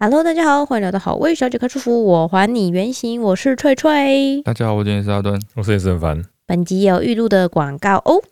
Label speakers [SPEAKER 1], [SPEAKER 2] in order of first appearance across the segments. [SPEAKER 1] Hello，大家好，欢迎来到好味小姐开祝福，我还你原形，我是翠翠。
[SPEAKER 2] 大家好，我今天是阿端。
[SPEAKER 3] 我是也是很烦，
[SPEAKER 1] 本集也有预录的广告哦。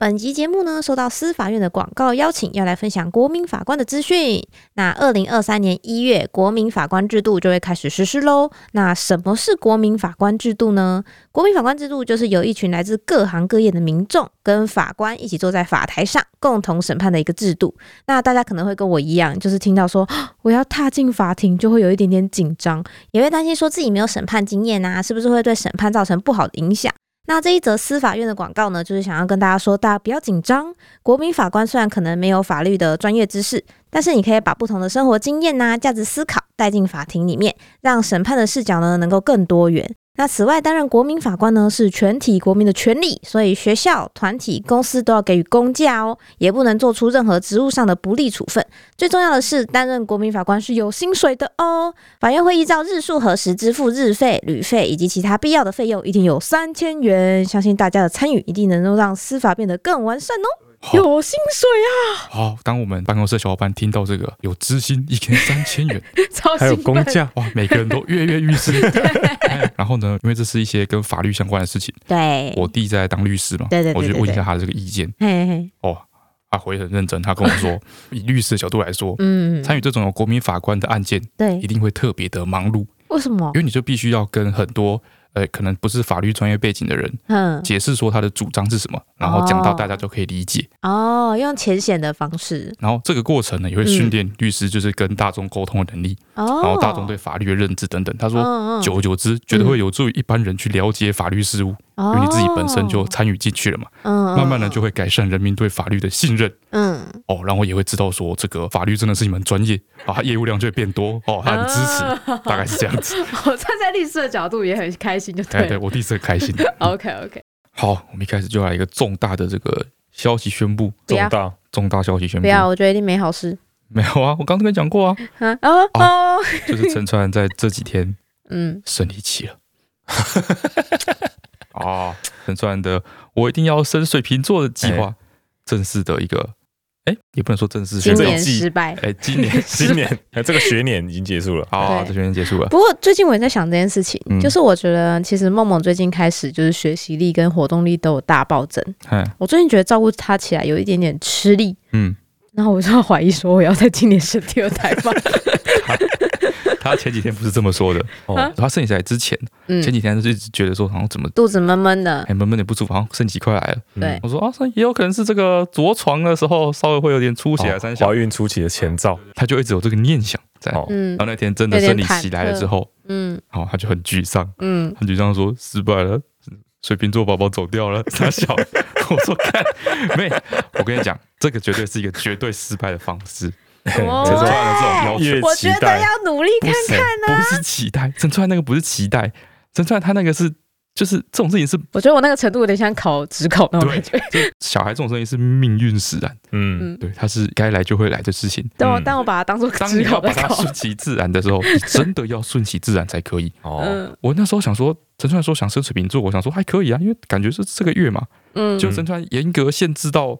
[SPEAKER 1] 本集节目呢，受到司法院的广告邀请，要来分享国民法官的资讯。那二零二三年一月，国民法官制度就会开始实施喽。那什么是国民法官制度呢？国民法官制度就是由一群来自各行各业的民众跟法官一起坐在法台上，共同审判的一个制度。那大家可能会跟我一样，就是听到说啊我要踏进法庭，就会有一点点紧张，也会担心说自己没有审判经验啊，是不是会对审判造成不好的影响？那这一则司法院的广告呢，就是想要跟大家说，大家不要紧张。国民法官虽然可能没有法律的专业知识，但是你可以把不同的生活经验呐、价值思考带进法庭里面，让审判的视角呢能够更多元。那此外，担任国民法官呢是全体国民的权利，所以学校、团体、公司都要给予公价哦，也不能做出任何职务上的不利处分。最重要的是，担任国民法官是有薪水的哦。法院会依照日数核实支付日费、旅费以及其他必要的费用，一定有三千元。相信大家的参与一定能够让司法变得更完善哦。
[SPEAKER 2] 好
[SPEAKER 1] 有薪水啊
[SPEAKER 2] 好、当我们办公室的小伙伴听到这个，有知心一天三千 元，
[SPEAKER 1] 啊，超
[SPEAKER 3] 还有
[SPEAKER 1] 兴
[SPEAKER 3] 工
[SPEAKER 1] 奋！
[SPEAKER 3] 价，
[SPEAKER 2] 哇，每个人都跃跃欲 试。 哎然后呢，因为这是一些跟法律相关的事情，
[SPEAKER 1] 对，
[SPEAKER 2] 我弟在当律师嘛，
[SPEAKER 1] 对对对
[SPEAKER 2] 我
[SPEAKER 1] 对
[SPEAKER 2] 就问一
[SPEAKER 1] 对
[SPEAKER 2] 下他的这个意见。
[SPEAKER 1] 嘿嘿，
[SPEAKER 2] 哦，他回得很认真，他跟我 说，以律师的角度来说，
[SPEAKER 1] 嗯，
[SPEAKER 2] 参与这种有国民法官的案件，
[SPEAKER 1] 对
[SPEAKER 2] 一，定会特别的忙碌，
[SPEAKER 1] 为什么
[SPEAKER 2] 因？为你就必须要跟很多。呃，可能不是法律专业背景的人
[SPEAKER 1] 嗯，
[SPEAKER 2] 解释说他的主张是什么，然后讲到大家就可以理解。
[SPEAKER 1] 哦，用浅显的方式
[SPEAKER 2] 然后这个过程呢，也会训练律师就是跟大众沟通的能力，
[SPEAKER 1] 嗯哦，
[SPEAKER 2] 然后大众对法律的认知等等。他说，
[SPEAKER 1] 嗯嗯
[SPEAKER 2] 久而久之，觉得会有助于一般人去了解法律事务，
[SPEAKER 1] 嗯
[SPEAKER 2] 因为你自己本身就
[SPEAKER 1] 哦
[SPEAKER 2] 参与进去了嘛，
[SPEAKER 1] 嗯，
[SPEAKER 2] 慢慢的就
[SPEAKER 1] 会
[SPEAKER 2] 会改善人民对法律的信任。
[SPEAKER 1] 嗯，
[SPEAKER 2] 哦，然后也会知道说这个法律真的是一门专业啊，它业务量就会变多
[SPEAKER 1] 啊
[SPEAKER 2] 哦，他很支持，大概是这样 子。
[SPEAKER 1] 我哦站在律师的角度也很开心，就
[SPEAKER 2] 哎，对。我第一次很开心。
[SPEAKER 1] OK OK，
[SPEAKER 2] 好，我们一开始就来一个重大的这个消息宣布，
[SPEAKER 1] 不要
[SPEAKER 3] 重大
[SPEAKER 2] 重大消息宣
[SPEAKER 1] 不
[SPEAKER 2] 布。
[SPEAKER 1] 要，我觉得一定没好事。
[SPEAKER 2] 没有啊，我刚刚跟你讲过啊，
[SPEAKER 1] 啊哦哦，
[SPEAKER 2] 就是陈川在这几天
[SPEAKER 1] 嗯，
[SPEAKER 2] 生理期了。啊，陈川的我一定要升水瓶座的计划，正式的一个，哎，也不能说正式，
[SPEAKER 1] 哎今
[SPEAKER 3] 这
[SPEAKER 1] 年
[SPEAKER 3] 一 季
[SPEAKER 1] 失败。
[SPEAKER 2] 哎，今年
[SPEAKER 3] 今年 哎这个学年已经结束了，
[SPEAKER 2] 好，
[SPEAKER 1] 对
[SPEAKER 2] 这学年结束了，
[SPEAKER 1] 不过最近我也在想这件事情，
[SPEAKER 2] 嗯
[SPEAKER 1] 就是我觉得其实梦梦最近开始就是学习力跟活动力都有大暴增。
[SPEAKER 2] 嗯
[SPEAKER 1] 我最近觉得照顾她起来有一点点吃力，
[SPEAKER 2] 嗯，
[SPEAKER 1] 然后我就要怀疑说我要在今年生第二胎吗？
[SPEAKER 2] 他前几天不是这么说的，
[SPEAKER 1] 啊
[SPEAKER 3] 哦，
[SPEAKER 2] 他生理来之前，
[SPEAKER 1] 嗯
[SPEAKER 2] 前，几天就一直觉得说好像怎么
[SPEAKER 1] 肚子闷闷的，
[SPEAKER 2] 哎闷闷的不舒服，好像肾结快来了。
[SPEAKER 1] 对，
[SPEAKER 2] 我说啊，也有可能是这个着床的时候稍微会有点出血啊，
[SPEAKER 3] 哦
[SPEAKER 2] 三小
[SPEAKER 3] 怀，孕初期的前兆，
[SPEAKER 2] 他就一直有这个念想在。
[SPEAKER 3] 哦
[SPEAKER 1] 嗯
[SPEAKER 2] 然后那天真的
[SPEAKER 1] 有点
[SPEAKER 2] 生理期
[SPEAKER 1] 忐忑
[SPEAKER 2] 来了之后，
[SPEAKER 1] 嗯
[SPEAKER 2] 好，他就很沮丧，
[SPEAKER 1] 嗯，
[SPEAKER 2] 很沮丧说失败了，水瓶座宝宝走掉了，傻小。我说看，妹，我跟你讲，这个绝对是一个绝对失败的方式。
[SPEAKER 1] 哦
[SPEAKER 2] 陈川的这种要求，
[SPEAKER 3] 越
[SPEAKER 1] 我
[SPEAKER 3] 期
[SPEAKER 1] 觉得
[SPEAKER 3] 待
[SPEAKER 1] 要努力看看。啊
[SPEAKER 2] 不是期待，陈川那个不是期待，陈川他那个是就是这种事情是
[SPEAKER 1] 我觉得我那个程度有点像考职考那种感觉，
[SPEAKER 2] 小孩这种东西是命运使然，
[SPEAKER 3] 嗯，
[SPEAKER 1] 嗯，
[SPEAKER 2] 对，它是该来就会来的事情。
[SPEAKER 1] 但我
[SPEAKER 3] 嗯
[SPEAKER 1] 但我把它当做
[SPEAKER 2] 当
[SPEAKER 1] 职
[SPEAKER 2] 你要
[SPEAKER 1] 考
[SPEAKER 2] 把
[SPEAKER 1] 在
[SPEAKER 2] 它
[SPEAKER 1] 考，
[SPEAKER 2] 顺其自然的时候，你真的要顺其自然才可以。
[SPEAKER 3] 哦，
[SPEAKER 1] 嗯
[SPEAKER 2] 我那时候想说，陈川说想升水瓶座，我想说还可以啊，因为感觉是这个月嘛，
[SPEAKER 1] 嗯，
[SPEAKER 2] 就陈川严格限制到，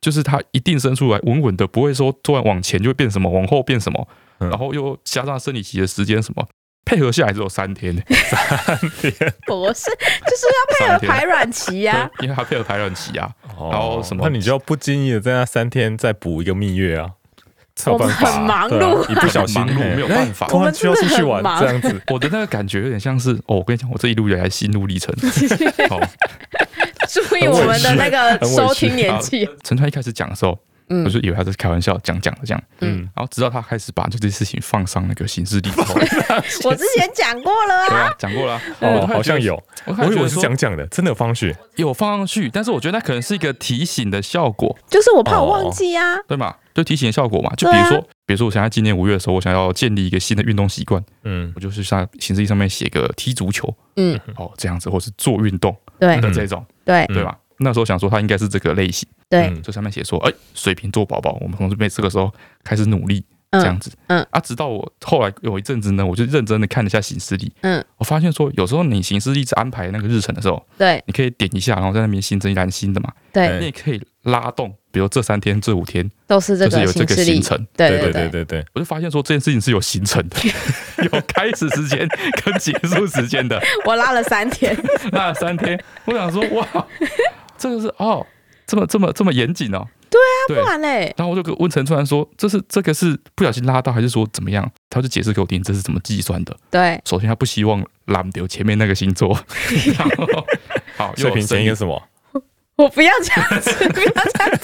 [SPEAKER 2] 就是他一定生出来稳稳的，不会说突然往前就会变什么，往后变什么，
[SPEAKER 3] 嗯
[SPEAKER 2] 然后又加上生理期的时间什么，配合下来只有三 天呢，
[SPEAKER 1] 博士就是要配
[SPEAKER 2] 三
[SPEAKER 1] 合
[SPEAKER 2] 天
[SPEAKER 1] 排。卵期呀、
[SPEAKER 3] 啊
[SPEAKER 2] 对，因为他配合排卵期啊，
[SPEAKER 3] 然
[SPEAKER 2] 然后什么
[SPEAKER 3] 哦那你就要不经意的在那三天再补一个蜜月啊，才有办法
[SPEAKER 1] 我们很忙
[SPEAKER 3] 对 啊
[SPEAKER 1] 碌啊
[SPEAKER 3] 一不小心
[SPEAKER 2] 很忙碌
[SPEAKER 3] 哎
[SPEAKER 2] 没有办法
[SPEAKER 3] 哎突然需要出去玩
[SPEAKER 1] 我们真的很忙
[SPEAKER 3] 这样子，
[SPEAKER 2] 我的那个感觉有点像是哦，我跟你讲，我这一路以来心路历 程。好，
[SPEAKER 1] 注意我们的那个
[SPEAKER 3] 很
[SPEAKER 1] 收
[SPEAKER 3] 委屈
[SPEAKER 1] 听年纪。
[SPEAKER 2] 陈川一开始讲的时候，
[SPEAKER 1] 嗯
[SPEAKER 2] 啊我就以为他是开玩笑，讲讲的这样，
[SPEAKER 1] 嗯
[SPEAKER 3] 嗯，
[SPEAKER 2] 然后直到他开始把这件事情放上那个行事历之 后，
[SPEAKER 1] 我之前讲过了
[SPEAKER 2] 对
[SPEAKER 1] 啊，
[SPEAKER 2] 啊，讲过了啊，
[SPEAKER 3] 哦，好像有，
[SPEAKER 2] 我
[SPEAKER 3] 我
[SPEAKER 2] 开始觉得，
[SPEAKER 3] 以为
[SPEAKER 2] 我
[SPEAKER 3] 是讲讲的，真的有方雪，
[SPEAKER 2] 有放上去，但是我觉得那可能是一个提醒的效果，
[SPEAKER 1] 就是我怕我忘记啊。
[SPEAKER 2] 对嘛？就提醒的效果嘛，就比如说，比如说我想在今年五月的时候，我想要建立一个新的运动习惯，
[SPEAKER 3] 嗯
[SPEAKER 2] 我就是在行事历上面写个踢足球，
[SPEAKER 1] 嗯，
[SPEAKER 2] 哦，这样子，或是做运动
[SPEAKER 1] 对
[SPEAKER 2] 的这种，
[SPEAKER 1] 对
[SPEAKER 3] 嗯
[SPEAKER 2] 对吧？那时候想说他应该是这个类型，
[SPEAKER 1] 对，
[SPEAKER 3] 嗯
[SPEAKER 2] 就上面写说，哎，水瓶座宝宝，我们从这边这个时候开始努力，这样
[SPEAKER 1] 嗯
[SPEAKER 2] 子。
[SPEAKER 1] 嗯
[SPEAKER 2] 啊，直到我后来有一阵子呢，我就认真的看了一下行事历，
[SPEAKER 1] 嗯，
[SPEAKER 2] 我发现说，有时候你行事历在安排那个日程的时候，
[SPEAKER 1] 对
[SPEAKER 2] 你可以点一下，然后在那边新增一栏新的嘛，
[SPEAKER 1] 对
[SPEAKER 3] 哎
[SPEAKER 2] 你也可以拉动，比如这三天、这五天，
[SPEAKER 4] 都是这
[SPEAKER 2] 就是
[SPEAKER 4] 个
[SPEAKER 2] 有这
[SPEAKER 4] 新
[SPEAKER 2] 个
[SPEAKER 4] 势
[SPEAKER 2] 行
[SPEAKER 4] 力，
[SPEAKER 2] 程。
[SPEAKER 4] 对
[SPEAKER 3] 哎对
[SPEAKER 4] 对，
[SPEAKER 3] 对对，
[SPEAKER 2] 我就发现说这件事情是有行 程的，有开始时间跟结束时间 的。
[SPEAKER 4] 我拉了三天，
[SPEAKER 2] 那三天，我想说哇，这个是哦，这么这么这么严谨哦。对
[SPEAKER 4] 啊不然嘞，
[SPEAKER 2] 然后我就跟问陈川说，这是这个是不小心拉到还是说怎么样？他就解释给我听这是怎么计算的。
[SPEAKER 4] 对，
[SPEAKER 2] 首先他不希望揽丢前面那个星 座，然后好又
[SPEAKER 3] 水
[SPEAKER 2] 有
[SPEAKER 3] 平
[SPEAKER 2] 声
[SPEAKER 3] 前一
[SPEAKER 2] 音
[SPEAKER 3] 个什么？
[SPEAKER 4] 我不要这样子，不要这样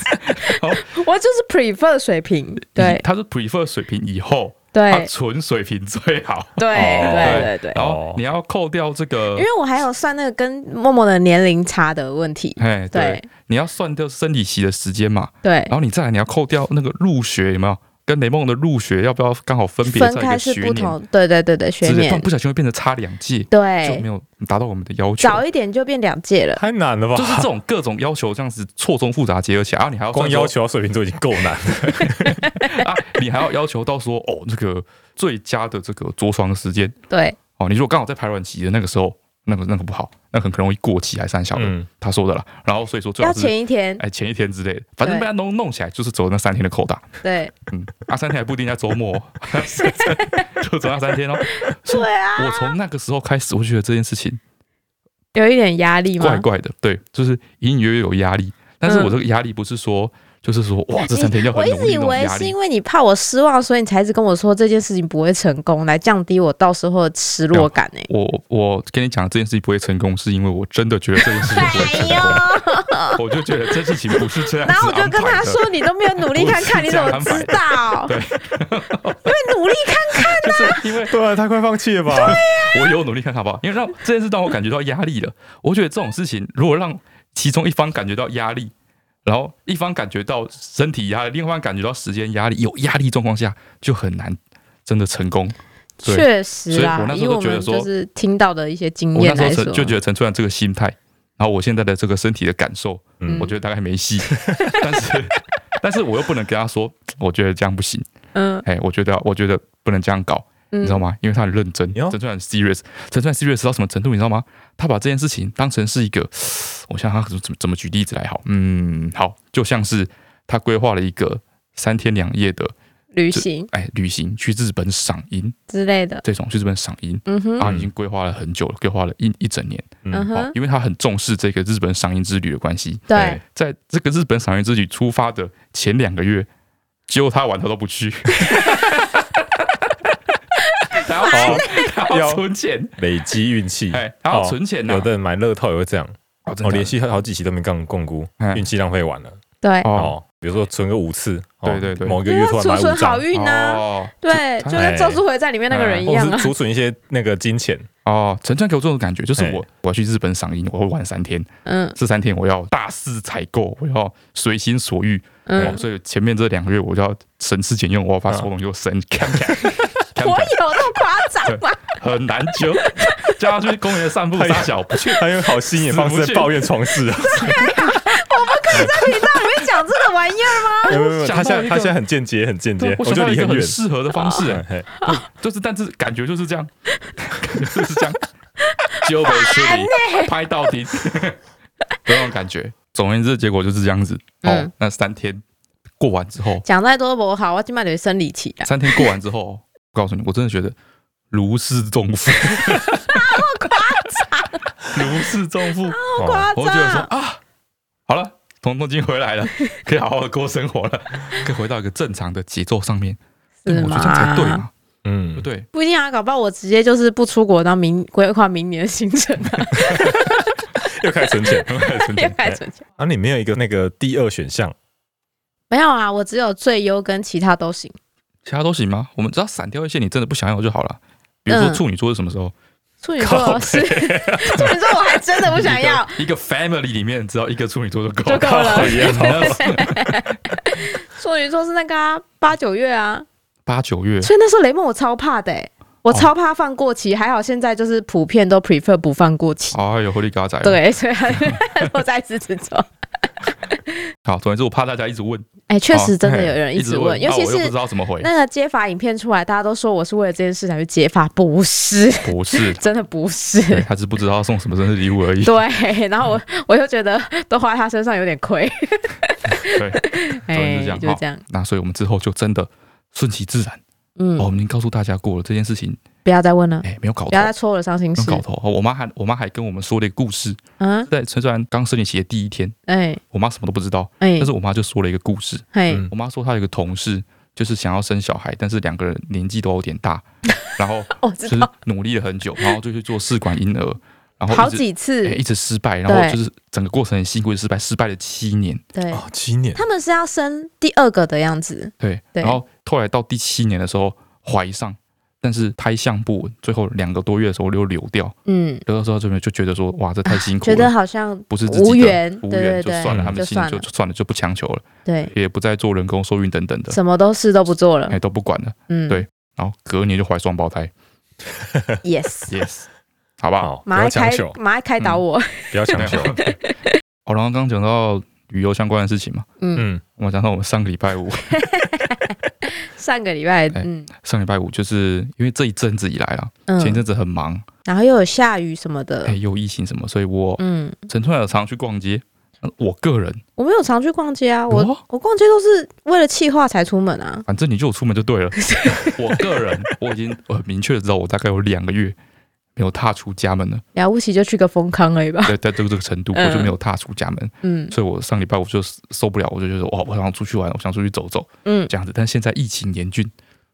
[SPEAKER 2] 好
[SPEAKER 4] 子，我就是 prefer 水平，
[SPEAKER 2] 以
[SPEAKER 4] 对
[SPEAKER 2] 他是 prefer 水平以后，他
[SPEAKER 4] 对
[SPEAKER 2] 纯水平最好。
[SPEAKER 4] 对
[SPEAKER 2] 哦
[SPEAKER 4] 对对对，
[SPEAKER 2] 然
[SPEAKER 3] 哦
[SPEAKER 2] 后你要扣掉这个
[SPEAKER 4] 因，为我还有算那个跟默默的年龄差的问题，
[SPEAKER 2] 哎，对
[SPEAKER 4] 对，
[SPEAKER 2] 你要算掉生理期的时间嘛，
[SPEAKER 4] 对
[SPEAKER 2] 然，后你再来你要扣掉那个入学有没有？跟雷梦的入学要不要刚好分别在
[SPEAKER 4] 分
[SPEAKER 2] 一
[SPEAKER 4] 开
[SPEAKER 2] 个
[SPEAKER 4] 是
[SPEAKER 2] 学
[SPEAKER 4] 不
[SPEAKER 2] 年
[SPEAKER 4] 同，对对对对，
[SPEAKER 2] 之
[SPEAKER 4] 学
[SPEAKER 2] 类，不
[SPEAKER 4] 年
[SPEAKER 2] 然不小心会变成差两届，就
[SPEAKER 4] 对
[SPEAKER 2] 没，有达到我们的要求。
[SPEAKER 4] 早一点就变两届了，
[SPEAKER 3] 太难了吧？
[SPEAKER 2] 就是这种各种要求，这样子错综复杂结合起来，然后你还要
[SPEAKER 3] 光
[SPEAKER 2] 算说
[SPEAKER 3] 要求到水瓶座已经够难 了。
[SPEAKER 2] 啊，你还要要求到说哦，这个最佳的这个着床时间
[SPEAKER 4] 对
[SPEAKER 2] 哦，你如果刚好在排卵期的那个时候，那个那个不好，那很很容易过期还是很小的，
[SPEAKER 3] 嗯，
[SPEAKER 2] 他说的啦。然后所以说最
[SPEAKER 4] 要
[SPEAKER 2] 好是
[SPEAKER 4] 前一天，
[SPEAKER 2] 哎前一天之类的，反正
[SPEAKER 4] 对
[SPEAKER 2] 被他弄弄起来就是走那三天的扣打，
[SPEAKER 4] 对
[SPEAKER 2] 嗯，啊三天还不一定在周 末、哦，就走那三天哦。所以
[SPEAKER 4] 对啊，
[SPEAKER 2] 我从那个时候开始，我就觉得这件事情
[SPEAKER 4] 有一点压力
[SPEAKER 2] 怪
[SPEAKER 4] 吗？
[SPEAKER 2] 怪的，对，就是隐隐约约有压力，但是
[SPEAKER 4] 嗯
[SPEAKER 2] 我这个压力不是说。就是说，哇，这三天要
[SPEAKER 4] 我
[SPEAKER 2] 很
[SPEAKER 4] 一
[SPEAKER 2] 努
[SPEAKER 4] 直
[SPEAKER 2] 力
[SPEAKER 4] 以
[SPEAKER 2] 那种
[SPEAKER 4] 为
[SPEAKER 2] 压
[SPEAKER 4] 是
[SPEAKER 2] 力
[SPEAKER 4] 因，为你怕我失望，所以你才一直跟我说这件事情不会成功，来降低我到时候的失落感欸诶、
[SPEAKER 2] 我我跟你讲，这件事情不会成功，是因为我真的觉得这件事情不会 成功，我就觉得这事情不啊是这样。
[SPEAKER 4] 哎然后我就跟他，说：“你都没有努力看看，
[SPEAKER 2] 不是
[SPEAKER 4] 你怎
[SPEAKER 2] 这样
[SPEAKER 4] 么知道？
[SPEAKER 2] 对
[SPEAKER 4] 因为努力看
[SPEAKER 2] 就是因为
[SPEAKER 3] 对啊，他快放弃了吧？
[SPEAKER 2] 我有努力看好不好，因为让这件事让我感觉到压力了。我觉得这种事情，如果让其中一方感觉到压力，然后一方感觉到身体压力，另一方感觉到时间压力，有压力状况下就很难真的成功。 对
[SPEAKER 4] 确实
[SPEAKER 2] 所以
[SPEAKER 4] 啦
[SPEAKER 2] 我，那时
[SPEAKER 4] 以
[SPEAKER 2] 候就
[SPEAKER 4] 我
[SPEAKER 2] 觉得
[SPEAKER 4] 们
[SPEAKER 2] 说
[SPEAKER 4] 就是听到的一些经
[SPEAKER 2] 我
[SPEAKER 4] 验
[SPEAKER 2] 那
[SPEAKER 4] 来
[SPEAKER 2] 时
[SPEAKER 4] 嗯说，
[SPEAKER 2] 候就觉得陈川这个心态，然后我现在的这个身体的感受，
[SPEAKER 4] 嗯
[SPEAKER 2] 我觉得大概没戏。 但是，但是我又不能跟他说，我觉得这样不行。
[SPEAKER 4] 嗯
[SPEAKER 2] 哎，我觉得我觉得不能这样搞，
[SPEAKER 4] 嗯，
[SPEAKER 2] 你知道吗？因为他很认真，
[SPEAKER 3] 哟
[SPEAKER 2] 陈川很 serious，陈川 serious 到什么程度，你知道吗？他把这件事情当成是一个，我想想他怎么怎么怎么举例子来好？嗯，好，就像是他规划了一个三天两夜的
[SPEAKER 4] 旅行
[SPEAKER 2] 哎旅行，去日本赏樱
[SPEAKER 4] 之类的，
[SPEAKER 2] 这种，去日本赏樱。
[SPEAKER 4] 嗯哼，
[SPEAKER 2] 啊，已经规划了很久了，规划了一一整年、
[SPEAKER 4] 嗯
[SPEAKER 3] 嗯，
[SPEAKER 2] 哦
[SPEAKER 4] 哼，，
[SPEAKER 2] 因为他很重视这个日本赏樱之旅的关系，
[SPEAKER 3] 哎
[SPEAKER 4] 对，
[SPEAKER 2] 在这个日本赏樱之旅出发的前两个月，只有他玩他都不 去。他要存，他要存钱，
[SPEAKER 3] 累积运气。
[SPEAKER 2] 哎，他要存钱呐、
[SPEAKER 3] 有的人买乐透也会这样，
[SPEAKER 2] 哦，真
[SPEAKER 3] 哦，
[SPEAKER 2] 的
[SPEAKER 3] 连续好几期都没干共估，
[SPEAKER 2] 嗯
[SPEAKER 3] 运气浪费完了。
[SPEAKER 4] 对，
[SPEAKER 2] 哦，
[SPEAKER 3] 哦，比如说存个五次，哦
[SPEAKER 2] 对对对
[SPEAKER 3] 某一个
[SPEAKER 4] 就
[SPEAKER 3] 月
[SPEAKER 4] 要
[SPEAKER 3] 突然
[SPEAKER 4] 储
[SPEAKER 3] 买
[SPEAKER 4] 存
[SPEAKER 3] 五张
[SPEAKER 4] 好，运啊，
[SPEAKER 2] 哦
[SPEAKER 4] 对，
[SPEAKER 2] 他
[SPEAKER 4] 就跟《咒术回战》里面那个人一
[SPEAKER 3] 或
[SPEAKER 4] 样
[SPEAKER 3] 者
[SPEAKER 4] 啊
[SPEAKER 3] 是，储存一些那个金钱，
[SPEAKER 2] 哦，陈川给我这种感觉，就是
[SPEAKER 3] 哎
[SPEAKER 2] 我我要去日本赏樱，我要玩三天，
[SPEAKER 4] 嗯
[SPEAKER 2] 这三天我要大肆采购，我要随心所欲，哦，
[SPEAKER 4] 嗯，
[SPEAKER 2] 所以前面这两个月我就要省吃俭用，我要把所有东西都省，看看
[SPEAKER 4] 我有那么夸张吗？
[SPEAKER 2] 很难揪，叫他去公园散步
[SPEAKER 3] 哎呀
[SPEAKER 2] 撒小不去，
[SPEAKER 3] 他用好心眼方式在抱怨床事啊。
[SPEAKER 4] 你会讲这个玩意儿吗？
[SPEAKER 3] 没有没有没有，
[SPEAKER 2] 想
[SPEAKER 3] 他
[SPEAKER 2] 到
[SPEAKER 3] 现
[SPEAKER 2] 一个
[SPEAKER 3] 在他现在很间接，很间接，
[SPEAKER 2] 我
[SPEAKER 3] 我
[SPEAKER 2] 想
[SPEAKER 3] 就
[SPEAKER 2] 到一
[SPEAKER 3] 离
[SPEAKER 2] 个
[SPEAKER 3] 很
[SPEAKER 2] 很
[SPEAKER 3] 远。
[SPEAKER 2] 适合的方式、哎
[SPEAKER 3] 嘿
[SPEAKER 2] 就是但是感觉就是这样，感觉就是这样，揪北吃
[SPEAKER 4] 欸
[SPEAKER 2] 你，拍到底，那种感觉。总而言之，结果就是这样子。哦
[SPEAKER 4] 嗯，
[SPEAKER 2] 那三天过完之后，
[SPEAKER 4] 讲再多不好，我今晚有生理期啊，
[SPEAKER 2] 三天过完之后，我告诉你，我真的觉得如释重 负，
[SPEAKER 4] 啊
[SPEAKER 2] 如释重负。
[SPEAKER 3] 哦
[SPEAKER 4] 夸
[SPEAKER 2] 我就觉得说
[SPEAKER 4] 张，
[SPEAKER 2] 啊，好了，彤彤已经回来了，可以好好的过生活了，可以回到一个正常的节奏上面。对
[SPEAKER 4] 是
[SPEAKER 2] 我觉得这样才对啊
[SPEAKER 4] 吗？
[SPEAKER 2] 嘛，对不
[SPEAKER 3] 嗯，
[SPEAKER 2] 对？
[SPEAKER 4] 不一定啊，搞不好我直接就是不出国，当明规划明年的行程啊，
[SPEAKER 3] 又开始存钱，又开始存
[SPEAKER 4] 也
[SPEAKER 3] 钱。
[SPEAKER 4] 开始存钱。
[SPEAKER 3] 啊，你没有一个那个第二选项，
[SPEAKER 4] 没有啊，我只有最优跟其他都行。
[SPEAKER 2] 其他都行吗？我们只要闪掉一些你真的不想要就好了。比如说
[SPEAKER 4] 嗯
[SPEAKER 2] 处女座是什么时候？
[SPEAKER 4] 处女座是处女座，我还真的不想 要，
[SPEAKER 2] 一个一个 family 里面只要一个处女座就够
[SPEAKER 4] 就够了。
[SPEAKER 2] 了。
[SPEAKER 4] 处女座是那个啊八、九月啊，
[SPEAKER 2] 八九月
[SPEAKER 4] 所以那时候雷梦我超怕的、欸，
[SPEAKER 2] 哦
[SPEAKER 4] 我超怕放过期，还好现在就是普遍都
[SPEAKER 2] 哦
[SPEAKER 4] prefer 不放过期。
[SPEAKER 2] 哎 哎呦，狐狸嘎仔，，
[SPEAKER 4] 对，所以我在狮子座。
[SPEAKER 2] 好，总而言之，我怕大家一直问，
[SPEAKER 4] 哎，确实
[SPEAKER 2] 哦
[SPEAKER 4] 真的
[SPEAKER 3] 嘿
[SPEAKER 4] 有人一
[SPEAKER 2] 一
[SPEAKER 4] 直问，
[SPEAKER 2] 问，
[SPEAKER 4] 尤
[SPEAKER 2] 啊
[SPEAKER 4] 其
[SPEAKER 2] 我又不
[SPEAKER 4] 是
[SPEAKER 2] 知道怎么回，
[SPEAKER 4] 那个揭发影片出来，大家都说我是为了这件事才去揭发，不是， ，
[SPEAKER 2] 不是
[SPEAKER 4] 真的不
[SPEAKER 2] 对，嗯
[SPEAKER 4] 是。
[SPEAKER 2] 他只是不知道送什么生日礼物而已。
[SPEAKER 4] 对，然后我我就觉得都花在他身上有点亏，
[SPEAKER 2] 对，总之
[SPEAKER 4] 哎
[SPEAKER 2] 是这样，
[SPEAKER 4] 就是
[SPEAKER 2] 好
[SPEAKER 4] 这样，
[SPEAKER 2] 那所以我们之后就真的顺其自然。
[SPEAKER 4] 嗯
[SPEAKER 2] 哦，，我们已经告诉大家过了这件事情，
[SPEAKER 4] 不要再问了，
[SPEAKER 2] 哎，没有搞头，
[SPEAKER 4] 不要再戳我的伤心
[SPEAKER 2] 没有
[SPEAKER 4] 事
[SPEAKER 2] 搞头。哦我妈还我妈还跟我们说了一个故事，
[SPEAKER 4] 啊！
[SPEAKER 2] 在陈虽然刚升学期的第一天，
[SPEAKER 4] 哎
[SPEAKER 2] 我妈什么都不知道，
[SPEAKER 4] 哎
[SPEAKER 2] 但是我妈就说了一个故事。
[SPEAKER 4] 嘿，
[SPEAKER 3] 嗯
[SPEAKER 2] 我妈说她有一个同事，就是想要生小孩，但是两个人年纪都有点 大，然后
[SPEAKER 4] 哦我知
[SPEAKER 2] 就是
[SPEAKER 4] 道
[SPEAKER 2] 努力了很久，然后就去做试管婴儿，然后
[SPEAKER 4] 好
[SPEAKER 2] 一直
[SPEAKER 4] 几
[SPEAKER 2] 哎
[SPEAKER 4] 次，
[SPEAKER 2] 一直失败，然后
[SPEAKER 4] 对
[SPEAKER 2] 就是整个过程很辛苦，失败，失败了七年，
[SPEAKER 4] 对，
[SPEAKER 3] 哦，七年，
[SPEAKER 4] 他们是要生第二个的样子，
[SPEAKER 2] 对，
[SPEAKER 4] 对
[SPEAKER 2] 然后后来到第七年的时候怀上，但是胎象不稳，最后两个多月的时候又流掉，
[SPEAKER 4] 嗯，
[SPEAKER 2] 流掉之后这边就觉得说哇这太辛苦
[SPEAKER 4] 啊觉得
[SPEAKER 2] 了。
[SPEAKER 4] 好像
[SPEAKER 2] 不是自己的
[SPEAKER 4] 无缘，
[SPEAKER 2] 无
[SPEAKER 4] 对
[SPEAKER 2] 缘
[SPEAKER 4] 对
[SPEAKER 2] 就算了，
[SPEAKER 4] 对，
[SPEAKER 2] 他们
[SPEAKER 4] 就
[SPEAKER 2] 心里
[SPEAKER 4] 算
[SPEAKER 2] 就
[SPEAKER 4] 了，
[SPEAKER 2] 就算了，就不强求了，
[SPEAKER 4] 对，
[SPEAKER 2] 也不再做人工受孕等等的，
[SPEAKER 4] 什么都事都不做了
[SPEAKER 2] 哎，，都不管了。
[SPEAKER 4] 嗯，
[SPEAKER 2] 对然后隔年就怀双胞胎
[SPEAKER 4] ，yes，
[SPEAKER 2] ，yes，好不好？
[SPEAKER 3] 好，不
[SPEAKER 4] 马
[SPEAKER 3] 要强
[SPEAKER 4] 上开
[SPEAKER 3] 求，
[SPEAKER 4] 马上开导
[SPEAKER 2] 嗯
[SPEAKER 4] 我，
[SPEAKER 3] 不要强求，
[SPEAKER 2] 哦，然后刚刚讲到旅游相关的事情嘛，
[SPEAKER 4] 嗯，
[SPEAKER 3] 嗯，
[SPEAKER 2] 我讲到我们上个礼 拜五，
[SPEAKER 4] 上个礼拜，
[SPEAKER 2] 哎
[SPEAKER 4] 嗯
[SPEAKER 2] 上礼拜五就是因为这一阵子以来啊，前一
[SPEAKER 4] 嗯，
[SPEAKER 2] 阵子很忙，
[SPEAKER 4] 然后又有下雨什么的
[SPEAKER 2] 哎，，又有疫情什么，所以我
[SPEAKER 4] 嗯，
[SPEAKER 2] 陈春有常去逛街。呃我个人，
[SPEAKER 4] 我没有常去逛街啊，
[SPEAKER 2] 有
[SPEAKER 4] 我
[SPEAKER 2] 啊
[SPEAKER 4] 我逛街都是为了气化才出门啊，
[SPEAKER 2] 反正你就有出门就对 了。我个人，我已经我很明确的知道，我大概有两个月没有踏出家门了，
[SPEAKER 4] 了不起就去个丰康而已吧，
[SPEAKER 2] 在在这个这个程度，
[SPEAKER 4] 嗯
[SPEAKER 2] 我就没有踏出家门。
[SPEAKER 4] 嗯
[SPEAKER 2] 所以我上礼拜我就受不了，我就觉得哇，我想出去玩，我想出去走走
[SPEAKER 4] 嗯，
[SPEAKER 2] 这样子。但现在疫情严峻，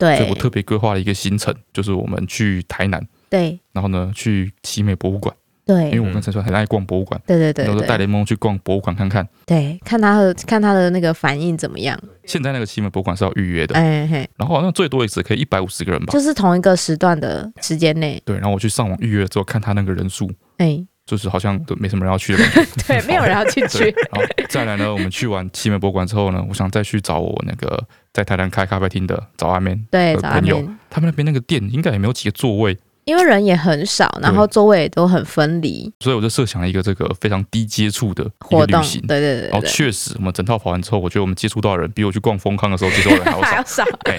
[SPEAKER 2] 所以
[SPEAKER 4] 对
[SPEAKER 2] 我特别规划了一个行程，就是我们去台南，
[SPEAKER 4] 对
[SPEAKER 2] 然后呢去奇美博物馆，因为
[SPEAKER 4] 对
[SPEAKER 2] 我跟陈川很爱逛博物馆，
[SPEAKER 4] 哎对对
[SPEAKER 2] 然后就
[SPEAKER 4] 对
[SPEAKER 2] 带
[SPEAKER 4] 对，
[SPEAKER 2] 雷蒙去逛博物馆看看。
[SPEAKER 4] 对，看他的看他的那个反应怎么样，
[SPEAKER 2] 现在那个奇美博物馆是要预约的，
[SPEAKER 4] 哎嘿，
[SPEAKER 2] 然后好像最多也只可以一百五十个人吧
[SPEAKER 4] 就。是同一个时段的时间内，
[SPEAKER 2] 对，然后我去上网预约了之后，看他那个人数，
[SPEAKER 4] 哎，
[SPEAKER 2] 就是好像都没什么人要去的感 觉。
[SPEAKER 4] 对，没有人要进
[SPEAKER 2] 对
[SPEAKER 4] 去，，
[SPEAKER 2] 然后再来呢，我们去完奇美博物馆之后呢，我想再去找我那个在台南开咖啡厅的早安面，
[SPEAKER 4] 对，
[SPEAKER 2] 呃
[SPEAKER 4] 早安
[SPEAKER 2] 朋友
[SPEAKER 4] 面
[SPEAKER 2] 他们那边那个店应该也没有几个座位，
[SPEAKER 4] 因为人也很少，然后周围也都很分离，
[SPEAKER 2] 所以我就设想了一个这个非常低接触的一个
[SPEAKER 4] 活
[SPEAKER 2] 旅
[SPEAKER 4] 动，
[SPEAKER 2] 行
[SPEAKER 4] 对。对
[SPEAKER 2] 然
[SPEAKER 4] 对对
[SPEAKER 2] 后
[SPEAKER 4] 对，
[SPEAKER 2] 哦确实，我们整套跑完之后，我觉得我们接触到的人比我去逛丰康的时候接触到的人还要
[SPEAKER 4] 还要
[SPEAKER 2] 少，
[SPEAKER 4] 少。
[SPEAKER 2] 哎，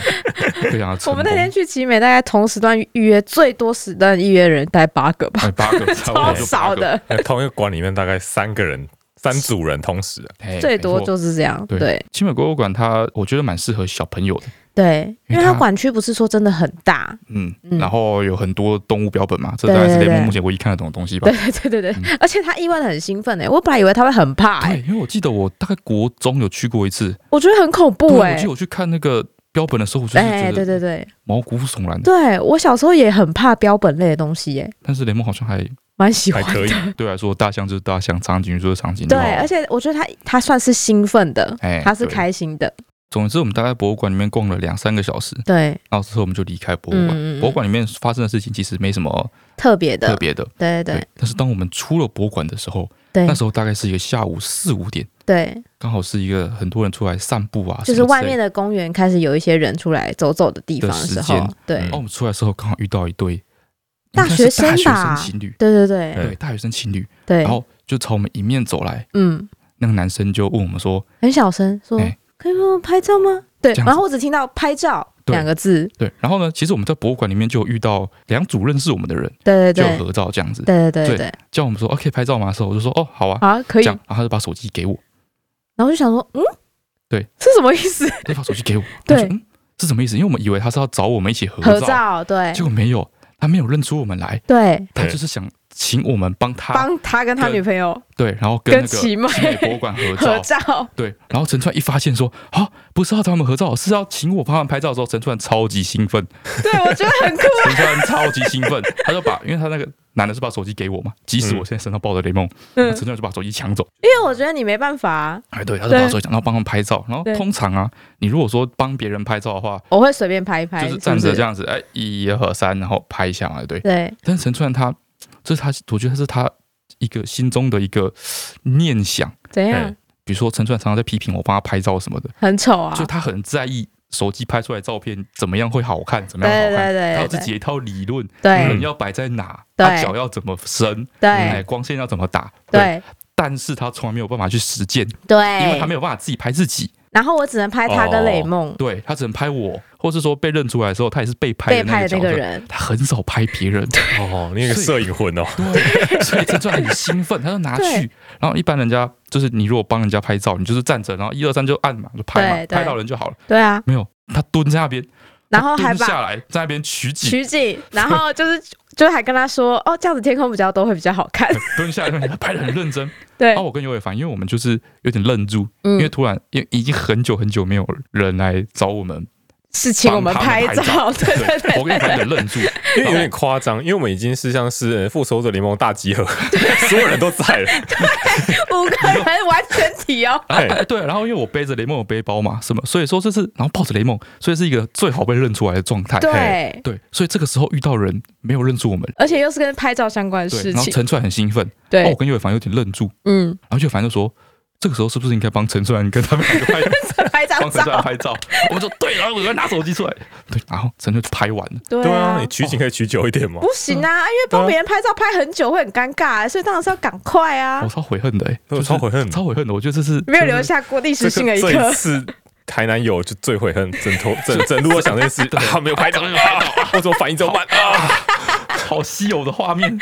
[SPEAKER 2] 非常的成
[SPEAKER 4] 我
[SPEAKER 2] 功。
[SPEAKER 4] 们那天去奇美，大概同时段预约最多时段预约人大概八 个吧，
[SPEAKER 2] 哎八 个，差不多就
[SPEAKER 4] 超
[SPEAKER 2] 八个
[SPEAKER 4] 少，的，
[SPEAKER 3] 哎同一个馆里面大概三个人，三组人同时啊，
[SPEAKER 2] 哎
[SPEAKER 4] 最
[SPEAKER 2] 没
[SPEAKER 4] 多
[SPEAKER 2] 错
[SPEAKER 4] 就是这样。
[SPEAKER 2] 对
[SPEAKER 4] 对
[SPEAKER 2] 清美博物馆它我觉得蛮适合小朋友的，
[SPEAKER 4] 对，因
[SPEAKER 2] 因为
[SPEAKER 4] 为它
[SPEAKER 2] 它
[SPEAKER 4] 管区不是说真的很大，
[SPEAKER 2] 嗯
[SPEAKER 4] 嗯，
[SPEAKER 2] 然后有很多动物标本嘛，这
[SPEAKER 4] 对
[SPEAKER 2] 大概是
[SPEAKER 4] 对
[SPEAKER 2] 雷
[SPEAKER 4] 对
[SPEAKER 2] 蒙目前唯一看得懂的东西吧
[SPEAKER 4] 对。对对对对，而且他意外的很兴奋欸诶，我本来以为他会很怕
[SPEAKER 2] 嗯对，
[SPEAKER 4] 诶，
[SPEAKER 2] 因为我记得我大概国中有去过一次，
[SPEAKER 4] 我觉得很恐怖
[SPEAKER 2] 对，我
[SPEAKER 4] 诶。
[SPEAKER 2] 记得我去看那个标本的时候，我就是
[SPEAKER 4] 哎，
[SPEAKER 2] 觉
[SPEAKER 4] 对
[SPEAKER 2] 得
[SPEAKER 4] 对对，
[SPEAKER 2] 毛骨悚然的。
[SPEAKER 4] 对我小时候也很怕标本类的东西诶，
[SPEAKER 2] 但是雷蒙好像还
[SPEAKER 4] 蛮喜
[SPEAKER 3] 还
[SPEAKER 4] 欢
[SPEAKER 3] 可以，
[SPEAKER 2] 对我来说，大象就是大象，长颈鹿就是长颈鹿。
[SPEAKER 4] 对，
[SPEAKER 2] 哦
[SPEAKER 4] 而且我觉得他他算是兴奋的，
[SPEAKER 2] 哎
[SPEAKER 4] 他是
[SPEAKER 2] 对
[SPEAKER 4] 开心的，
[SPEAKER 2] 总之，我们大概在博物馆里面逛了两三个小时，
[SPEAKER 4] 对，
[SPEAKER 2] 然后之后我们就离开博物馆。
[SPEAKER 4] 嗯，嗯
[SPEAKER 2] 博物馆里面发生的事情其实没什么
[SPEAKER 4] 特别的
[SPEAKER 2] 特，别的，
[SPEAKER 4] 对对
[SPEAKER 2] 但是当我们出了博物馆的时候，
[SPEAKER 4] 对
[SPEAKER 2] 那
[SPEAKER 4] 对
[SPEAKER 2] 时候大概是一个下午四五点，
[SPEAKER 4] 对，
[SPEAKER 2] 刚好是一个很多人出来散步啊，
[SPEAKER 4] 就
[SPEAKER 2] 什
[SPEAKER 4] 是
[SPEAKER 2] 么之
[SPEAKER 4] 外
[SPEAKER 2] 类
[SPEAKER 4] 面
[SPEAKER 2] 的。
[SPEAKER 4] 的公园开始有一些人出来走走的地
[SPEAKER 2] 的
[SPEAKER 4] 方的
[SPEAKER 2] 时
[SPEAKER 4] 时候
[SPEAKER 2] 间，
[SPEAKER 4] 对
[SPEAKER 2] 哦，我们出来的时候刚好遇到一对
[SPEAKER 4] 大学生吧
[SPEAKER 2] 应该是大学生情侣，
[SPEAKER 4] 对对对
[SPEAKER 3] 嗯
[SPEAKER 2] 对，大学生情侣，
[SPEAKER 4] 对
[SPEAKER 2] 哎然，后就朝我们迎面走来，
[SPEAKER 4] 嗯，
[SPEAKER 2] 那个男生就问我们说
[SPEAKER 4] 很小声说
[SPEAKER 2] 哎：“
[SPEAKER 4] 可以帮我拍照吗？”对，
[SPEAKER 2] 这样子
[SPEAKER 4] 然后我只听到“拍照”
[SPEAKER 2] 对
[SPEAKER 4] 两个字，：“
[SPEAKER 2] 对。”然后呢，其实我们在博物馆里面就有遇到两组认识我们的人，
[SPEAKER 4] 对对
[SPEAKER 2] 就
[SPEAKER 4] 对
[SPEAKER 2] 有。合照这样子，
[SPEAKER 4] 对对对
[SPEAKER 2] 对
[SPEAKER 4] 对，
[SPEAKER 2] 叫我们说：“哦，可以拍照吗？”的时候，我就说：“哦，好啊。”
[SPEAKER 4] 好啊，可以
[SPEAKER 2] 这。样，然后他就把手机给我，
[SPEAKER 4] 然后就想说，嗯，
[SPEAKER 2] 对，
[SPEAKER 4] 是什么意思？
[SPEAKER 2] 他就把手机给我，
[SPEAKER 4] 对
[SPEAKER 2] 我就嗯，是什么意思？因为我们以为他是要找我们一起合
[SPEAKER 4] 合照，哎对
[SPEAKER 2] 结果没有，他没有认出我们来，
[SPEAKER 4] 对，
[SPEAKER 2] 他
[SPEAKER 3] 对
[SPEAKER 2] 就是想请我们帮他
[SPEAKER 4] 帮他跟他
[SPEAKER 2] 跟
[SPEAKER 4] 女朋友
[SPEAKER 2] 对，然后跟那
[SPEAKER 4] 跟
[SPEAKER 2] 个
[SPEAKER 4] 奇
[SPEAKER 2] 奇
[SPEAKER 4] 美
[SPEAKER 2] 美博物馆合
[SPEAKER 4] 合
[SPEAKER 2] 照，
[SPEAKER 4] 照，
[SPEAKER 2] 对，然后陈川一发现说啊，不是要找他们合照，是要请我帮他们拍照的时候，陈川超级兴 奋，
[SPEAKER 4] 对我觉得 很酷。
[SPEAKER 2] 陈川超级兴奋，他就把，因为他那个男的是把手机给我嘛，即使
[SPEAKER 3] 嗯
[SPEAKER 2] 我现在身上抱着雷梦，
[SPEAKER 4] 嗯
[SPEAKER 2] 陈，川就把手机抢走，
[SPEAKER 4] 因为我觉得你没办法啊，
[SPEAKER 2] 哎，对，他就把
[SPEAKER 4] 对
[SPEAKER 2] 手机抢，然后帮他们拍照，然后
[SPEAKER 4] 对
[SPEAKER 2] 通常啊，你如果说帮别人拍照的话，
[SPEAKER 4] 我会随便拍一拍，
[SPEAKER 2] 就是站着这
[SPEAKER 4] 样。
[SPEAKER 2] 样子，哎，一二三，然后拍一下嘛，对，
[SPEAKER 4] 对，
[SPEAKER 2] 但是陈川他，这是他，我觉得是他一个心中的一个念想，
[SPEAKER 4] 怎样？
[SPEAKER 2] 比如说陈川常常在批评我帮他拍照什么的，
[SPEAKER 4] 很丑啊
[SPEAKER 2] 就！他很在意手机拍出来的照片怎么样会好看，怎么
[SPEAKER 4] 对
[SPEAKER 2] 样好
[SPEAKER 4] 对
[SPEAKER 2] 看，
[SPEAKER 4] 对
[SPEAKER 2] 他
[SPEAKER 4] 对
[SPEAKER 2] 有自己
[SPEAKER 4] 对
[SPEAKER 2] 的一套理论，
[SPEAKER 4] 对
[SPEAKER 2] 人要摆在哪，
[SPEAKER 4] 对
[SPEAKER 2] 他脚要怎么伸，
[SPEAKER 4] 对
[SPEAKER 2] 哎，光线要怎么打，
[SPEAKER 4] 对，
[SPEAKER 2] 但是他从来没有办法去实践，因为
[SPEAKER 4] 对
[SPEAKER 2] 他，哦没有办法自己拍自己，
[SPEAKER 4] 然后我只能拍他跟雷梦、
[SPEAKER 2] 对他只能拍我，或是说被认出来的时候，他也是被拍
[SPEAKER 4] 被
[SPEAKER 2] 的
[SPEAKER 4] 拍的
[SPEAKER 2] 角
[SPEAKER 4] 那个
[SPEAKER 2] 色。
[SPEAKER 4] 人，
[SPEAKER 2] 他很少拍别人，
[SPEAKER 3] 哦，你那个摄影魂哦，
[SPEAKER 2] 对， 所以陈川很兴奋，他就拿去
[SPEAKER 4] 对。
[SPEAKER 2] 然后一般人家就是你如果帮人家拍照，你就是站着，然后一二三就按嘛，就拍嘛
[SPEAKER 4] 对，对
[SPEAKER 2] 拍到人就好了。
[SPEAKER 4] 对啊，
[SPEAKER 2] 没有，他蹲在那边，
[SPEAKER 4] 然后
[SPEAKER 2] 他
[SPEAKER 4] 还
[SPEAKER 2] 蹲
[SPEAKER 4] 把
[SPEAKER 2] 下来在那边取景，
[SPEAKER 4] 取景，然后就是 就还跟他说，哦，这样子天空比较多会比较好 看，
[SPEAKER 2] 蹲下来，他拍的很认真。
[SPEAKER 4] 对
[SPEAKER 2] 然后，我跟尤伟凡，因为我们就是有点愣住，因为
[SPEAKER 4] 嗯，
[SPEAKER 2] 突然因为已经很久很久没有人来找我们，
[SPEAKER 4] 是请我们
[SPEAKER 2] 帮他
[SPEAKER 4] 拍
[SPEAKER 2] 们拍
[SPEAKER 4] 照， 对对 对，
[SPEAKER 2] 我跟尤伟凡有点 愣住，
[SPEAKER 3] 因为有点夸张，因为我们已经是像是呃复仇者联盟大集 合，所有人都在了，
[SPEAKER 4] 五个人完全体哦，
[SPEAKER 2] 哎、
[SPEAKER 3] 哎
[SPEAKER 2] 啊对，然后因为我背着雷梦的背包嘛，什么，所以说这是，然后抱着雷梦，所以是一个最好被认出来的状态。
[SPEAKER 4] 对，
[SPEAKER 2] 对所以这个时候遇到人没有认出我们，
[SPEAKER 4] 而且又是跟拍照相关的
[SPEAKER 2] 对，
[SPEAKER 4] 事
[SPEAKER 2] 然后
[SPEAKER 4] 情，
[SPEAKER 2] 陈川很兴奋，哦，我
[SPEAKER 4] 对，
[SPEAKER 2] 跟岳凡有点愣住，
[SPEAKER 4] 嗯，
[SPEAKER 2] 然后岳凡就说。这个时候是不是应该帮陈川跟他们两个 拍，
[SPEAKER 4] 拍张
[SPEAKER 2] 帮陈川
[SPEAKER 4] 照，
[SPEAKER 2] 拍照？我就对，然后我就拿手机出来，对，然后陈川就拍完了，
[SPEAKER 4] 对
[SPEAKER 3] 对啊，
[SPEAKER 4] 啊
[SPEAKER 3] 你。取景可以取久一
[SPEAKER 2] 哦
[SPEAKER 3] 点吗？
[SPEAKER 4] 不行啊，因为帮别人拍照拍很久会很尴尬、啊所以当然是要赶快啊
[SPEAKER 2] 我，超悔恨的、欸，
[SPEAKER 3] 我
[SPEAKER 2] 就是
[SPEAKER 3] 超悔恨的
[SPEAKER 2] 超悔恨的，我觉得这是
[SPEAKER 4] 没有
[SPEAKER 2] 就
[SPEAKER 4] 留
[SPEAKER 2] 是
[SPEAKER 4] 下过历
[SPEAKER 3] 这
[SPEAKER 4] 史性的
[SPEAKER 3] 个
[SPEAKER 4] 一
[SPEAKER 3] 这
[SPEAKER 4] 刻
[SPEAKER 3] 一。次台南友就最悔恨，整 头整整路都想这件事，啊，没有拍到，没有拍到，啊我怎么反应这么慢啊？
[SPEAKER 2] 好稀有的画面，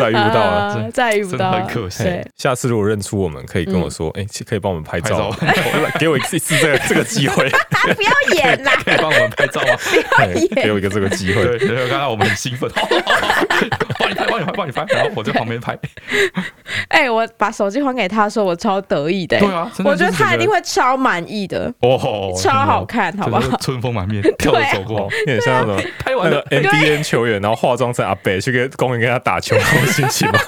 [SPEAKER 3] 再 遇不到了。
[SPEAKER 4] 呃再也遇不
[SPEAKER 2] 啊真
[SPEAKER 4] 到
[SPEAKER 2] 的
[SPEAKER 4] 了，
[SPEAKER 2] 很可惜
[SPEAKER 4] 对
[SPEAKER 3] 下次如果认出我们，可以跟我说，哎，可以帮我们拍照吗， 给我一次这个这个机会，
[SPEAKER 4] 啊，不要演 啦，
[SPEAKER 2] 可以帮我们拍照吗？
[SPEAKER 3] 嘿给我一个这个机会。
[SPEAKER 2] 对，然后刚刚我们很兴奋，帮你拍，帮你拍，帮你拍，然后我在旁边拍。
[SPEAKER 4] 哎、我把手机还给他的时候，我超得意的、哎
[SPEAKER 2] 对啊，真的
[SPEAKER 4] 我觉得
[SPEAKER 2] 就是整
[SPEAKER 4] 他
[SPEAKER 2] 个
[SPEAKER 4] 一定会超满意的，
[SPEAKER 2] 哦，
[SPEAKER 4] 超好看，好
[SPEAKER 2] 真
[SPEAKER 4] 不
[SPEAKER 2] 的，
[SPEAKER 4] 好
[SPEAKER 2] 真？的春风满面，跳着走过
[SPEAKER 3] 哦，，有点像 那种呃
[SPEAKER 2] 拍
[SPEAKER 3] 那
[SPEAKER 2] 完
[SPEAKER 3] 个
[SPEAKER 2] 了，
[SPEAKER 3] NBA 球员，然后化妆成阿北去跟公园跟他打 球，那种心情嘛。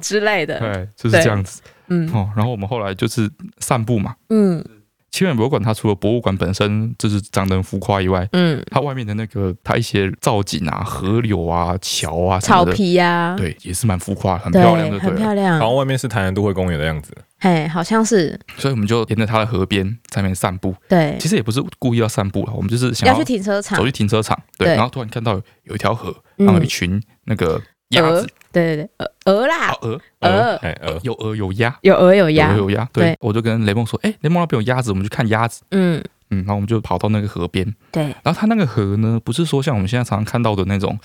[SPEAKER 4] 之类的，
[SPEAKER 2] 对，哎就是这样子
[SPEAKER 4] 嗯
[SPEAKER 2] 哦。然后我们后来就是散步嘛，
[SPEAKER 4] 嗯
[SPEAKER 2] 清远博物馆它除了博物馆本身就是长得很浮夸以外，
[SPEAKER 4] 嗯，
[SPEAKER 2] 它外面的那个它一些造景啊、河流啊、桥啊什
[SPEAKER 4] 草
[SPEAKER 2] 么的，
[SPEAKER 4] 皮呀、啊，
[SPEAKER 2] 对，也是蛮浮夸，很漂亮的，
[SPEAKER 4] 很
[SPEAKER 2] 对了。
[SPEAKER 4] 漂
[SPEAKER 3] 然
[SPEAKER 4] 亮，
[SPEAKER 3] 后外面是台南都会公园的样子，
[SPEAKER 4] 哎，好像是
[SPEAKER 2] 所以我们就沿着它的河边在那边散步，
[SPEAKER 4] 对
[SPEAKER 2] 其，实也不是故意要散步了，我们就是想
[SPEAKER 4] 要去停车场
[SPEAKER 2] 走，去停车场，对，
[SPEAKER 4] 对
[SPEAKER 2] 然后突然看到有一条河，
[SPEAKER 4] 嗯
[SPEAKER 2] 然后有一群那个鸭子，
[SPEAKER 4] 对对对，鹅鹅
[SPEAKER 2] 啊
[SPEAKER 4] 啦，
[SPEAKER 2] 鹅，
[SPEAKER 4] 鹅
[SPEAKER 3] 哎鹅，
[SPEAKER 2] 有鹅有鸭，
[SPEAKER 4] 有鹅有鸭
[SPEAKER 2] 有鹅，有鸭，对
[SPEAKER 4] 对，
[SPEAKER 2] 我就跟雷梦说，哎，雷梦那边有鸭子，我们去看鸭子，
[SPEAKER 4] 嗯，
[SPEAKER 2] 嗯，然后我们就跑到那个河边，
[SPEAKER 4] 对，
[SPEAKER 2] 然后它那个河呢，不是说像我们现在常常看到的那种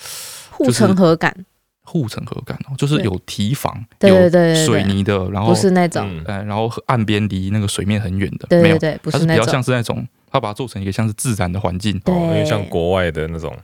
[SPEAKER 4] 护城河感，
[SPEAKER 2] 护城河感哦，就是
[SPEAKER 4] 对
[SPEAKER 2] 有堤防，
[SPEAKER 4] 对对对
[SPEAKER 2] 有
[SPEAKER 4] 对
[SPEAKER 2] 水
[SPEAKER 4] 对，
[SPEAKER 2] 泥的，然后
[SPEAKER 4] 不是那种，
[SPEAKER 3] 嗯，
[SPEAKER 2] 呃，然后河岸边离那个水面很远的，
[SPEAKER 4] 对
[SPEAKER 2] 没
[SPEAKER 4] 对
[SPEAKER 2] 有，
[SPEAKER 4] 对，不
[SPEAKER 2] 它
[SPEAKER 4] 是
[SPEAKER 2] 是比
[SPEAKER 4] 那
[SPEAKER 2] 较
[SPEAKER 4] 种，
[SPEAKER 2] 像是那种，它把它做成一个像是自然的环境，哦
[SPEAKER 4] 对
[SPEAKER 3] 嗯有点像国外的那种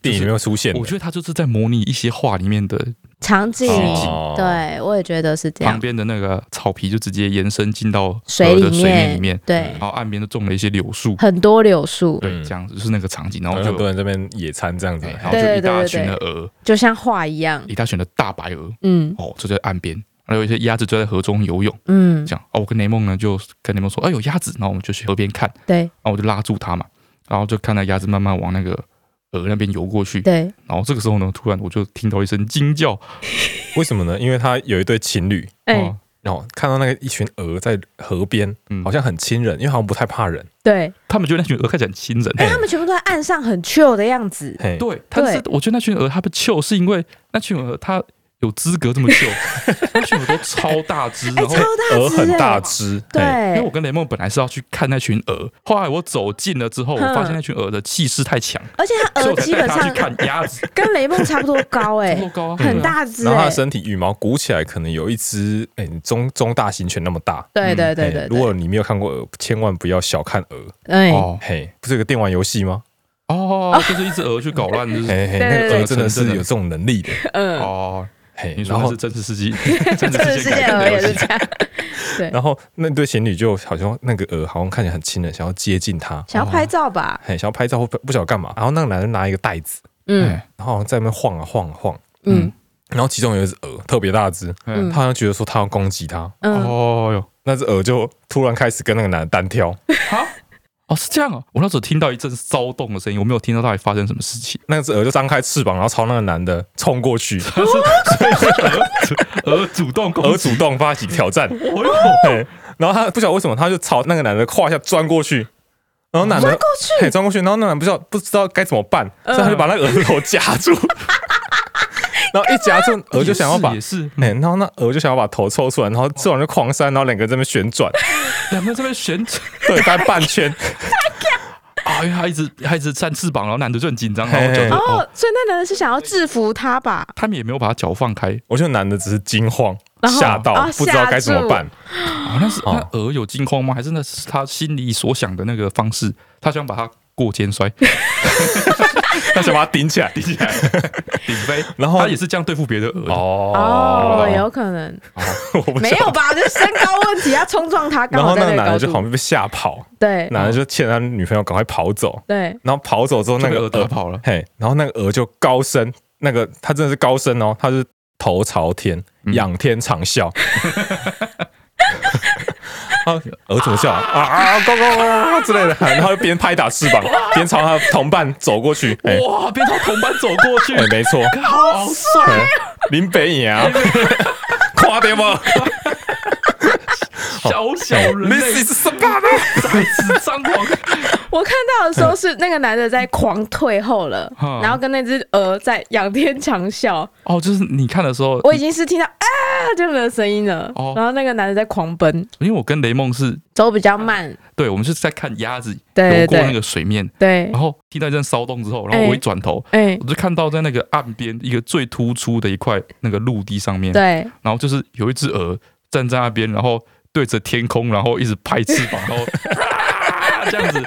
[SPEAKER 3] 电影里面会出现的。
[SPEAKER 2] 我觉得它就是在模拟一些画里面的
[SPEAKER 4] 场景，
[SPEAKER 3] 哦
[SPEAKER 4] 对我也觉得是这
[SPEAKER 2] 旁
[SPEAKER 4] 样，
[SPEAKER 2] 边的那个草皮就直接延伸进到
[SPEAKER 4] 水
[SPEAKER 2] 河的水面
[SPEAKER 4] 面，
[SPEAKER 2] 里面，嗯
[SPEAKER 4] 对
[SPEAKER 2] 然，后岸边就种了一些柳树，
[SPEAKER 4] 很多柳树，
[SPEAKER 2] 对，
[SPEAKER 3] 嗯
[SPEAKER 2] 这样子就是那个场景，然后
[SPEAKER 3] 然后
[SPEAKER 2] 就
[SPEAKER 3] 很多人这边野餐这样子
[SPEAKER 2] 对，，然
[SPEAKER 3] 然
[SPEAKER 2] 后
[SPEAKER 3] 后
[SPEAKER 2] 就一
[SPEAKER 4] 对对
[SPEAKER 2] 大
[SPEAKER 4] 对
[SPEAKER 2] 群的鹅，
[SPEAKER 4] 就像画一样，
[SPEAKER 2] 一大群的大白鹅，
[SPEAKER 4] 嗯
[SPEAKER 2] 哦，就在岸边，然后有一些鸭子就在河中游泳，
[SPEAKER 4] 嗯，
[SPEAKER 2] 这样，哦，我跟雷梦呢就跟雷梦说，哎，有鸭子，然后我们就去河边看，
[SPEAKER 4] 对
[SPEAKER 2] 然后我就拉住它嘛，然后就看到鸭子慢慢往那个鹅那边游过去，
[SPEAKER 4] 对，
[SPEAKER 2] 然后这个时候呢，突然我就听到一声惊叫，
[SPEAKER 3] 为什么呢？因为他有一对情侣，
[SPEAKER 4] 哎
[SPEAKER 2] 哦，
[SPEAKER 3] 然后看到那个一群鹅在河边，
[SPEAKER 2] 嗯
[SPEAKER 3] 好像很亲人，因为好像不太怕人。
[SPEAKER 4] 对，
[SPEAKER 2] 他们觉得那群鹅看起来很亲人，
[SPEAKER 4] 哎但他们全部都在岸上很 chill 的样子，
[SPEAKER 3] 嘿，
[SPEAKER 2] 对，但是我觉得那群鹅它被糗，是因为那群鹅它有资格这么 糗，那群鹅都超大只，
[SPEAKER 4] 哎，
[SPEAKER 2] 然后
[SPEAKER 4] 超。大
[SPEAKER 3] 鹅
[SPEAKER 4] 只，
[SPEAKER 3] 很大
[SPEAKER 4] 哎
[SPEAKER 3] 只，嘿，
[SPEAKER 2] 因为我
[SPEAKER 4] 对，
[SPEAKER 2] 跟雷梦本来是要去看那群鹅，后来我走近了之后，我
[SPEAKER 4] 哼
[SPEAKER 2] 发现那群鹅的气势太强，
[SPEAKER 4] 而且它
[SPEAKER 2] 所以
[SPEAKER 4] 鹅
[SPEAKER 2] 我才
[SPEAKER 4] 嗯呃基
[SPEAKER 2] 带
[SPEAKER 4] 本
[SPEAKER 2] 它去
[SPEAKER 4] 上
[SPEAKER 2] 看鸭子，
[SPEAKER 4] 跟雷梦差不多 高，
[SPEAKER 2] 这
[SPEAKER 4] 哎
[SPEAKER 2] 么，高啊，
[SPEAKER 4] 很
[SPEAKER 2] 对啊，
[SPEAKER 4] 大只，
[SPEAKER 3] 然后它
[SPEAKER 4] 哎
[SPEAKER 3] 的，身体羽毛鼓起来，可能有一只哎中中大型犬那么大。
[SPEAKER 4] 对对对
[SPEAKER 3] 嘿
[SPEAKER 4] 对，
[SPEAKER 3] 哎如
[SPEAKER 4] 对
[SPEAKER 3] 果你没有看过鹅，千万不要小看鹅。
[SPEAKER 4] 哎，
[SPEAKER 2] 哦
[SPEAKER 3] 嘿，不是有个电玩游戏吗？
[SPEAKER 2] 哦，就是一只鹅去搞乱， 就是
[SPEAKER 3] 嘿嘿，
[SPEAKER 4] 对
[SPEAKER 3] 那
[SPEAKER 4] 对
[SPEAKER 3] 个
[SPEAKER 4] 对
[SPEAKER 3] 鹅真的是有这种能力的。
[SPEAKER 2] 哎
[SPEAKER 4] 嗯，
[SPEAKER 2] 哦，
[SPEAKER 3] 嘿
[SPEAKER 2] 你，说
[SPEAKER 3] 然
[SPEAKER 2] 那
[SPEAKER 3] 后
[SPEAKER 2] 是真实世界， 真
[SPEAKER 4] 真的
[SPEAKER 2] 实
[SPEAKER 4] 世
[SPEAKER 2] 世
[SPEAKER 4] 界
[SPEAKER 2] 界
[SPEAKER 4] 鹅
[SPEAKER 2] 改
[SPEAKER 4] 也
[SPEAKER 2] 编的
[SPEAKER 4] 是
[SPEAKER 2] 游戏
[SPEAKER 4] 这样，哎
[SPEAKER 3] 然后那对情侣就好像那个鹅好像看起来很亲人，想要接近它，
[SPEAKER 4] 想要拍照吧，
[SPEAKER 3] 嘿，想要拍照或不不晓得干嘛。然后那个男人拿一个袋子，
[SPEAKER 4] 嗯
[SPEAKER 2] 哎
[SPEAKER 3] 然后好像在那边晃啊晃啊晃。
[SPEAKER 4] 嗯
[SPEAKER 3] 然后其中有一只鹅特别大只，
[SPEAKER 4] 嗯
[SPEAKER 3] 他好像觉得说他要攻击他，
[SPEAKER 4] 嗯，
[SPEAKER 2] 哦哟，
[SPEAKER 3] 那只鹅就突然开始跟那个男的单挑。
[SPEAKER 2] 好，哦是这样哦，我那时候听到一阵骚动的声音，我没有听到到底发生什么事情。
[SPEAKER 3] 那只鹅就张开翅膀，然后朝那个男的冲过去。
[SPEAKER 2] 他是所以是鹅鹅主动
[SPEAKER 3] 鹅
[SPEAKER 2] 攻击，
[SPEAKER 3] 主动发起挑战，
[SPEAKER 2] 哦哟，
[SPEAKER 3] 嘿然后他不晓得为什么，他就朝那个男的胯下钻过去，然后男的
[SPEAKER 4] 过去嗯
[SPEAKER 3] 嘿 钻过去，然后那男的不知道不知道该怎么办，所以他就把那个鹅头夹住，然后一夹住鹅就想要把
[SPEAKER 2] 也，是
[SPEAKER 3] 哎、然后那鹅就想要把头抽出来，然后这种就狂扇，然后两个人在那边旋转，
[SPEAKER 2] 两个这边旋转，
[SPEAKER 3] 对，大概半 圈，
[SPEAKER 2] 啊，因为他一直他一直扇翅膀，然后男的就很紧张，然后就
[SPEAKER 3] 嘿嘿
[SPEAKER 2] 哦，
[SPEAKER 4] 哦，所以那男人是想要制服他吧？
[SPEAKER 2] 他们也没有把他脚放开
[SPEAKER 3] 我觉得男的只是惊慌，
[SPEAKER 4] 然后
[SPEAKER 3] 吓到、
[SPEAKER 4] 啊
[SPEAKER 3] 不知道该怎么办。
[SPEAKER 2] 啊，那是那
[SPEAKER 3] 哦
[SPEAKER 2] 鹅有惊慌吗？还是那是他心里所想的那个方式？他想把他过肩摔，
[SPEAKER 3] 他想把它顶起 来，顶起来。
[SPEAKER 2] 顶飞，
[SPEAKER 3] 然后
[SPEAKER 2] 他也是这样对付别的鹅的。
[SPEAKER 4] 哦，
[SPEAKER 3] 哦，
[SPEAKER 4] 有可能
[SPEAKER 3] 我不
[SPEAKER 4] 没
[SPEAKER 3] 知道。
[SPEAKER 4] 有吧？就身高问题，他冲撞他 刚
[SPEAKER 3] 然后
[SPEAKER 4] 好
[SPEAKER 3] 那
[SPEAKER 4] 在
[SPEAKER 3] 个
[SPEAKER 4] 那
[SPEAKER 3] 男
[SPEAKER 4] 个
[SPEAKER 3] 的
[SPEAKER 4] 高
[SPEAKER 3] 就好
[SPEAKER 4] 度，
[SPEAKER 3] 像被吓跑，
[SPEAKER 4] 对
[SPEAKER 3] 男的就欠他女朋友赶快跑走。
[SPEAKER 4] 对，
[SPEAKER 3] 然后跑走之后，那
[SPEAKER 2] 就
[SPEAKER 3] 个
[SPEAKER 2] 被鹅打
[SPEAKER 3] 鹅
[SPEAKER 2] 跑了
[SPEAKER 3] 嘿，然后那个鹅就高升，那个它真的是高升哦，它是头朝天，
[SPEAKER 2] 嗯
[SPEAKER 3] 仰天长啸。啊，鹅怎么笑啊？啊啊，go go go 之类的，然后就边拍打翅膀，边朝他的同伴走过去。哎、
[SPEAKER 2] 哇，变成同伴走过去
[SPEAKER 3] 哎、，没错，
[SPEAKER 2] 好帅！
[SPEAKER 3] 哎林北影啊，夸张吗？
[SPEAKER 2] 小小人
[SPEAKER 3] 你
[SPEAKER 2] 类
[SPEAKER 3] 是什么呢？
[SPEAKER 2] 在此张狂，
[SPEAKER 4] 我看到的时候是那个男的在狂退后了
[SPEAKER 2] 嗯，
[SPEAKER 4] 然后跟那只鹅在仰天 长啸。
[SPEAKER 2] 哦，就是你看的时候，
[SPEAKER 4] 我已经是听到啊这样的声音了
[SPEAKER 2] 哦，
[SPEAKER 4] 然后那个男的在狂奔，
[SPEAKER 2] 因为我跟雷梦是，
[SPEAKER 4] 走比较 慢，
[SPEAKER 2] 对我们是在看鸭子
[SPEAKER 4] 对
[SPEAKER 2] 游过
[SPEAKER 4] 对
[SPEAKER 2] 那个哦水面，
[SPEAKER 4] 对
[SPEAKER 2] 然，后听到一阵骚动之后，然后我一转头，
[SPEAKER 4] 哎
[SPEAKER 2] 我，就看到在那个岸边一个最突出的一块那个陆地上面，
[SPEAKER 4] 对，
[SPEAKER 2] 然后就是有一只鹅站在那边，然后对着天空，然后一直拍翅膀， 然后啊这样子。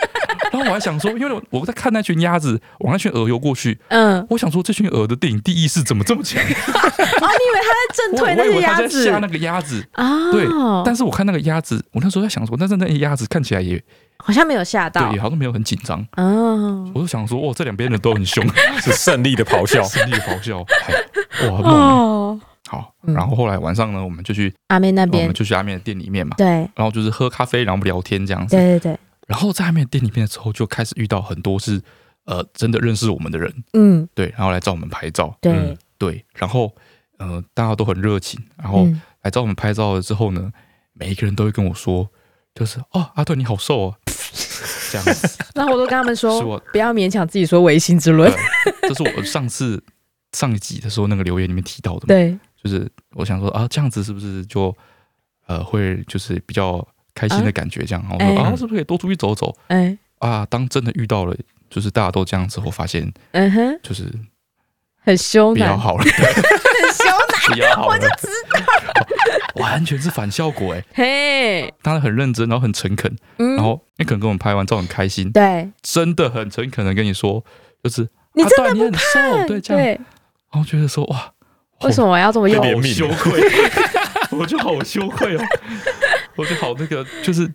[SPEAKER 2] 然后我还想说，因为我在看那群鸭子往那群鹅游过去，
[SPEAKER 4] 嗯，
[SPEAKER 2] 我想说这群鹅的电影第一是怎么这么 强？
[SPEAKER 4] 哦，你以为他在正
[SPEAKER 2] 我
[SPEAKER 4] 退
[SPEAKER 2] 我
[SPEAKER 4] 那
[SPEAKER 2] 以
[SPEAKER 4] 些
[SPEAKER 2] 为它
[SPEAKER 4] 鸭
[SPEAKER 2] 在
[SPEAKER 4] 子
[SPEAKER 2] 吓那个鸭子，
[SPEAKER 4] 啊？
[SPEAKER 2] 对。但是我看那个鸭子，我那时候在想说，但是那个鸭子看起来也
[SPEAKER 4] 好像没有吓到
[SPEAKER 2] 对，也好像没有很紧张。
[SPEAKER 4] 哦。
[SPEAKER 2] 我就想说，哇，这两边人都很 凶，
[SPEAKER 3] 是胜利的咆哮。
[SPEAKER 2] 心里咆哮，哎哇，很猛。
[SPEAKER 4] 哦，
[SPEAKER 2] 好，
[SPEAKER 4] 嗯
[SPEAKER 2] 然后后来晚上呢，我们就去
[SPEAKER 4] 阿妹那
[SPEAKER 2] 我
[SPEAKER 4] 边
[SPEAKER 2] 们，就去阿面的店里面嘛，
[SPEAKER 4] 对
[SPEAKER 2] 然后就是喝咖啡，然后聊天这样子。
[SPEAKER 4] 对对对，
[SPEAKER 2] 然后在阿面的店里面的时候，就开始遇到很多是呃真的认识我们的人，
[SPEAKER 4] 嗯，
[SPEAKER 2] 对，然后来找我们拍照，
[SPEAKER 4] 对
[SPEAKER 3] 嗯，
[SPEAKER 2] 对，然后呃大家都很热情，然后
[SPEAKER 4] 嗯，
[SPEAKER 2] 来找我们拍照了之后呢，每一个人都会跟我说，就是哦，阿顿你好瘦哦，这样子，
[SPEAKER 4] 然后我都跟他 们
[SPEAKER 2] 是我
[SPEAKER 4] 说，不要勉强自己说唯心之 论
[SPEAKER 2] 呃，这是我上次上一集的时候那个留言里面提到的嘛，
[SPEAKER 4] 对，
[SPEAKER 2] 就是我想说啊，这样子是不是就呃会就是比较开心的感觉这样，然后我说
[SPEAKER 4] 啊哎
[SPEAKER 2] 啊，是不是可以多出去走走
[SPEAKER 4] 哎，
[SPEAKER 2] 啊？当真的遇到了，就是大家都这样之后，发现
[SPEAKER 4] 嗯哼，
[SPEAKER 2] 就是
[SPEAKER 4] 很羞
[SPEAKER 2] 不要
[SPEAKER 4] 男，
[SPEAKER 2] 好 了，
[SPEAKER 4] 很羞男，
[SPEAKER 2] 不要好了，我就知道，完全是反效果哎、
[SPEAKER 4] 嘿，
[SPEAKER 2] 当然很认真，然后很诚恳，
[SPEAKER 4] 嗯
[SPEAKER 2] 然后欸你可能跟我们拍完照很开心，
[SPEAKER 4] 对
[SPEAKER 2] 真的很诚恳的跟你说，就是
[SPEAKER 4] 你
[SPEAKER 2] 啊
[SPEAKER 4] 真
[SPEAKER 2] 对
[SPEAKER 4] 的
[SPEAKER 2] 你
[SPEAKER 4] 不
[SPEAKER 2] 很瘦，对，这样，哦
[SPEAKER 4] 对，
[SPEAKER 2] 然后觉得说哇，
[SPEAKER 4] 为什么我要这么用
[SPEAKER 3] 有？点
[SPEAKER 2] 好
[SPEAKER 3] 命
[SPEAKER 2] 羞愧， 我就好羞愧 哦，我就好那个就是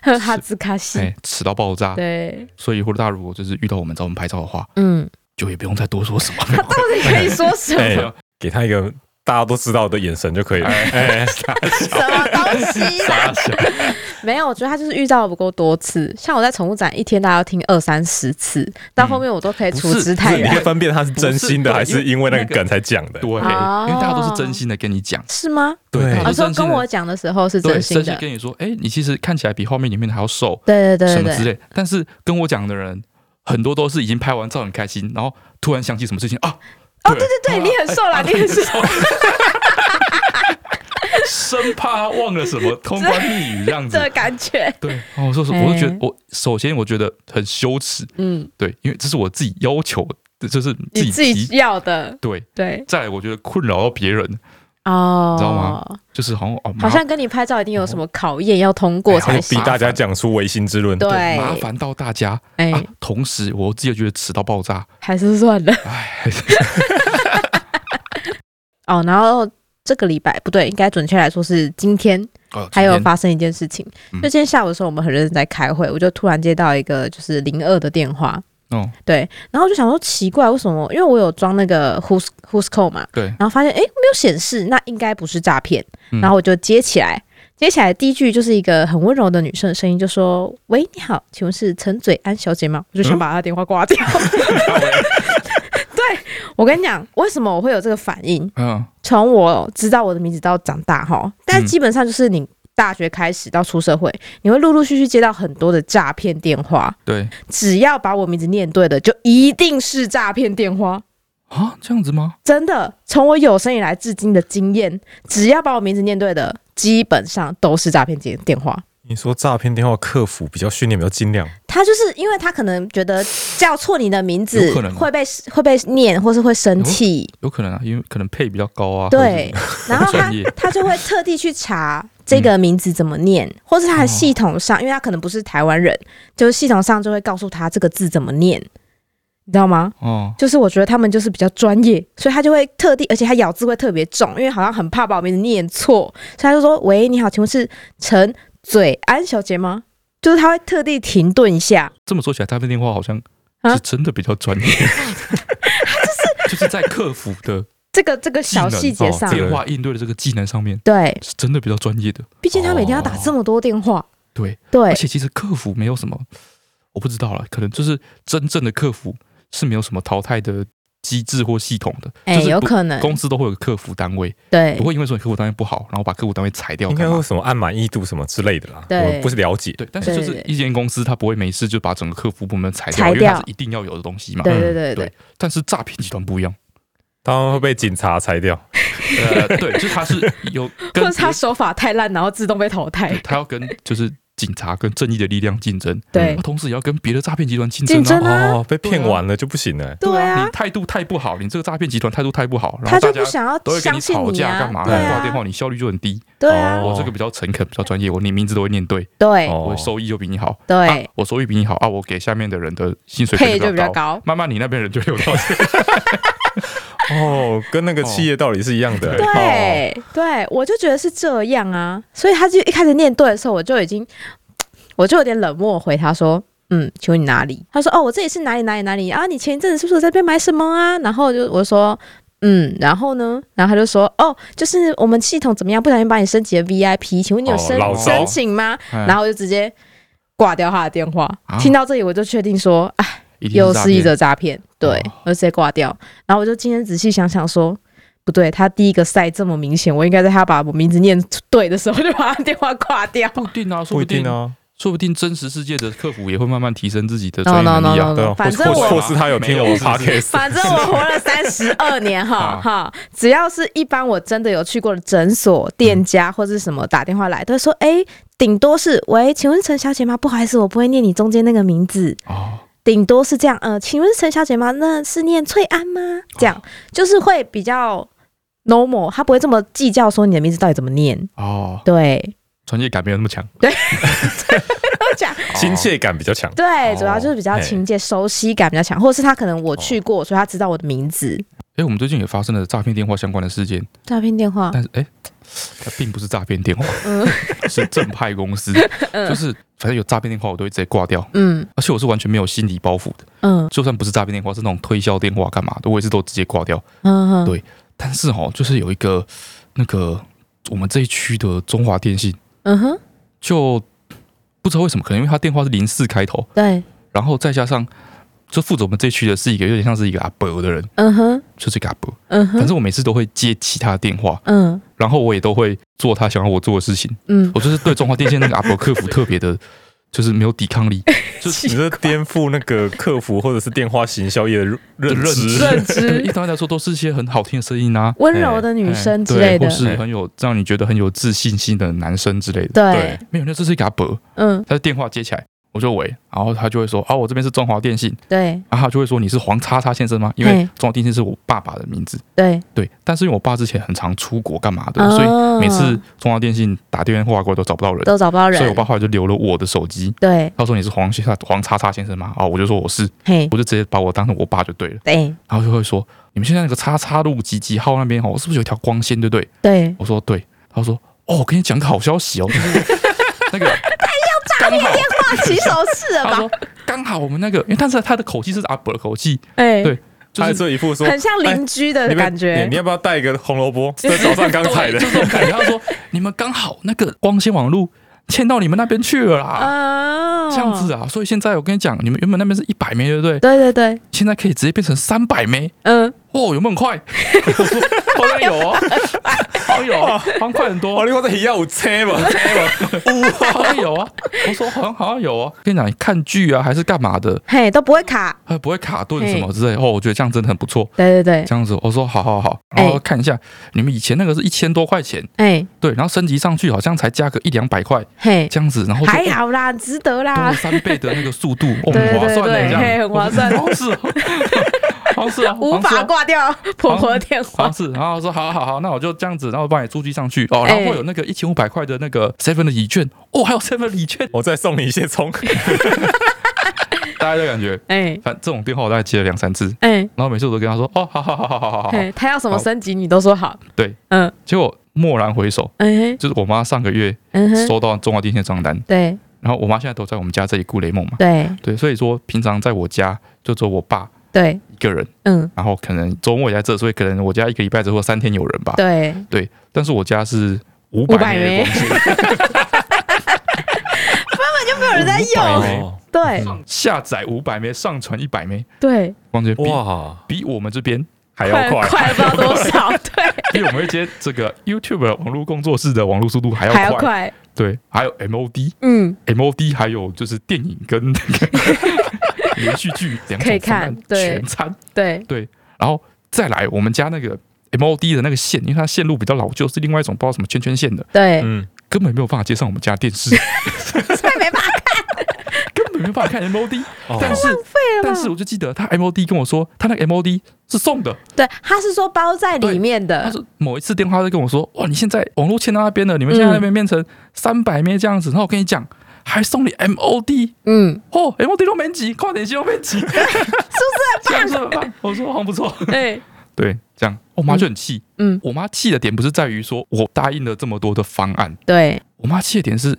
[SPEAKER 4] 呵哈兹卡西，
[SPEAKER 2] 哎，迟到爆炸。
[SPEAKER 4] 嗯对，
[SPEAKER 2] 所以或者大家如果就是遇到我们找我们拍照的话，
[SPEAKER 4] 嗯，
[SPEAKER 2] 就也不用再多说 什么。
[SPEAKER 4] 到底可以说什么？
[SPEAKER 3] 哎、给他一个大家都知道的眼神就可以了。哎、
[SPEAKER 4] 什么东西？啊
[SPEAKER 2] 傻笑，
[SPEAKER 4] 没有，我觉得他就是遇到的不够多次。像我在宠物展，一天大概要听二三十次，到后面我都可以处之泰
[SPEAKER 3] 是你
[SPEAKER 4] 然
[SPEAKER 3] 可以，分辨他是真心的
[SPEAKER 2] 不
[SPEAKER 3] 还
[SPEAKER 2] 是对
[SPEAKER 3] 是因为那个梗才讲的
[SPEAKER 2] 对，。因为
[SPEAKER 4] 哦
[SPEAKER 2] 大家都是真心的跟你讲，
[SPEAKER 4] 是吗？
[SPEAKER 3] 对
[SPEAKER 2] 大家
[SPEAKER 4] 我
[SPEAKER 2] 都是
[SPEAKER 4] 说
[SPEAKER 2] 真心
[SPEAKER 4] 跟
[SPEAKER 2] 的
[SPEAKER 4] 我讲的时候是
[SPEAKER 2] 对
[SPEAKER 4] 真心
[SPEAKER 2] 真心
[SPEAKER 4] 的，
[SPEAKER 2] 跟你说，哎，你其实看起来比画面里面的还要瘦，
[SPEAKER 4] 对对对
[SPEAKER 2] 什么
[SPEAKER 4] 对
[SPEAKER 2] 之
[SPEAKER 4] 对，
[SPEAKER 2] 类。但是跟我讲的人很多都是已经拍完照很开心，然后突然想起什么事情啊，
[SPEAKER 4] 哦，对对对，
[SPEAKER 2] 哎
[SPEAKER 4] 你很瘦啦，你很瘦，
[SPEAKER 2] 生怕忘了什 么通关密语这样
[SPEAKER 4] 这
[SPEAKER 2] 子
[SPEAKER 4] 个。感觉，
[SPEAKER 2] 对，然后我说说，
[SPEAKER 4] 哎
[SPEAKER 2] 我就觉得我首先我觉得很羞耻，
[SPEAKER 4] 嗯，
[SPEAKER 2] 对，因为这是我自己要求，的，就是自
[SPEAKER 4] 你
[SPEAKER 2] 己
[SPEAKER 4] 自己
[SPEAKER 2] 提
[SPEAKER 4] 要的，
[SPEAKER 2] 对。
[SPEAKER 4] 对，
[SPEAKER 2] 再来，我觉得困扰到别人，
[SPEAKER 4] 哦，
[SPEAKER 2] 知道吗？就是好像哦，麻
[SPEAKER 4] 好像跟你拍照一定有什么考验要通
[SPEAKER 2] 哎
[SPEAKER 4] 过
[SPEAKER 3] 他
[SPEAKER 4] 才
[SPEAKER 3] 就
[SPEAKER 4] 行
[SPEAKER 3] 逼，大家讲出唯心之论。
[SPEAKER 4] 对，
[SPEAKER 2] 麻烦啊到大家
[SPEAKER 4] 哎，
[SPEAKER 2] 啊。同时，我自己又觉得迟到爆炸，
[SPEAKER 4] 还是算了。
[SPEAKER 2] 哎，
[SPEAKER 4] 哦，然后这个礼拜不对，应该准确来说是今天，
[SPEAKER 2] 哦
[SPEAKER 4] 还有
[SPEAKER 2] 今天
[SPEAKER 4] 发生一件事情。
[SPEAKER 2] 嗯
[SPEAKER 4] 就今天下午的时候，我们很认真在开会，我就突然接到一个就是零二的电话，
[SPEAKER 2] 哦，
[SPEAKER 4] 对，然后我就想说奇怪，为什么？因为我有装那个 Who's Who's Call 嘛，
[SPEAKER 2] 对，
[SPEAKER 4] 然后发现诶没有显示，那应该不是诈骗，
[SPEAKER 2] 嗯
[SPEAKER 4] 然后我就接起来。接起来第一句就是一个很温柔的女生的声音，就说：“喂，你好，请问是陈嘴安小姐吗？”我就想把她电话挂掉。
[SPEAKER 2] 嗯
[SPEAKER 4] 对，我跟你讲，为什么我会有这个反应？
[SPEAKER 2] 嗯，
[SPEAKER 4] 从我知道我的名字到长大哈，但
[SPEAKER 2] 嗯
[SPEAKER 4] 基本上就是你大学开始到出社会，你会陆陆续续接到很多的诈骗电话，
[SPEAKER 2] 对，
[SPEAKER 4] 只要把我名字念对的，就一定是诈骗电话。
[SPEAKER 2] 啊，这样子吗？
[SPEAKER 4] 真的，从我有生以来至今的经验，只要把我名字念对的，基本上都是诈骗电电话。
[SPEAKER 3] 你说诈骗电话客服比较训练比较精良，
[SPEAKER 4] 他就是因为他可能觉得叫错你的名字
[SPEAKER 2] 有可能
[SPEAKER 4] 会被会被念，或是会生气，
[SPEAKER 2] 有可能啊，因为可能配比较高啊。
[SPEAKER 4] 对， 然后他
[SPEAKER 2] 专业
[SPEAKER 4] 他就会特地去查这个名字怎么念，
[SPEAKER 2] 嗯
[SPEAKER 4] 或是他的系统上，因为他可能不是台湾人，就是系统上就会告诉他这个字怎么念，你知道吗？
[SPEAKER 2] 或者是哦，
[SPEAKER 4] 就是我觉得他们就是比较专业，所以他就会特地，而且他咬字会特别重，因为好像很怕把我名字念错，所以他就说：“喂，你好，请问是陈嘴安小姐吗？”就是他会特地停顿一下，
[SPEAKER 2] 这么说起来，诈骗电话好像
[SPEAKER 4] 啊
[SPEAKER 2] 是真的比较 专业，就是在客服的哦
[SPEAKER 4] 这个这个小细节上
[SPEAKER 3] 技，能
[SPEAKER 2] 电话应对的这个技能上面，
[SPEAKER 4] 对，
[SPEAKER 2] 是真的比较专业的。
[SPEAKER 4] 毕竟他每天要打这么多电话，
[SPEAKER 2] 对，
[SPEAKER 4] 对
[SPEAKER 2] 而，且其实客服没有什么，我不知道了，可能就是真正的客服是没有什么淘汰的机制或系统的，
[SPEAKER 4] 哎、
[SPEAKER 2] 哦就是
[SPEAKER 4] 有
[SPEAKER 2] 不
[SPEAKER 4] 可能，
[SPEAKER 2] 公司都会有个客服单位，
[SPEAKER 4] 对
[SPEAKER 2] 不，会因为说你客服单位不好，然后把客服单位裁掉
[SPEAKER 3] 应该
[SPEAKER 2] 干
[SPEAKER 3] 会
[SPEAKER 2] 嘛
[SPEAKER 3] 有？什么按满意度什么之类的啦。
[SPEAKER 4] 对
[SPEAKER 3] 我们不是了解，
[SPEAKER 2] 对，但是就
[SPEAKER 4] 对
[SPEAKER 2] 是
[SPEAKER 4] 对对
[SPEAKER 2] 一间公司，它不会没事就把整个客服部门裁掉，
[SPEAKER 4] 裁
[SPEAKER 2] 因为它
[SPEAKER 4] 掉
[SPEAKER 2] 是一定要有的东西嘛。
[SPEAKER 4] 对
[SPEAKER 3] 嗯
[SPEAKER 4] 对
[SPEAKER 2] 对
[SPEAKER 4] 对对，
[SPEAKER 2] 但是诈骗集团不一样，
[SPEAKER 3] 当然会被警察裁掉。
[SPEAKER 2] 呃，对，就是它是有
[SPEAKER 4] 或
[SPEAKER 2] 跟
[SPEAKER 4] 者他
[SPEAKER 2] 别
[SPEAKER 4] 手法太烂，然后自动被淘汰
[SPEAKER 2] 对，他要跟就是警察跟正义的力量竞争，嗯
[SPEAKER 4] 对
[SPEAKER 2] 同时也要跟别的诈骗集团竞
[SPEAKER 4] 竞
[SPEAKER 2] 争
[SPEAKER 4] 争
[SPEAKER 2] 啊。
[SPEAKER 4] 啊，
[SPEAKER 3] 哦，被骗完了就不行了。
[SPEAKER 4] 对啊
[SPEAKER 2] 你，态度太不好，你这个诈骗集团态度太不好，然后
[SPEAKER 4] 他就
[SPEAKER 2] 大家
[SPEAKER 4] 不想要
[SPEAKER 2] 都会跟
[SPEAKER 4] 相
[SPEAKER 2] 你
[SPEAKER 4] 信
[SPEAKER 2] 吵架
[SPEAKER 4] 啊，
[SPEAKER 2] 干嘛？
[SPEAKER 4] 对
[SPEAKER 2] 然后挂电
[SPEAKER 4] 啊，
[SPEAKER 2] 话哦你效率就很低。
[SPEAKER 4] 对啊，
[SPEAKER 2] 我这个比较诚恳，比较专业，我你名字都会念对，
[SPEAKER 4] 对
[SPEAKER 3] 哦
[SPEAKER 2] 我收益就比你好。啊
[SPEAKER 4] 对，
[SPEAKER 2] 我收益比你好啊，我给下面的人的薪水可能
[SPEAKER 4] 配就比较。高，
[SPEAKER 2] 慢慢你那边人就流 到这，
[SPEAKER 3] 哦，跟那个企业道理是一样的。哦，
[SPEAKER 4] 对对，我就觉得是这样啊，所以他就一开始念对的时候，我就已经，我就有点冷漠回他说。嗯，请问你哪里？他说哦，我这里是哪里哪里哪里啊？你前一阵子是不是在这边买什么啊？然后就我说嗯，然后呢？然后他就说哦，就是我们系统怎么样，不小心把你升级了 VIP，请问你有
[SPEAKER 3] 哦
[SPEAKER 4] 申、
[SPEAKER 3] 老
[SPEAKER 2] 招
[SPEAKER 4] 申请吗？
[SPEAKER 2] 嗯
[SPEAKER 4] 然后我就直接挂掉他的电话。
[SPEAKER 2] 啊
[SPEAKER 4] 听到这里，我就确定说，哎，
[SPEAKER 2] 一定
[SPEAKER 4] 又
[SPEAKER 2] 诈
[SPEAKER 4] 是
[SPEAKER 2] 骗
[SPEAKER 4] 一则诈骗，对
[SPEAKER 2] 哦，
[SPEAKER 4] 我就直接挂掉。然后我就今天仔细想想说，不对，他第一个赛这么明显，我应该在他把我名字念对的时候 就把他电话挂 掉。
[SPEAKER 2] 不一定啊，说
[SPEAKER 3] 不
[SPEAKER 2] 不
[SPEAKER 3] 一
[SPEAKER 2] 定
[SPEAKER 3] 定，哦。
[SPEAKER 2] 说不定真实世界的客服也会慢慢提升自己的
[SPEAKER 4] No
[SPEAKER 2] 专业
[SPEAKER 4] no
[SPEAKER 2] 能
[SPEAKER 4] no
[SPEAKER 2] 力
[SPEAKER 4] no，
[SPEAKER 2] 啊。
[SPEAKER 3] 对
[SPEAKER 4] no，
[SPEAKER 3] 啊，
[SPEAKER 4] 反正
[SPEAKER 3] 或是
[SPEAKER 4] 我
[SPEAKER 3] 或是他有听我
[SPEAKER 2] 没有
[SPEAKER 3] 们
[SPEAKER 2] 是不
[SPEAKER 3] podcast，
[SPEAKER 4] 反正我活了三十二年哈
[SPEAKER 2] 啊
[SPEAKER 4] 哈，只要是一般我真的有去过的诊所、
[SPEAKER 2] 嗯
[SPEAKER 4] 店家或是什么打电话来，都会说，哎、顶多是喂，请问是陈小姐吗？不好意思，我不会念你中间那个名字，
[SPEAKER 2] 哦，
[SPEAKER 4] 顶多是这样。呃，请问是陈小姐吗？那是念翠安吗？这样就是会比较 normal，他不会这么计较说你的名字到底怎么念。
[SPEAKER 2] 哦，
[SPEAKER 4] 对，
[SPEAKER 2] 专业感没有那么强，
[SPEAKER 4] 讲
[SPEAKER 3] 亲切感比较强。
[SPEAKER 4] 对，
[SPEAKER 2] 哦
[SPEAKER 4] 主要就是比较
[SPEAKER 3] 嘿
[SPEAKER 4] 亲切、熟悉感比较强，或者是他可能我去过，所以他知道我的名字。
[SPEAKER 2] 哎、我们最近也发生了诈骗电话相关的事件，
[SPEAKER 4] 哦诈骗电 话，
[SPEAKER 2] 但是哎、它并不是诈骗电话，
[SPEAKER 4] 嗯
[SPEAKER 2] 是正派公司，就是反正有诈骗电话我都会直接挂掉，
[SPEAKER 4] 嗯
[SPEAKER 2] 而且我是完全没有心理包袱的，
[SPEAKER 4] 嗯
[SPEAKER 2] 就算不是诈骗电话，是那种推销电话干嘛的，我也是都直接挂掉。
[SPEAKER 4] 嗯，嗯
[SPEAKER 2] 对但是哦，就是有一个那个我们这一区的中华电信，
[SPEAKER 4] 嗯哼，
[SPEAKER 2] 就不知道为什么，可能因为他电话是零四开头，
[SPEAKER 4] 对，
[SPEAKER 2] 然后再加上就负责我们这一区的是一个有点像是一个阿伯的人，
[SPEAKER 4] 嗯哼，
[SPEAKER 2] 就是一个阿伯，
[SPEAKER 4] 嗯
[SPEAKER 2] 反
[SPEAKER 4] 哼，
[SPEAKER 2] 正我每次都会接其他的电话，
[SPEAKER 4] 嗯
[SPEAKER 2] 然后我也都会做他想要我做的事情。
[SPEAKER 4] 嗯，
[SPEAKER 2] 我就是对中华电信那个阿伯客服特别的， 就是没有抵抗力，就是
[SPEAKER 3] 你这颠覆那个客服或者是电话行销业的认 认知，
[SPEAKER 4] 认
[SPEAKER 2] 一
[SPEAKER 4] 知，
[SPEAKER 2] 般来说都是一些很好听的声音啊，
[SPEAKER 4] 温柔的女生之类
[SPEAKER 2] 对，
[SPEAKER 4] 的
[SPEAKER 2] 或，是很有让你觉得很有自信心的男生之类的。
[SPEAKER 4] 对，
[SPEAKER 2] 没有，那这是一个阿伯，
[SPEAKER 4] 嗯，
[SPEAKER 2] 他的电话接起来，我就喂，然后他就会说啊，我这边是中华电信，
[SPEAKER 4] 对
[SPEAKER 2] 然后他就会说你是黄叉叉先生吗？因为
[SPEAKER 4] 嘿
[SPEAKER 2] 中华电信是我爸爸的名字，
[SPEAKER 4] 对，
[SPEAKER 2] 对。但是因为我爸之前很常出国干嘛的，
[SPEAKER 4] 哦
[SPEAKER 2] 所以每次中华电信打电话过来都找不到人，
[SPEAKER 4] 都找不到
[SPEAKER 2] 所以我
[SPEAKER 4] 人
[SPEAKER 2] 爸，后来就留了我的手机。
[SPEAKER 4] 对，
[SPEAKER 2] 他说你是黄先黄叉叉先生吗？啊，我就说我是，
[SPEAKER 4] 嘿，
[SPEAKER 2] 我就直接把我当成我爸就对了。
[SPEAKER 4] 对
[SPEAKER 2] 然后就会说你们现在那个叉叉路几几号那边哦，是不是有一条光纤，对不对？
[SPEAKER 4] 对，
[SPEAKER 2] 我说对，他说哦，我跟你讲个好消息哦，就是那个刚好，
[SPEAKER 4] 放 起手式了
[SPEAKER 2] 他
[SPEAKER 4] 吧
[SPEAKER 2] 说？刚好我们那个，因为但是他的口气是阿伯的口气，
[SPEAKER 4] 哎，
[SPEAKER 2] 对就
[SPEAKER 3] 他
[SPEAKER 2] 是。
[SPEAKER 3] 这一副说哎
[SPEAKER 4] 很像邻居的
[SPEAKER 3] 你们
[SPEAKER 4] 感
[SPEAKER 3] 你
[SPEAKER 4] 觉
[SPEAKER 3] 你，要不要带一个红萝卜？这早上刚采
[SPEAKER 2] 对，
[SPEAKER 3] 的
[SPEAKER 2] 就，是 这种感觉。他说：“你们刚好那个光纤网路嵌到你们那边去了啦，
[SPEAKER 4] 啊
[SPEAKER 2] 这样子，啊。所以现在我跟你讲，你们原本那边是一百枚，对不对？
[SPEAKER 4] 对对对，
[SPEAKER 2] 现在可以直接变成三百枚，
[SPEAKER 4] 嗯，
[SPEAKER 2] 哦，有没有很 快？好像啊
[SPEAKER 4] 啊
[SPEAKER 2] 有哦，好像有哦，好像快很多
[SPEAKER 3] 哦，。你我在一样有车嘛，车嘛，
[SPEAKER 2] 哇，像有啊，我说好像好像有啊。跟你讲，你看剧啊还是干嘛的，
[SPEAKER 4] 嘿，都不会卡。
[SPEAKER 2] 还不会卡顿什么之类。哦，我觉得这样真的很不错。
[SPEAKER 4] 对对对，
[SPEAKER 2] 这样子，我说好好好，
[SPEAKER 4] 哎
[SPEAKER 2] 然后看一下你们以前那个是一千多块钱，
[SPEAKER 4] 哎
[SPEAKER 2] 对，然后升级上去好像才加个一两百块
[SPEAKER 4] 嘿，
[SPEAKER 2] 这样子，然后就
[SPEAKER 4] 哎还好啦，值得啦
[SPEAKER 2] 多了。三倍的那个速度，哦，
[SPEAKER 4] 对
[SPEAKER 2] 很划
[SPEAKER 4] 对
[SPEAKER 2] 算的
[SPEAKER 4] 对
[SPEAKER 2] 这样，
[SPEAKER 4] 嘿很划算
[SPEAKER 2] 好像是哦，好像是啊，
[SPEAKER 4] 无
[SPEAKER 2] 好像是
[SPEAKER 4] 法
[SPEAKER 2] 啊
[SPEAKER 4] 挂掉婆婆的电
[SPEAKER 2] 好
[SPEAKER 4] 话
[SPEAKER 2] 像。 是，然后我说好好好，那我就这样子，然后帮你注记上去哦，然后
[SPEAKER 4] 哎
[SPEAKER 2] 会有那个一千五百块的那个 seven 的礼券，哦，还有 seven 礼券，
[SPEAKER 3] 我再送你一些葱，
[SPEAKER 2] 大家的感觉，
[SPEAKER 4] 哎
[SPEAKER 2] 反这种电话我大概接了两三次，
[SPEAKER 4] 哎
[SPEAKER 2] 然后每次我都跟他说哦，好好好好好好好好，
[SPEAKER 4] 嘿，他要什么
[SPEAKER 2] 好
[SPEAKER 4] 升级你都说好。
[SPEAKER 2] 对，
[SPEAKER 4] 嗯
[SPEAKER 2] 结果蓦然回首，
[SPEAKER 4] 嗯
[SPEAKER 2] 就是我妈上个月
[SPEAKER 4] 嗯哼，
[SPEAKER 2] 收到中华电信的账单，
[SPEAKER 4] 对
[SPEAKER 2] 然后我妈现在都在我们家这里顾雷梦嘛，
[SPEAKER 4] 对
[SPEAKER 2] 对，所以说平常在我家就只有我爸
[SPEAKER 4] 对，
[SPEAKER 2] 一个人，
[SPEAKER 4] 嗯
[SPEAKER 2] 然后可能周末也在这，所以可能我家一个礼拜只会三天有人吧，
[SPEAKER 4] 对，
[SPEAKER 2] 对，但是我家是五
[SPEAKER 4] 500
[SPEAKER 2] 百枚的
[SPEAKER 4] 枚
[SPEAKER 2] 光纤，
[SPEAKER 4] 没有人在
[SPEAKER 2] 500
[SPEAKER 4] 用。
[SPEAKER 2] 枚
[SPEAKER 3] 哦
[SPEAKER 4] 对
[SPEAKER 2] 下载五百枚，上传一百枚，
[SPEAKER 4] 对，
[SPEAKER 2] 光觉比
[SPEAKER 3] 哇，
[SPEAKER 2] 比我们这边，
[SPEAKER 3] 还要
[SPEAKER 4] 快
[SPEAKER 3] 快，
[SPEAKER 4] 快不知道多少，对，
[SPEAKER 2] 比我们一些这个 YouTube 网络工作室的网络速度还要
[SPEAKER 4] 还
[SPEAKER 2] 快。
[SPEAKER 4] 要快。
[SPEAKER 2] 对，还有 MOD、
[SPEAKER 4] 嗯，
[SPEAKER 2] MOD，还有就是电影 跟那个连续剧两
[SPEAKER 4] 可以
[SPEAKER 2] 种方案
[SPEAKER 4] 看对
[SPEAKER 2] 全餐，
[SPEAKER 4] 对，
[SPEAKER 2] 然后再来我们家那个 MOD 的那个线，因为它线路比较老旧，是另外一种不知道什么圈圈线的，
[SPEAKER 4] 对，
[SPEAKER 3] 嗯，
[SPEAKER 2] 根本没有办法接上我们家电 视，
[SPEAKER 4] 所以没办法
[SPEAKER 2] 根本没有办法看 MOD。
[SPEAKER 3] 哦
[SPEAKER 2] 但是但是我就记得他 MOD 跟我说，他那个 MOD 是送的，
[SPEAKER 4] 对，他是说包在里面
[SPEAKER 2] 他
[SPEAKER 4] 的，
[SPEAKER 2] 说某一次电话就跟我说，哇，你现在网络欠到那边了，你们现在那边变成三百咩这样子，然后我跟你讲，还送你 MOD
[SPEAKER 4] 嗯，
[SPEAKER 2] 哦，MOD 都没几，跨点线都没几，是不 是很棒？是很棒？我说好哦像不错，
[SPEAKER 4] 对，
[SPEAKER 2] 对，这样我妈就很气，
[SPEAKER 4] 嗯，
[SPEAKER 2] 我妈气的点不是在于说我答应了这么多的方案，
[SPEAKER 4] 对，
[SPEAKER 2] 我妈气的点是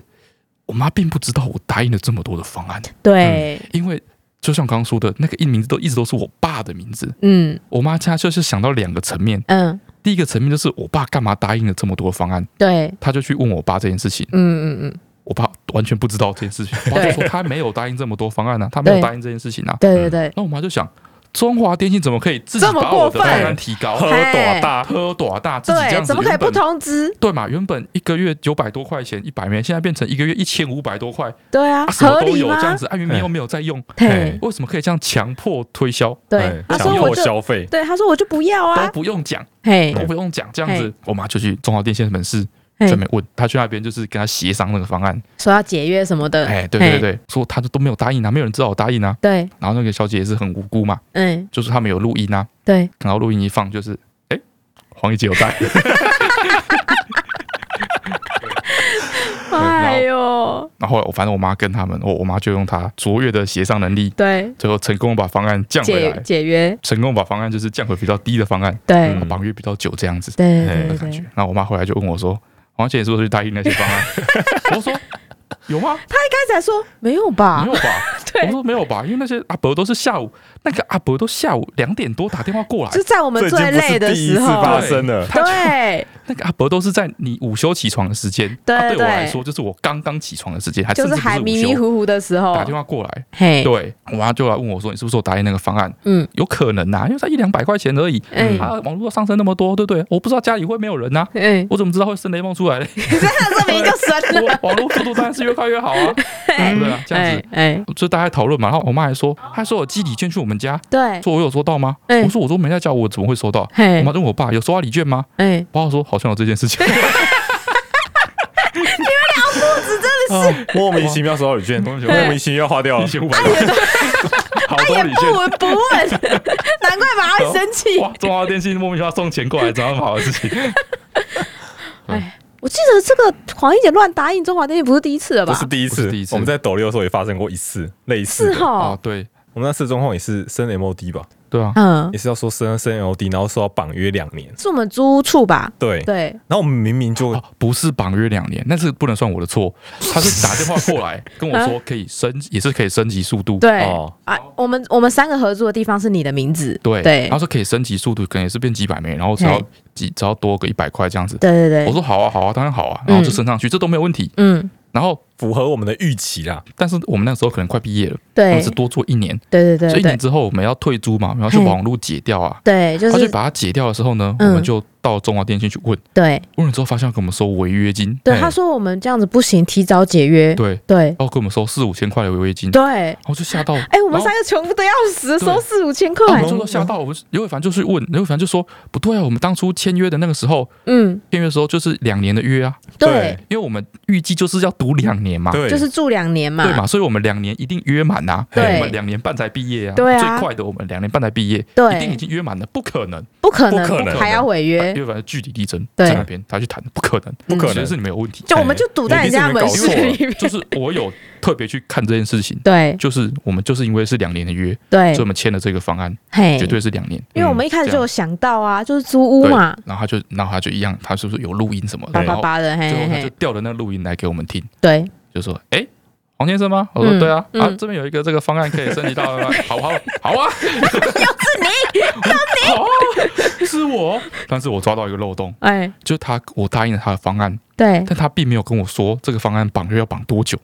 [SPEAKER 2] 我妈并不知道我答应了这么多的方案，
[SPEAKER 4] 对，
[SPEAKER 2] 因为。就像刚刚说的，那个一名字都一直都是我爸的名字。
[SPEAKER 4] 嗯
[SPEAKER 2] 我妈家就是想到两个层面，
[SPEAKER 4] 嗯，
[SPEAKER 2] 第一个层面就是我爸干嘛答应了这么多方案，
[SPEAKER 4] 对，
[SPEAKER 2] 他就去问我爸这件事情，
[SPEAKER 4] 嗯嗯嗯，
[SPEAKER 2] 我爸完全不知道这件事情，我爸就
[SPEAKER 4] 对
[SPEAKER 2] 说他没有答应这么多方案啊，他没有
[SPEAKER 4] 对
[SPEAKER 2] 答应这件事情啊。
[SPEAKER 4] 对对对，
[SPEAKER 2] 那我妈就想，中华电信怎么可以自己
[SPEAKER 4] 这么
[SPEAKER 2] 把我的
[SPEAKER 4] 过
[SPEAKER 2] 方
[SPEAKER 4] 分
[SPEAKER 2] 案提高，
[SPEAKER 3] 喝
[SPEAKER 2] 喝
[SPEAKER 3] 多大？
[SPEAKER 2] 喝多大自己这样
[SPEAKER 4] 对，
[SPEAKER 2] 子，
[SPEAKER 4] 怎么可以不
[SPEAKER 2] 原本？
[SPEAKER 4] 通知？
[SPEAKER 2] 对嘛，原本一个月九百多块钱一百元，现在变成一个月一千五百多块，
[SPEAKER 4] 对啊，
[SPEAKER 2] 啊，什么
[SPEAKER 4] 合
[SPEAKER 2] 都
[SPEAKER 4] 理
[SPEAKER 2] 有这样
[SPEAKER 4] 吗？
[SPEAKER 2] 子，啊，明明又没有在用，
[SPEAKER 4] 对
[SPEAKER 2] 为什么可以这样强迫推销？
[SPEAKER 4] 对，他
[SPEAKER 3] 哎
[SPEAKER 4] 说
[SPEAKER 3] 强
[SPEAKER 4] 我
[SPEAKER 3] 迫
[SPEAKER 4] 就
[SPEAKER 3] 消费，
[SPEAKER 4] 对，他说我就不要
[SPEAKER 2] 都
[SPEAKER 4] 啊，
[SPEAKER 2] 不用讲，
[SPEAKER 4] 嘿
[SPEAKER 2] 都不用讲，这样子
[SPEAKER 4] 嘿，
[SPEAKER 2] 我妈就去中华电信门市
[SPEAKER 4] 嘿
[SPEAKER 2] 专，门问，她去那边就是跟她协商那个方案，
[SPEAKER 4] 说要解约什么的，
[SPEAKER 2] 哎，对对
[SPEAKER 4] 嘿
[SPEAKER 2] 对，说他就都没有答应啊，没有人知道我答应啊。
[SPEAKER 4] 对，
[SPEAKER 2] 然后那个小姐也是很无辜嘛，
[SPEAKER 4] 嗯
[SPEAKER 2] 就是他们有录音啊，
[SPEAKER 4] 对，
[SPEAKER 2] 然后录音一放就是，哎，黄奕姐有在，
[SPEAKER 4] 哎呦，
[SPEAKER 2] 然后后来我反正我妈跟他们，我我妈就用她卓越的协商能力，
[SPEAKER 4] 对，
[SPEAKER 2] 最后成功把方案降回
[SPEAKER 4] 解
[SPEAKER 2] 来，
[SPEAKER 4] 解约，
[SPEAKER 2] 成功把方案就是降回比较低的方案，
[SPEAKER 4] 对
[SPEAKER 2] 然后绑约比较久这样子
[SPEAKER 4] 嗯对
[SPEAKER 3] 哎
[SPEAKER 4] 对
[SPEAKER 2] 的
[SPEAKER 4] 对
[SPEAKER 2] 嗯感觉
[SPEAKER 4] 对，。
[SPEAKER 2] 然后我妈回来就问我说，黄奕姐你是不是去答应那些方案？ 我说有吗？
[SPEAKER 4] 开始还说没有吧
[SPEAKER 2] 没，有吧？我
[SPEAKER 4] 啊 对，
[SPEAKER 2] 说没有吧，因为那些阿伯都是下午，那个阿伯都下午两点多打电话过来
[SPEAKER 4] 就。在我们
[SPEAKER 3] 这已经
[SPEAKER 4] 最
[SPEAKER 3] 不是
[SPEAKER 4] 累的
[SPEAKER 3] 第一
[SPEAKER 4] 时
[SPEAKER 3] 次
[SPEAKER 4] 候，
[SPEAKER 3] 发生了，
[SPEAKER 2] 他就
[SPEAKER 4] 对，
[SPEAKER 2] 那个阿伯都是在你午休起床的时间，
[SPEAKER 4] 对
[SPEAKER 2] 啊对我
[SPEAKER 4] 对
[SPEAKER 2] 来说就是我刚刚起床的时间，还
[SPEAKER 4] 就
[SPEAKER 2] 甚至
[SPEAKER 4] 是
[SPEAKER 2] 不
[SPEAKER 4] 还
[SPEAKER 2] 午
[SPEAKER 4] 迷迷
[SPEAKER 2] 休
[SPEAKER 4] 糊糊的时候，
[SPEAKER 2] 打电话过来，
[SPEAKER 4] 嘿，
[SPEAKER 2] 对我妈就来问我说：“你是不是有答应那个方案？”
[SPEAKER 4] 嗯，
[SPEAKER 2] 有可能啊，因为才一两百块钱而已，
[SPEAKER 4] 嗯
[SPEAKER 2] 啊，网络上升那么多，对不对？我不知道家里会没有人呐、
[SPEAKER 4] 嗯，
[SPEAKER 2] 我怎么知道会生雷梦出 来嘞？
[SPEAKER 4] 那证明就生了，
[SPEAKER 2] 我网络速度当然是越快越好啊，对
[SPEAKER 4] 哎
[SPEAKER 2] 不对 啊？这样
[SPEAKER 4] 哎
[SPEAKER 2] 子。
[SPEAKER 4] 哎，
[SPEAKER 2] 就大家讨论嘛，然后我妈还说，她说我哦寄礼券去我们家，
[SPEAKER 4] 对，
[SPEAKER 2] 说我有收到吗？
[SPEAKER 4] 嗯
[SPEAKER 2] 我说我都没在家，我怎么会收到？我
[SPEAKER 4] 嘿
[SPEAKER 2] 妈，就问我爸有收到礼券吗？
[SPEAKER 4] 哎，
[SPEAKER 2] 我爸说好像有这件事情。哦
[SPEAKER 3] 莫名其妙收到 礼券，莫名其妙花掉了
[SPEAKER 4] 哎
[SPEAKER 2] 一，千五百块，好多礼
[SPEAKER 4] 不
[SPEAKER 2] 券。
[SPEAKER 4] 闻不 问，难怪妈会生气。
[SPEAKER 2] 哇！中华电信莫名其妙送钱过来，怎么那么好的事情？
[SPEAKER 4] 我记得这个黄奕姐乱答应中华电信不是第一次了
[SPEAKER 3] 不
[SPEAKER 4] 吧？
[SPEAKER 3] 是第一
[SPEAKER 2] 不
[SPEAKER 3] 次
[SPEAKER 2] 是第一，次
[SPEAKER 3] 我们在斗六的时候也发生过一次类似
[SPEAKER 4] 是哦
[SPEAKER 3] 的。
[SPEAKER 2] 啊
[SPEAKER 4] 哈，，
[SPEAKER 2] 对
[SPEAKER 3] 我们那次状况也是升 MOD 吧，
[SPEAKER 2] 对啊，
[SPEAKER 4] 嗯
[SPEAKER 3] 也，是要说升升 MOD，然后说要绑约两年。
[SPEAKER 4] 是我们租处吧？
[SPEAKER 3] 对，
[SPEAKER 4] 对，
[SPEAKER 2] 哦
[SPEAKER 3] 然后我们明明就
[SPEAKER 2] 啊不是绑约两年，那是不能算我的错。他是打电话过来跟我说可以升， 也是可以升级速度。
[SPEAKER 4] 对
[SPEAKER 3] 哦
[SPEAKER 4] 啊，我们我们三个合租的地方是你的名字，
[SPEAKER 2] 对
[SPEAKER 4] 对
[SPEAKER 2] 然后说可以升级速度，可能也是变几百枚，然后只要
[SPEAKER 4] 嘿
[SPEAKER 2] 几只要多个一百块这样子。
[SPEAKER 4] 对对嗯
[SPEAKER 2] 我
[SPEAKER 4] 对，
[SPEAKER 2] 说好啊，好啊，当然好啊，然后就升上去，这都没有问题。
[SPEAKER 4] 嗯，
[SPEAKER 2] 然后，
[SPEAKER 3] 符合我们的预期啦。
[SPEAKER 2] 但是我们那时候可能快毕业了，我
[SPEAKER 4] 对
[SPEAKER 2] 们是多做一年，
[SPEAKER 4] 对对
[SPEAKER 2] 所以
[SPEAKER 4] 对
[SPEAKER 2] 一年
[SPEAKER 4] 对
[SPEAKER 2] 之后我们要退租嘛，我们要去
[SPEAKER 4] 嘿
[SPEAKER 2] 网络解掉啊。
[SPEAKER 4] 对，就
[SPEAKER 2] 他去
[SPEAKER 4] 是
[SPEAKER 2] 把它解掉的时候呢，我
[SPEAKER 4] 嗯
[SPEAKER 2] 们就到中华电信去问，
[SPEAKER 4] 对
[SPEAKER 2] 问了之后发现要跟我们收违约金，
[SPEAKER 4] 对，
[SPEAKER 2] 哎
[SPEAKER 4] 他说我们这样子不行，提早解约。
[SPEAKER 2] 对，
[SPEAKER 4] 对
[SPEAKER 2] 要跟我们收四五千块的违约金，
[SPEAKER 4] 对，
[SPEAKER 2] 然后就吓到，
[SPEAKER 4] 哎，我们
[SPEAKER 2] 然后
[SPEAKER 4] 三个穷的要死，
[SPEAKER 2] 对
[SPEAKER 4] 收四五千
[SPEAKER 2] 啊
[SPEAKER 4] 块
[SPEAKER 2] 我，们都吓到，我们刘伟凡就去问刘伟凡就说不对啊，我们当初签约的那个时候，
[SPEAKER 4] 嗯，
[SPEAKER 2] 签约的时候就是两年的约啊，
[SPEAKER 4] 对，
[SPEAKER 2] 因为我们预计就是要读两年嘛，
[SPEAKER 3] 对，
[SPEAKER 4] 就是住两年
[SPEAKER 2] 对
[SPEAKER 4] 嘛，
[SPEAKER 2] 嘛，所以我们两年一定约满呐、
[SPEAKER 4] 对
[SPEAKER 2] 我们两年半才毕业啊，
[SPEAKER 4] 对啊
[SPEAKER 2] 最快的我们两年半才毕业，一定已
[SPEAKER 4] 对，
[SPEAKER 2] 经约满了，不可能，哎
[SPEAKER 4] 不可
[SPEAKER 3] 不可
[SPEAKER 4] 能
[SPEAKER 3] 能
[SPEAKER 4] 还要违约
[SPEAKER 2] 因，为反正据理力争
[SPEAKER 4] 对嗯
[SPEAKER 2] 在那边，他去谈，不可能，
[SPEAKER 3] 不可
[SPEAKER 2] 其实
[SPEAKER 3] 能
[SPEAKER 2] 是你们有问题，
[SPEAKER 4] 就我们
[SPEAKER 3] 哎
[SPEAKER 4] 就堵在人家的门市
[SPEAKER 3] 一定是你们搞
[SPEAKER 4] 里面，，
[SPEAKER 2] 就是我有特别去看这件事情
[SPEAKER 4] 对
[SPEAKER 2] 就是我们就是因为是两年的约，
[SPEAKER 4] 对
[SPEAKER 2] 所以我们签了这个方案，
[SPEAKER 4] 嘿
[SPEAKER 2] 绝，对嗯是两年。
[SPEAKER 4] 因为我们一开始就有想到啊，就是租屋
[SPEAKER 2] 对
[SPEAKER 4] 嘛，
[SPEAKER 2] 然后他就，然后他就一样，他是不是有录音什么的？
[SPEAKER 4] 叭
[SPEAKER 2] 然
[SPEAKER 4] 叭
[SPEAKER 2] 后
[SPEAKER 4] 叭的，嘿
[SPEAKER 2] 最后
[SPEAKER 4] 嘿
[SPEAKER 2] 他就
[SPEAKER 4] 嘿，
[SPEAKER 2] 调了那录音来给我们听，
[SPEAKER 4] 对，
[SPEAKER 2] 就说：“哎，黄先生吗？”我说：“
[SPEAKER 4] 嗯
[SPEAKER 2] 对啊，啊
[SPEAKER 4] 嗯，
[SPEAKER 2] 这边有一个这个方案可以升 级到，好不好？好啊，又是你， 好啊，是我。哦但是我抓到一个漏洞，
[SPEAKER 4] 哎，
[SPEAKER 2] 就是他，我答应了他的方案，
[SPEAKER 4] 对，
[SPEAKER 2] 但他并没有跟我说这个方案绑约要绑多久。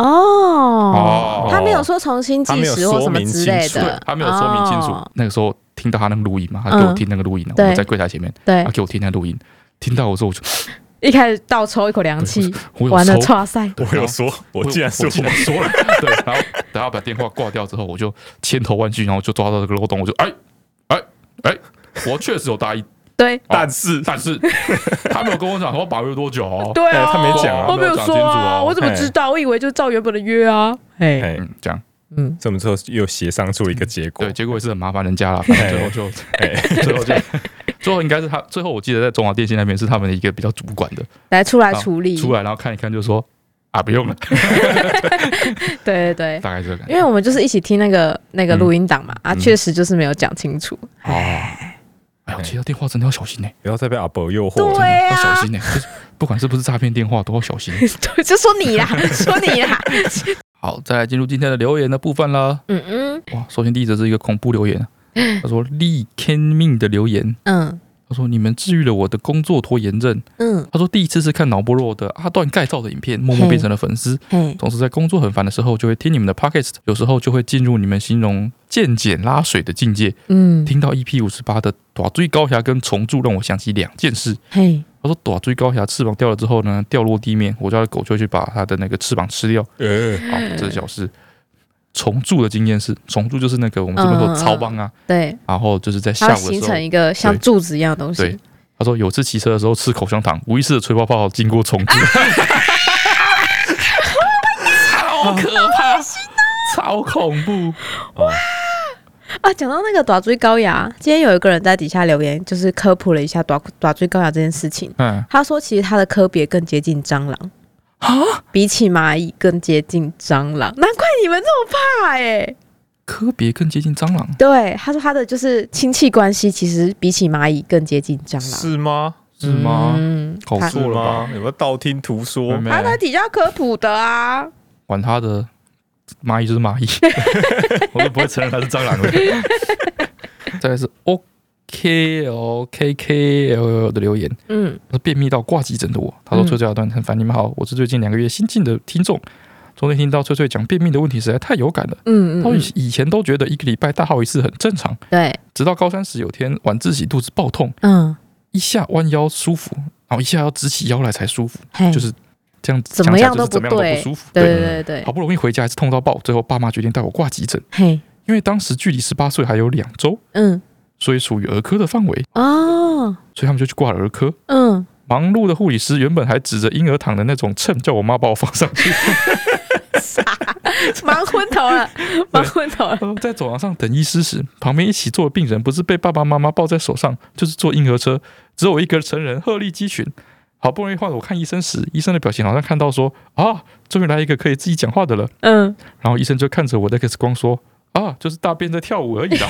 [SPEAKER 4] 哦，
[SPEAKER 2] 哦
[SPEAKER 4] 他没有说重新计时或什么之类
[SPEAKER 3] 对
[SPEAKER 4] 的，
[SPEAKER 2] 他没有说明清楚
[SPEAKER 4] 哦。
[SPEAKER 2] 那个时候听到他那个录音嘛，他给我听那个录音啊，
[SPEAKER 4] 嗯
[SPEAKER 2] 我们在柜台前面，
[SPEAKER 4] 对
[SPEAKER 2] 他，给我听那个录音，听到我说我就
[SPEAKER 4] 一开始倒抽一口凉气，
[SPEAKER 2] 我有
[SPEAKER 4] 完了，
[SPEAKER 2] 抽，
[SPEAKER 4] 哇塞，
[SPEAKER 2] 对
[SPEAKER 3] 我有，说，哦我竟然哦
[SPEAKER 2] 说
[SPEAKER 3] 说
[SPEAKER 2] 我竟然 说了，对，然后然后把电话挂掉之后，我就千头万绪，然后就抓到这个漏洞，我就哎哎哎，我确实有答应，
[SPEAKER 4] 对
[SPEAKER 3] 但是
[SPEAKER 2] 但是他没有跟我讲说保留多久哦，
[SPEAKER 4] 对啊，
[SPEAKER 3] 哎他没讲啊
[SPEAKER 4] 我没
[SPEAKER 2] 他
[SPEAKER 4] 有
[SPEAKER 2] 没有讲
[SPEAKER 4] 说
[SPEAKER 2] 清楚
[SPEAKER 4] 啊，
[SPEAKER 2] 哦
[SPEAKER 4] 我怎么知道？我以为就照原本的约啊，哎，
[SPEAKER 3] 哎，
[SPEAKER 2] 嗯，这样
[SPEAKER 4] 嗯，
[SPEAKER 3] 这么之后又协商出了一个结果
[SPEAKER 2] 对，，结果也是很麻烦人家了，反正最后就
[SPEAKER 3] 哎，
[SPEAKER 2] 最后就。最后应该是他，最后我记得在中华电信那边是他们的一个比较主管的，
[SPEAKER 4] 来出来处理，
[SPEAKER 2] 出来然后看一看就说啊不用了，
[SPEAKER 4] 对对对。
[SPEAKER 2] 大概这个感觉
[SPEAKER 4] 因。为我们就是一起听那个那个录音档嘛，啊，
[SPEAKER 2] 嗯
[SPEAKER 4] 确实就是没有讲清楚。
[SPEAKER 2] 哦，哎呦，接到电话真的要小心呢、
[SPEAKER 3] 不要再被阿伯诱惑了。
[SPEAKER 4] 对
[SPEAKER 2] 要小
[SPEAKER 4] 啊，
[SPEAKER 2] 心呢、就是不管是不是诈骗电话都要小心。
[SPEAKER 4] 对， 就说你啦，说你啦，
[SPEAKER 2] 好，再来进入今天的留言的部分啦。
[SPEAKER 4] 嗯嗯
[SPEAKER 2] 哇，首先第一则是一个恐怖留言啊，他说立 Ken Min 的留言，
[SPEAKER 4] 嗯
[SPEAKER 2] 他说你们治愈了我的工作拖延症。
[SPEAKER 4] 嗯，
[SPEAKER 2] 他说第一次是看脑波弱的阿段盖造的影片，默默变成了粉丝。
[SPEAKER 4] 嘿，
[SPEAKER 2] 总是在工作很烦的时候，就会听你们的 podcast，有时候就会进入你们形容渐减拉水的境界。
[SPEAKER 4] 嗯
[SPEAKER 2] 听到 EP 五十八的短锥高峡跟重铸，让我想起两件事。
[SPEAKER 4] 嘿，
[SPEAKER 2] 他说短锥高峡翅膀掉了之后呢，掉落地面，我家的狗就会去把它的那个翅膀吃掉。
[SPEAKER 3] 呃，
[SPEAKER 4] 嗯
[SPEAKER 2] 好，这是小事。重铸的经验是，重铸就是那个我们这边
[SPEAKER 4] 嗯嗯
[SPEAKER 2] 说
[SPEAKER 4] 嗯
[SPEAKER 2] 超棒啊，
[SPEAKER 4] 对，
[SPEAKER 2] 然后就是在
[SPEAKER 4] 它
[SPEAKER 2] 下
[SPEAKER 4] 会
[SPEAKER 2] 午的
[SPEAKER 4] 形
[SPEAKER 2] 时候
[SPEAKER 4] 成，一个像柱子一样的东
[SPEAKER 2] 对
[SPEAKER 4] 西。，
[SPEAKER 2] 他说有次骑车的时候吃口香糖，无意识的吹泡泡经过重 铸，超可怕，哦 超恐怖，
[SPEAKER 4] 啊，讲到那个短锥高牙，今天有一个人在底下留言，就是科普了一下短短锥高牙这件事情。
[SPEAKER 2] 嗯，
[SPEAKER 4] 他说，其实它的科别更接近蟑螂啊，比起蚂蚁更接近蟑螂。难怪你们这么怕哎、
[SPEAKER 2] 科别更接近蟑螂，
[SPEAKER 4] 对，他说他的就是亲戚关系，其实比起蚂蚁更接近蟑螂。
[SPEAKER 3] 是吗？
[SPEAKER 2] 是吗？
[SPEAKER 4] 嗯，
[SPEAKER 2] 搞
[SPEAKER 4] 他
[SPEAKER 2] 错
[SPEAKER 3] 是吗？有没有道听途说？
[SPEAKER 2] 妹妹
[SPEAKER 4] 他在底下科普的啊。
[SPEAKER 2] 管他的，蚂蚁就是蚂蚁， 我就不会承认它是蟑螂了。再来是 OK L K K L 的留言，
[SPEAKER 4] 嗯，
[SPEAKER 2] 他说便秘到挂急诊的我，他说
[SPEAKER 4] 嗯
[SPEAKER 2] 翠翠阿段很烦你们好，我是最近两个月新进的听众，昨天听到翠翠讲便秘的问题实在太有感了。
[SPEAKER 4] 嗯嗯
[SPEAKER 2] 他说
[SPEAKER 4] 嗯，
[SPEAKER 2] 以前都觉得一个礼拜大号一次很正常，
[SPEAKER 4] 对，
[SPEAKER 2] 直到高三时有天晚自习肚子爆痛，
[SPEAKER 4] 嗯，
[SPEAKER 2] 一下弯腰舒服，然后一下要直起腰来才舒服，
[SPEAKER 4] 嘿，
[SPEAKER 2] 就是这样
[SPEAKER 4] 怎么
[SPEAKER 2] 讲
[SPEAKER 4] 样
[SPEAKER 2] 起来就是
[SPEAKER 4] 都不
[SPEAKER 2] 怎么样都不
[SPEAKER 4] 对
[SPEAKER 2] 舒服。
[SPEAKER 4] 对对对对，
[SPEAKER 2] 好不容易回家还是痛到爆，最后爸妈决定带我挂急诊，
[SPEAKER 4] 嘿，
[SPEAKER 2] 因为当时距离十八岁还有两周，
[SPEAKER 4] 嗯，
[SPEAKER 2] 所以属于儿科的范围，
[SPEAKER 4] 哦，
[SPEAKER 2] 所以他们就去挂了儿科。
[SPEAKER 4] 嗯，
[SPEAKER 2] 忙碌的护理师原本还指着婴儿躺的那种秤，叫我妈把我放上去。
[SPEAKER 4] 忙昏头了，忙昏头了。
[SPEAKER 2] 他说在走廊上等医师时，旁边一起坐的病人不是被爸爸妈妈抱在手上，就是坐婴儿车，只有我一个成人鹤立鸡群。好不容易换我看医生时，医生的表情好像看到说啊，终于来一个可以自己讲话的了。
[SPEAKER 4] 嗯，
[SPEAKER 2] 然后医生就看着我的 X 光说啊，就是大便在跳舞而 已啦。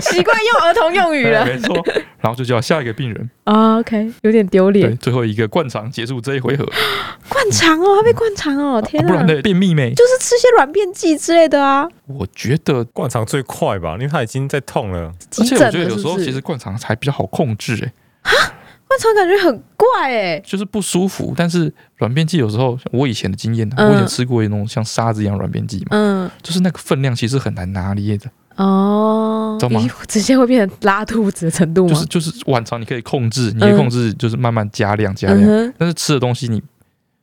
[SPEAKER 4] 习惯用儿童用语 了。
[SPEAKER 2] 没错。然后就叫下一个病人，
[SPEAKER 4] 啊、o k 有点丢
[SPEAKER 2] 对，
[SPEAKER 4] 脸。
[SPEAKER 2] 最后一个灌肠结束这一回合，啊
[SPEAKER 4] 灌肠哦，他被灌肠哦，天
[SPEAKER 2] 不
[SPEAKER 4] 哪！
[SPEAKER 2] 然的便秘没？
[SPEAKER 4] 就是吃些软便剂之类的啊，
[SPEAKER 2] 我觉得，
[SPEAKER 3] 灌肠最快吧，因为他已经在痛了。
[SPEAKER 2] 而
[SPEAKER 4] 急
[SPEAKER 2] 且
[SPEAKER 4] 诊
[SPEAKER 2] 我
[SPEAKER 4] 了
[SPEAKER 2] 觉得有
[SPEAKER 4] 是
[SPEAKER 2] 时候
[SPEAKER 4] 不
[SPEAKER 2] 其实
[SPEAKER 4] 是？
[SPEAKER 2] 灌肠还比较好控制、欸，
[SPEAKER 4] 灌肠感觉很怪哎、
[SPEAKER 2] 就是不舒服，但是软便剂有时候，我以前的经验啊、
[SPEAKER 4] 嗯
[SPEAKER 2] 我以前吃过那种像沙子一样软便剂嘛，
[SPEAKER 4] 嗯
[SPEAKER 2] 就是那个分量其实很难拿捏的，
[SPEAKER 4] 哦，
[SPEAKER 2] 懂吗
[SPEAKER 4] 已经直接会变成拉肚子的程度吗？
[SPEAKER 2] 就是就是晚餐你可以控制，你可以
[SPEAKER 4] 嗯
[SPEAKER 2] 控制就是慢慢加量加
[SPEAKER 4] 嗯
[SPEAKER 2] 量，
[SPEAKER 4] 哼，
[SPEAKER 2] 但是吃的东西你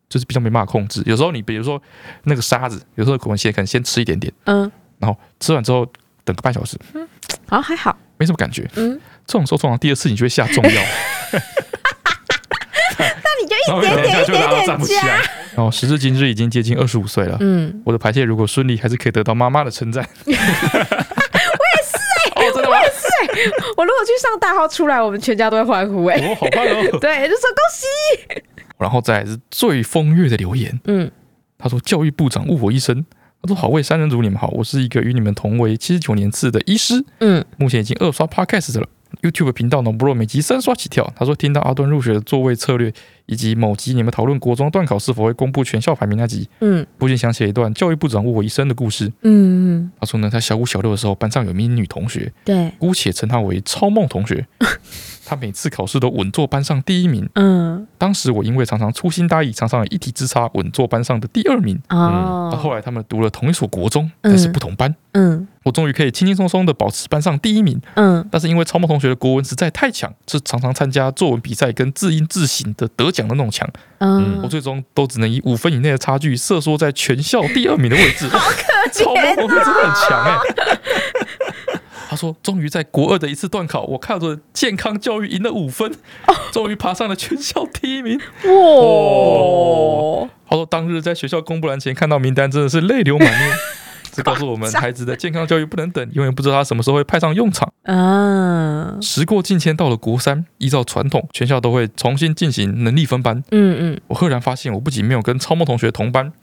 [SPEAKER 2] 就是比较没办法控制。有时候你比如说那个沙子，有时候我们先可能先吃一点点，
[SPEAKER 4] 嗯，
[SPEAKER 2] 然后吃完之后等个半小时，
[SPEAKER 4] 好像还好，
[SPEAKER 2] 没什么感觉。
[SPEAKER 4] 嗯，
[SPEAKER 2] 这种时候通常第二次你就会下重药，
[SPEAKER 4] 那你就
[SPEAKER 2] 然后
[SPEAKER 4] 点
[SPEAKER 2] 等一下就
[SPEAKER 4] 一点
[SPEAKER 2] 拉到
[SPEAKER 4] 点
[SPEAKER 2] 站不起来。然后时至今日已经接近二十五岁了，
[SPEAKER 4] 嗯，
[SPEAKER 2] 我的排泄如果顺利，还是可以得到妈妈的称赞。 我也是哎、哦，真的吗？
[SPEAKER 4] 我如果去上大号出来，我们全家都会欢呼哎、
[SPEAKER 2] 哦，好棒 哦！
[SPEAKER 4] 对，就说恭喜，
[SPEAKER 2] 然后再来是最风月的留言，
[SPEAKER 4] 嗯，
[SPEAKER 2] 他说：“教育部长误我一生。”他说：“好位三人组，你们好，我是一个与你们同为七十九年次的医师，
[SPEAKER 4] 嗯，
[SPEAKER 2] 目前已经二刷 podcast 了。” YouTube 频道呢，不若每集三刷起跳。他说听到阿端入学的座位策略，以及某集你们讨论国中段考是否会公布全校排名那集，
[SPEAKER 4] 嗯
[SPEAKER 2] 不禁想起了一段教育部长误我一生的故事。
[SPEAKER 4] 嗯，嗯
[SPEAKER 2] 他说呢，他小五小六的时候，班上有一名女同学，
[SPEAKER 4] 对，
[SPEAKER 2] 姑且称她为超梦同学。 她每次考试都稳坐班上第一名。
[SPEAKER 4] 嗯，
[SPEAKER 2] 当时我因为常常粗心大意，常常有一体之差，稳坐班上的第二名。
[SPEAKER 4] 哦，
[SPEAKER 2] 后来他们读了同一所国中，但是不同班。
[SPEAKER 4] 嗯
[SPEAKER 2] 我终于可以轻轻松松的保持班上第一名，
[SPEAKER 4] 嗯，
[SPEAKER 2] 但是因为超梦同学的国文实在太强，是常常参加作文比赛跟字音字形的得奖的那种强，
[SPEAKER 4] 嗯，
[SPEAKER 2] 我最终都只能以五分以内的差距瑟缩在全校第二名的 位置。
[SPEAKER 4] 啊
[SPEAKER 2] 超梦同学真的很强哎、他说：“终于在国二的一次段考，我靠着健康教育赢了五分，
[SPEAKER 4] 哦
[SPEAKER 2] 终于爬上了全校第一名。”
[SPEAKER 4] 哇，
[SPEAKER 2] 他说当日在学校公布栏前看到名单，真的是泪流满 面。这告诉我们，孩子的健康教育不能等，永远不知道他什么时候会派上用场。
[SPEAKER 4] 嗯
[SPEAKER 2] 时过境迁，到了国三，依照传统，全校都会重新进行能力分班。
[SPEAKER 4] 嗯嗯，
[SPEAKER 2] 我赫然发现，我不仅没有跟超梦同学同班，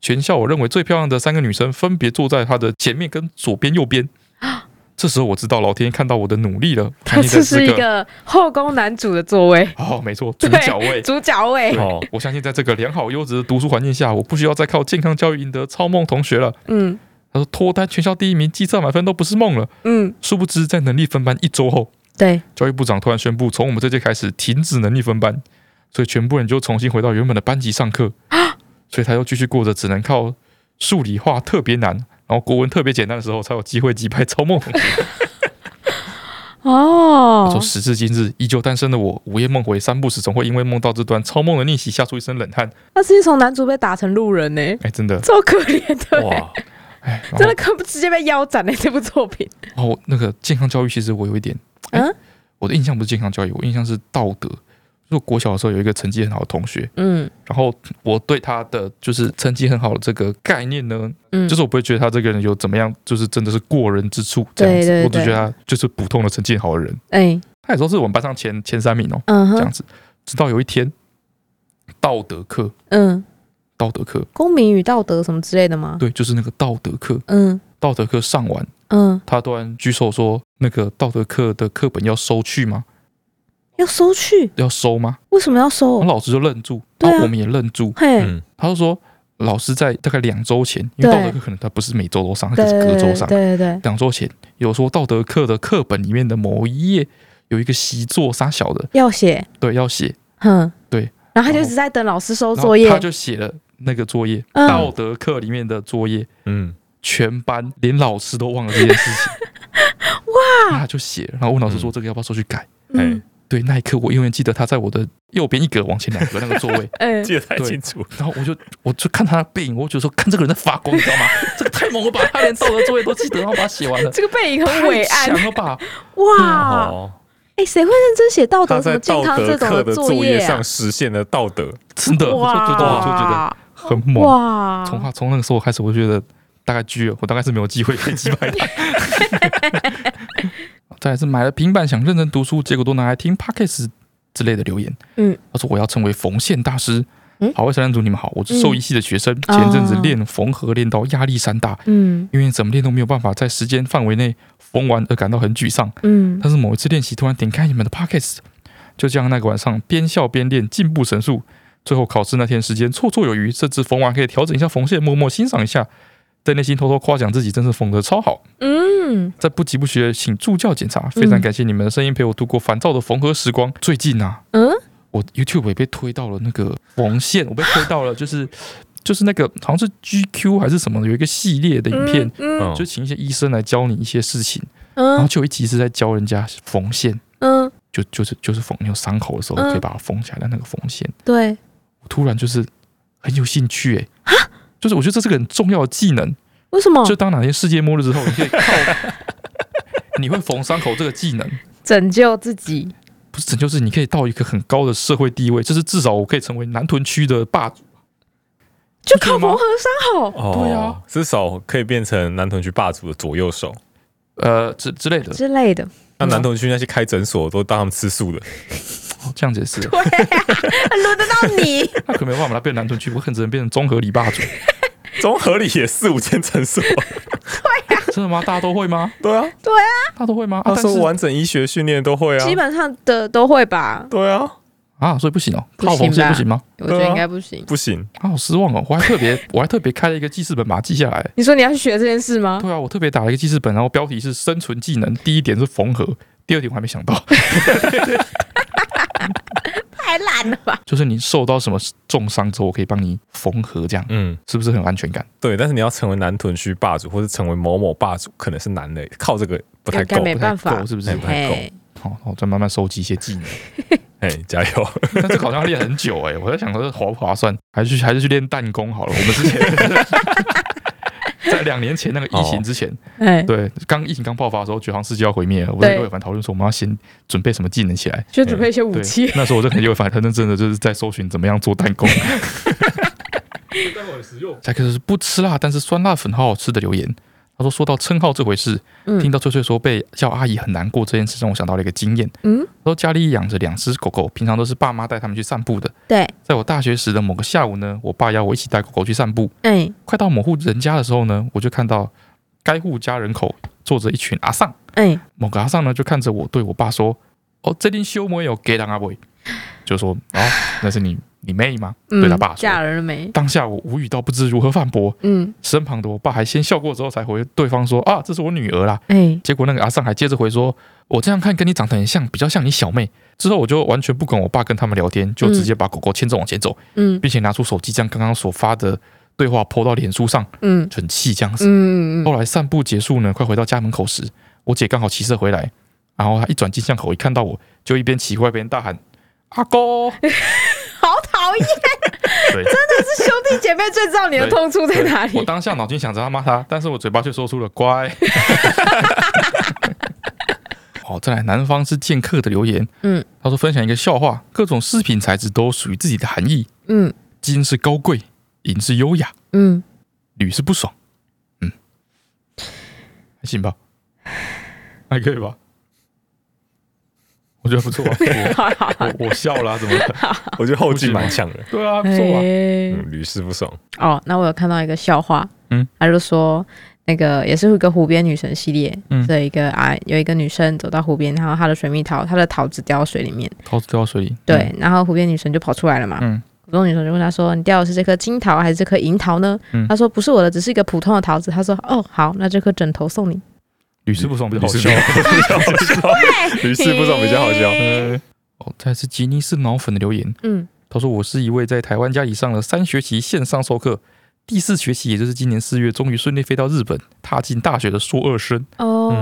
[SPEAKER 2] 全校我认为最漂亮的三个女生分别坐在她的前面跟左边、右 边。这时候我知道老天看到我的努力 了，
[SPEAKER 4] 他
[SPEAKER 2] 看定
[SPEAKER 4] 这
[SPEAKER 2] 的
[SPEAKER 4] 是一个后宫男主的座位，
[SPEAKER 2] 哦，没错，主
[SPEAKER 4] 对
[SPEAKER 2] 角位。
[SPEAKER 4] 主角位，
[SPEAKER 3] 哦，
[SPEAKER 2] 我相信在这个良好优质的读书环境下，我不需要再靠健康教育赢得超梦同学了。
[SPEAKER 4] 嗯
[SPEAKER 2] 他说脱单全校第一名，绩效满分都不是梦了。
[SPEAKER 4] 嗯，
[SPEAKER 2] 殊不知，在能力分班一周后，
[SPEAKER 4] 对，
[SPEAKER 2] 教育部长突然宣布，从我们这届开始停止能力分班，所以全部人就重新回到原本的班级上 课。所以他又继续过着只能靠数理化特别难，然后国文特别简单的时候，才有机会击败超梦同学。他
[SPEAKER 4] 哦
[SPEAKER 2] 说，时至今日，依旧单身的我，午夜梦回三不时，总会因为梦到这段超梦的逆袭，吓出一身冷汗。
[SPEAKER 4] 他是从男主被打成路人呢、
[SPEAKER 2] 哎，真的，
[SPEAKER 4] 超可怜的、欸，
[SPEAKER 3] 哇，
[SPEAKER 2] 哎，然后
[SPEAKER 4] 真的可直接被腰斩了、欸这部作品。
[SPEAKER 2] 然后那个健康教育，其实我有一点，哎
[SPEAKER 4] 嗯
[SPEAKER 2] 我的印象不是健康教育，我印象是道德。就是我国小的时候有一个成绩很好的同学，
[SPEAKER 4] 嗯
[SPEAKER 2] 然后我对他的就是成绩很好的这个概念呢，
[SPEAKER 4] 嗯，
[SPEAKER 2] 就是我不会觉得他这个人有怎么样，就是真的是过人之处这样子，
[SPEAKER 4] 对对对
[SPEAKER 2] 我只觉得他就是普通的成绩很好的人。
[SPEAKER 4] 哎、
[SPEAKER 2] 他有时候是我们班上前前三名哦，
[SPEAKER 4] 嗯
[SPEAKER 2] 这
[SPEAKER 4] 哼
[SPEAKER 2] 样，子。直到有一天，道德课，
[SPEAKER 4] 嗯，
[SPEAKER 2] 道德课，
[SPEAKER 4] 公民与道德什么之类的吗？
[SPEAKER 2] 对，就是那个道德课，
[SPEAKER 4] 嗯
[SPEAKER 2] 道德课上完，
[SPEAKER 4] 嗯，
[SPEAKER 2] 他突然举手说，那个道德课的课本要收去吗？
[SPEAKER 4] 要收去，
[SPEAKER 2] 要收吗？
[SPEAKER 4] 为什么要收
[SPEAKER 2] 然后？老师就愣住，
[SPEAKER 4] 哦对啊
[SPEAKER 2] 然后我们也愣住。
[SPEAKER 4] 嘿，
[SPEAKER 3] 嗯，
[SPEAKER 2] 他就说，老师在大概两周前，因为
[SPEAKER 4] 对
[SPEAKER 2] 道德课可能他不是每周都上，他
[SPEAKER 4] 对
[SPEAKER 2] 可是隔周上。
[SPEAKER 4] 对对对，
[SPEAKER 2] 两周前有说道德课的课本里面的某一页有一个习作，杀小的，
[SPEAKER 4] 要写，
[SPEAKER 2] 对，要写。
[SPEAKER 4] 哼，
[SPEAKER 2] 对，
[SPEAKER 4] 然后他
[SPEAKER 2] 然
[SPEAKER 4] 就
[SPEAKER 2] 后
[SPEAKER 4] 一直在等老师收
[SPEAKER 2] 然后
[SPEAKER 4] 作业
[SPEAKER 2] 他，就写了那个作业，
[SPEAKER 4] 嗯
[SPEAKER 2] 道德课里面的作业，
[SPEAKER 3] 嗯，
[SPEAKER 2] 全班连老师都忘了这件事 情。哇！他就写了，然后问老师说：“
[SPEAKER 3] 嗯
[SPEAKER 2] 这个要不要收去改
[SPEAKER 4] 嗯？”
[SPEAKER 2] 对，那一刻我永远记得他在我的右边一格往前两格那个座位，
[SPEAKER 4] 哎，
[SPEAKER 3] 记得太清楚，
[SPEAKER 2] 然后我就我就看他的背影，我就觉得说看这个人在发光，你知道吗？ 这个太猛了吧！他连道德作业都记得，然后把它写完了，
[SPEAKER 4] 这个背影很伟
[SPEAKER 2] 太
[SPEAKER 4] 岸
[SPEAKER 2] 强了吧！
[SPEAKER 4] 哇！
[SPEAKER 3] 哦，
[SPEAKER 4] 哎，谁会认真写道
[SPEAKER 3] 他
[SPEAKER 4] 德、什
[SPEAKER 3] 在
[SPEAKER 4] 么健
[SPEAKER 3] 道
[SPEAKER 4] 康这
[SPEAKER 3] 德
[SPEAKER 4] 种
[SPEAKER 3] 课的
[SPEAKER 4] 作
[SPEAKER 3] 作业
[SPEAKER 4] 啊
[SPEAKER 3] 上？实现了道 德，
[SPEAKER 2] 真的，我就觉得我就觉得
[SPEAKER 4] 哇
[SPEAKER 2] 很猛。
[SPEAKER 4] 哇！
[SPEAKER 2] 从他从那个时候开始，我就觉得大概狙了，我大概是没有机会可以击败他。再来是买了平板想认真读书，结果都拿来听 podcast 之类的留言。
[SPEAKER 4] 嗯，
[SPEAKER 2] 他说我要成为缝线大师。
[SPEAKER 4] 嗯
[SPEAKER 2] 好，外三人组你们好，我是兽医系的学生，
[SPEAKER 4] 嗯
[SPEAKER 2] 前阵子练缝合练到压力山大，
[SPEAKER 4] 嗯
[SPEAKER 2] 因为怎么练都没有办法在时间范围内缝完而感到很沮丧。
[SPEAKER 4] 嗯
[SPEAKER 2] 但是某一次练习，突然点开你们的 podcast，就这样那个晚上边笑边练，进步神速。最后考试那天时间绰绰有余，甚至缝啊完可以调整一下缝线，默默欣赏一下，在内心偷偷夸奖自己，真是缝得超好。
[SPEAKER 4] 嗯，
[SPEAKER 2] 在不疾不徐的请助教检查，非常感谢你们的声音陪我度过烦躁的缝合时光。最近啊，
[SPEAKER 4] 嗯，
[SPEAKER 2] 我 YouTube 也被推到了那个缝线，我被推到了就是就是那个好像是 GQ 还是什么的，有一个系列的影片，啊
[SPEAKER 4] 嗯
[SPEAKER 3] 嗯
[SPEAKER 2] 就请一些医生来教你一些事情，然后
[SPEAKER 4] 嗯
[SPEAKER 2] 就有一集是在教人家缝线，
[SPEAKER 4] 嗯，
[SPEAKER 2] 就就是就是缝你有伤口的时候
[SPEAKER 4] 嗯
[SPEAKER 2] 可以把它缝起来的那个缝线。
[SPEAKER 4] 对，
[SPEAKER 2] 我突然就是很有兴趣哎、就是我觉得这是个很重要的技能，
[SPEAKER 4] 为什么
[SPEAKER 2] 就当哪天世界末日之后，你可以靠 你会缝伤口这个技能，
[SPEAKER 4] 拯救自己？
[SPEAKER 2] 不是拯救，是你可以到一个很高的社会地位，就是至少我可以成为南屯区的霸主。
[SPEAKER 4] 就
[SPEAKER 2] 你觉得
[SPEAKER 4] 靠
[SPEAKER 2] 吗
[SPEAKER 4] 缝合伤口
[SPEAKER 3] 哦，
[SPEAKER 2] 对啊，
[SPEAKER 3] 至少可以变成男同区霸主的左右手。
[SPEAKER 2] 呃，之之类的，
[SPEAKER 4] 之类的，
[SPEAKER 3] 那男同区那些开诊所都当他们吃素的，
[SPEAKER 2] 哦这样子也是，
[SPEAKER 4] 对啊，轮得到你？
[SPEAKER 2] 那可没办法把它变成南屯区，我可能只能变成综合理霸主。
[SPEAKER 3] 综合里也四五间诊所。
[SPEAKER 2] 真的吗？大家都会吗？
[SPEAKER 3] 对啊，
[SPEAKER 2] 大家都会吗？啊，
[SPEAKER 3] 他
[SPEAKER 2] 但是
[SPEAKER 3] 说完整医学训练都会啊
[SPEAKER 4] 基。本上的都会吧，
[SPEAKER 3] 对啊，
[SPEAKER 2] 啊，所以不行哦，
[SPEAKER 4] 不
[SPEAKER 2] 靠
[SPEAKER 4] 行吧
[SPEAKER 2] 缝线不行吗？
[SPEAKER 4] 我觉得应该不行。
[SPEAKER 3] 不行，
[SPEAKER 2] 啊，好失望哦，我还特 别我还特别开了一个记事本把它记下来。
[SPEAKER 4] 你说你要去学这件事吗？
[SPEAKER 2] 对啊，我特别打了一个记事本，然后标题是生存技能，第一点是缝合，第二点我还没想 到，
[SPEAKER 4] 太懒了吧！
[SPEAKER 2] 就是你受到什么重伤之后，我可以帮你缝合，这样
[SPEAKER 3] 嗯，
[SPEAKER 2] 是不是很有安全感？
[SPEAKER 3] 对。但是你要成为男屯区霸主，或者成为某某霸主，可能是难的，靠这个不太
[SPEAKER 4] 应该
[SPEAKER 3] 够。
[SPEAKER 4] 没
[SPEAKER 2] 不太
[SPEAKER 4] 办法
[SPEAKER 2] 够是不是
[SPEAKER 3] 哎？不太够
[SPEAKER 4] 嘿
[SPEAKER 2] 好，那我再慢慢收集一些技能。
[SPEAKER 3] 哎，加油！
[SPEAKER 2] 但这个好像要练很久哎、我在想说划不划算，还是去还是去练弹弓好了。我们之前 在两年前那个疫情之前，
[SPEAKER 4] 哎，
[SPEAKER 2] 对，刚疫情刚爆发的时候，觉得好像世界要毁灭了。我在
[SPEAKER 4] 对
[SPEAKER 2] 跟魏凡讨论说，我们要先准备什么技能起来。
[SPEAKER 4] 就准备一些武
[SPEAKER 2] 对
[SPEAKER 4] 器，，
[SPEAKER 2] 那时候我就很有反，很认真的就是在搜寻怎么样做弹弓。下一个是不吃辣，但是酸辣粉好好吃的留言。他说：“说到称号这回事，
[SPEAKER 4] 嗯
[SPEAKER 2] 听到翠翠说被叫阿姨很难过这件事，让我想到了一个经验。
[SPEAKER 4] 嗯
[SPEAKER 2] 他说家里养着两只狗狗，平常都是爸妈带他们去散步的。
[SPEAKER 4] 对，
[SPEAKER 2] 在我大学时的某个下午呢，我爸要我一起带狗狗去散步。
[SPEAKER 4] 哎，
[SPEAKER 2] 快到某户人家的时候呢，我就看到该户家人口坐着一群阿丧。
[SPEAKER 4] 哎，
[SPEAKER 2] 某个阿上呢就看着我对我爸说：“哦，这天修没有给人阿伯。”就说：“哦，那是你你妹吗？”
[SPEAKER 4] 嗯
[SPEAKER 2] 对他爸说。
[SPEAKER 4] 嫁人了没？
[SPEAKER 2] 当下我无语到不知如何反驳，
[SPEAKER 4] 嗯，
[SPEAKER 2] 身旁的我爸还先笑过之后才回对方说：“啊，这是我女儿啦。”
[SPEAKER 4] 哎，
[SPEAKER 2] 结果那个阿上还接着回说：“我这样看跟你长得很像，比较像你小妹。”之后我就完全不管我爸跟他们聊天，就直接把狗狗牵着往前走，
[SPEAKER 4] 嗯
[SPEAKER 2] 并且拿出手机将刚刚所发的对话抛到脸书上，
[SPEAKER 4] 嗯
[SPEAKER 2] 就很气这样子。
[SPEAKER 4] 嗯嗯，
[SPEAKER 2] 后来散步结束呢，快回到家门口时，我姐刚好骑车回来，然后她一转进巷口，一看到我就一边骑过来一边大喊：“阿公
[SPEAKER 4] 好讨厌！！”
[SPEAKER 2] 对，
[SPEAKER 4] 是兄弟姐妹最知道你的痛处在哪
[SPEAKER 2] 我
[SPEAKER 4] 里。
[SPEAKER 2] 当下脑筋想着要骂她，但是我嘴巴却说出了“乖”。 哦，再来，南方是剑客的留言，
[SPEAKER 4] 嗯，
[SPEAKER 2] 他说分享一个笑话，各种饰品材质都属于自己的含义，
[SPEAKER 4] 嗯
[SPEAKER 2] 金是高贵，银是优雅，
[SPEAKER 4] 嗯，
[SPEAKER 2] 铝是不爽，嗯，还行吧，还可以吧，我觉得不错啊，
[SPEAKER 4] 好好好
[SPEAKER 2] 我，我我笑了、啊，怎么了？
[SPEAKER 3] 我觉得 后劲蛮强的。
[SPEAKER 2] 对啊，不错啊，
[SPEAKER 4] 哎
[SPEAKER 3] 嗯，屡试不爽。
[SPEAKER 4] 哦，那我有看到一个笑话，
[SPEAKER 2] 嗯
[SPEAKER 4] 嗯，他就说那个也是一个湖边女神系列
[SPEAKER 2] 嗯
[SPEAKER 4] 的一个啊，有一个女生走到湖边，然后她的水蜜桃，她的桃子掉到水里面，
[SPEAKER 2] 桃子掉到水里，
[SPEAKER 4] 对，然后湖边女神就跑出来了嘛，
[SPEAKER 2] 嗯
[SPEAKER 4] 湖中女神就问她说：“你掉的是这颗金桃还是这颗银桃呢？”
[SPEAKER 2] 嗯
[SPEAKER 4] 她说：“不是我的，只是一个普通的桃子。”她说：“哦，好，那这颗枕头送你。
[SPEAKER 2] 屡试不爽比较好
[SPEAKER 3] 屡
[SPEAKER 2] 笑
[SPEAKER 3] 试。不爽比较好 笑，屡试不爽比较好笑。
[SPEAKER 2] 嗯， 哦，再来是吉尼斯脑粉的留言，”
[SPEAKER 4] 嗯，
[SPEAKER 2] 他说我是一位在台湾家里上了三学期线上授课，第四学期也就是今年四月，终于顺利飞到日本，踏进大学的硕二生，
[SPEAKER 4] 哦，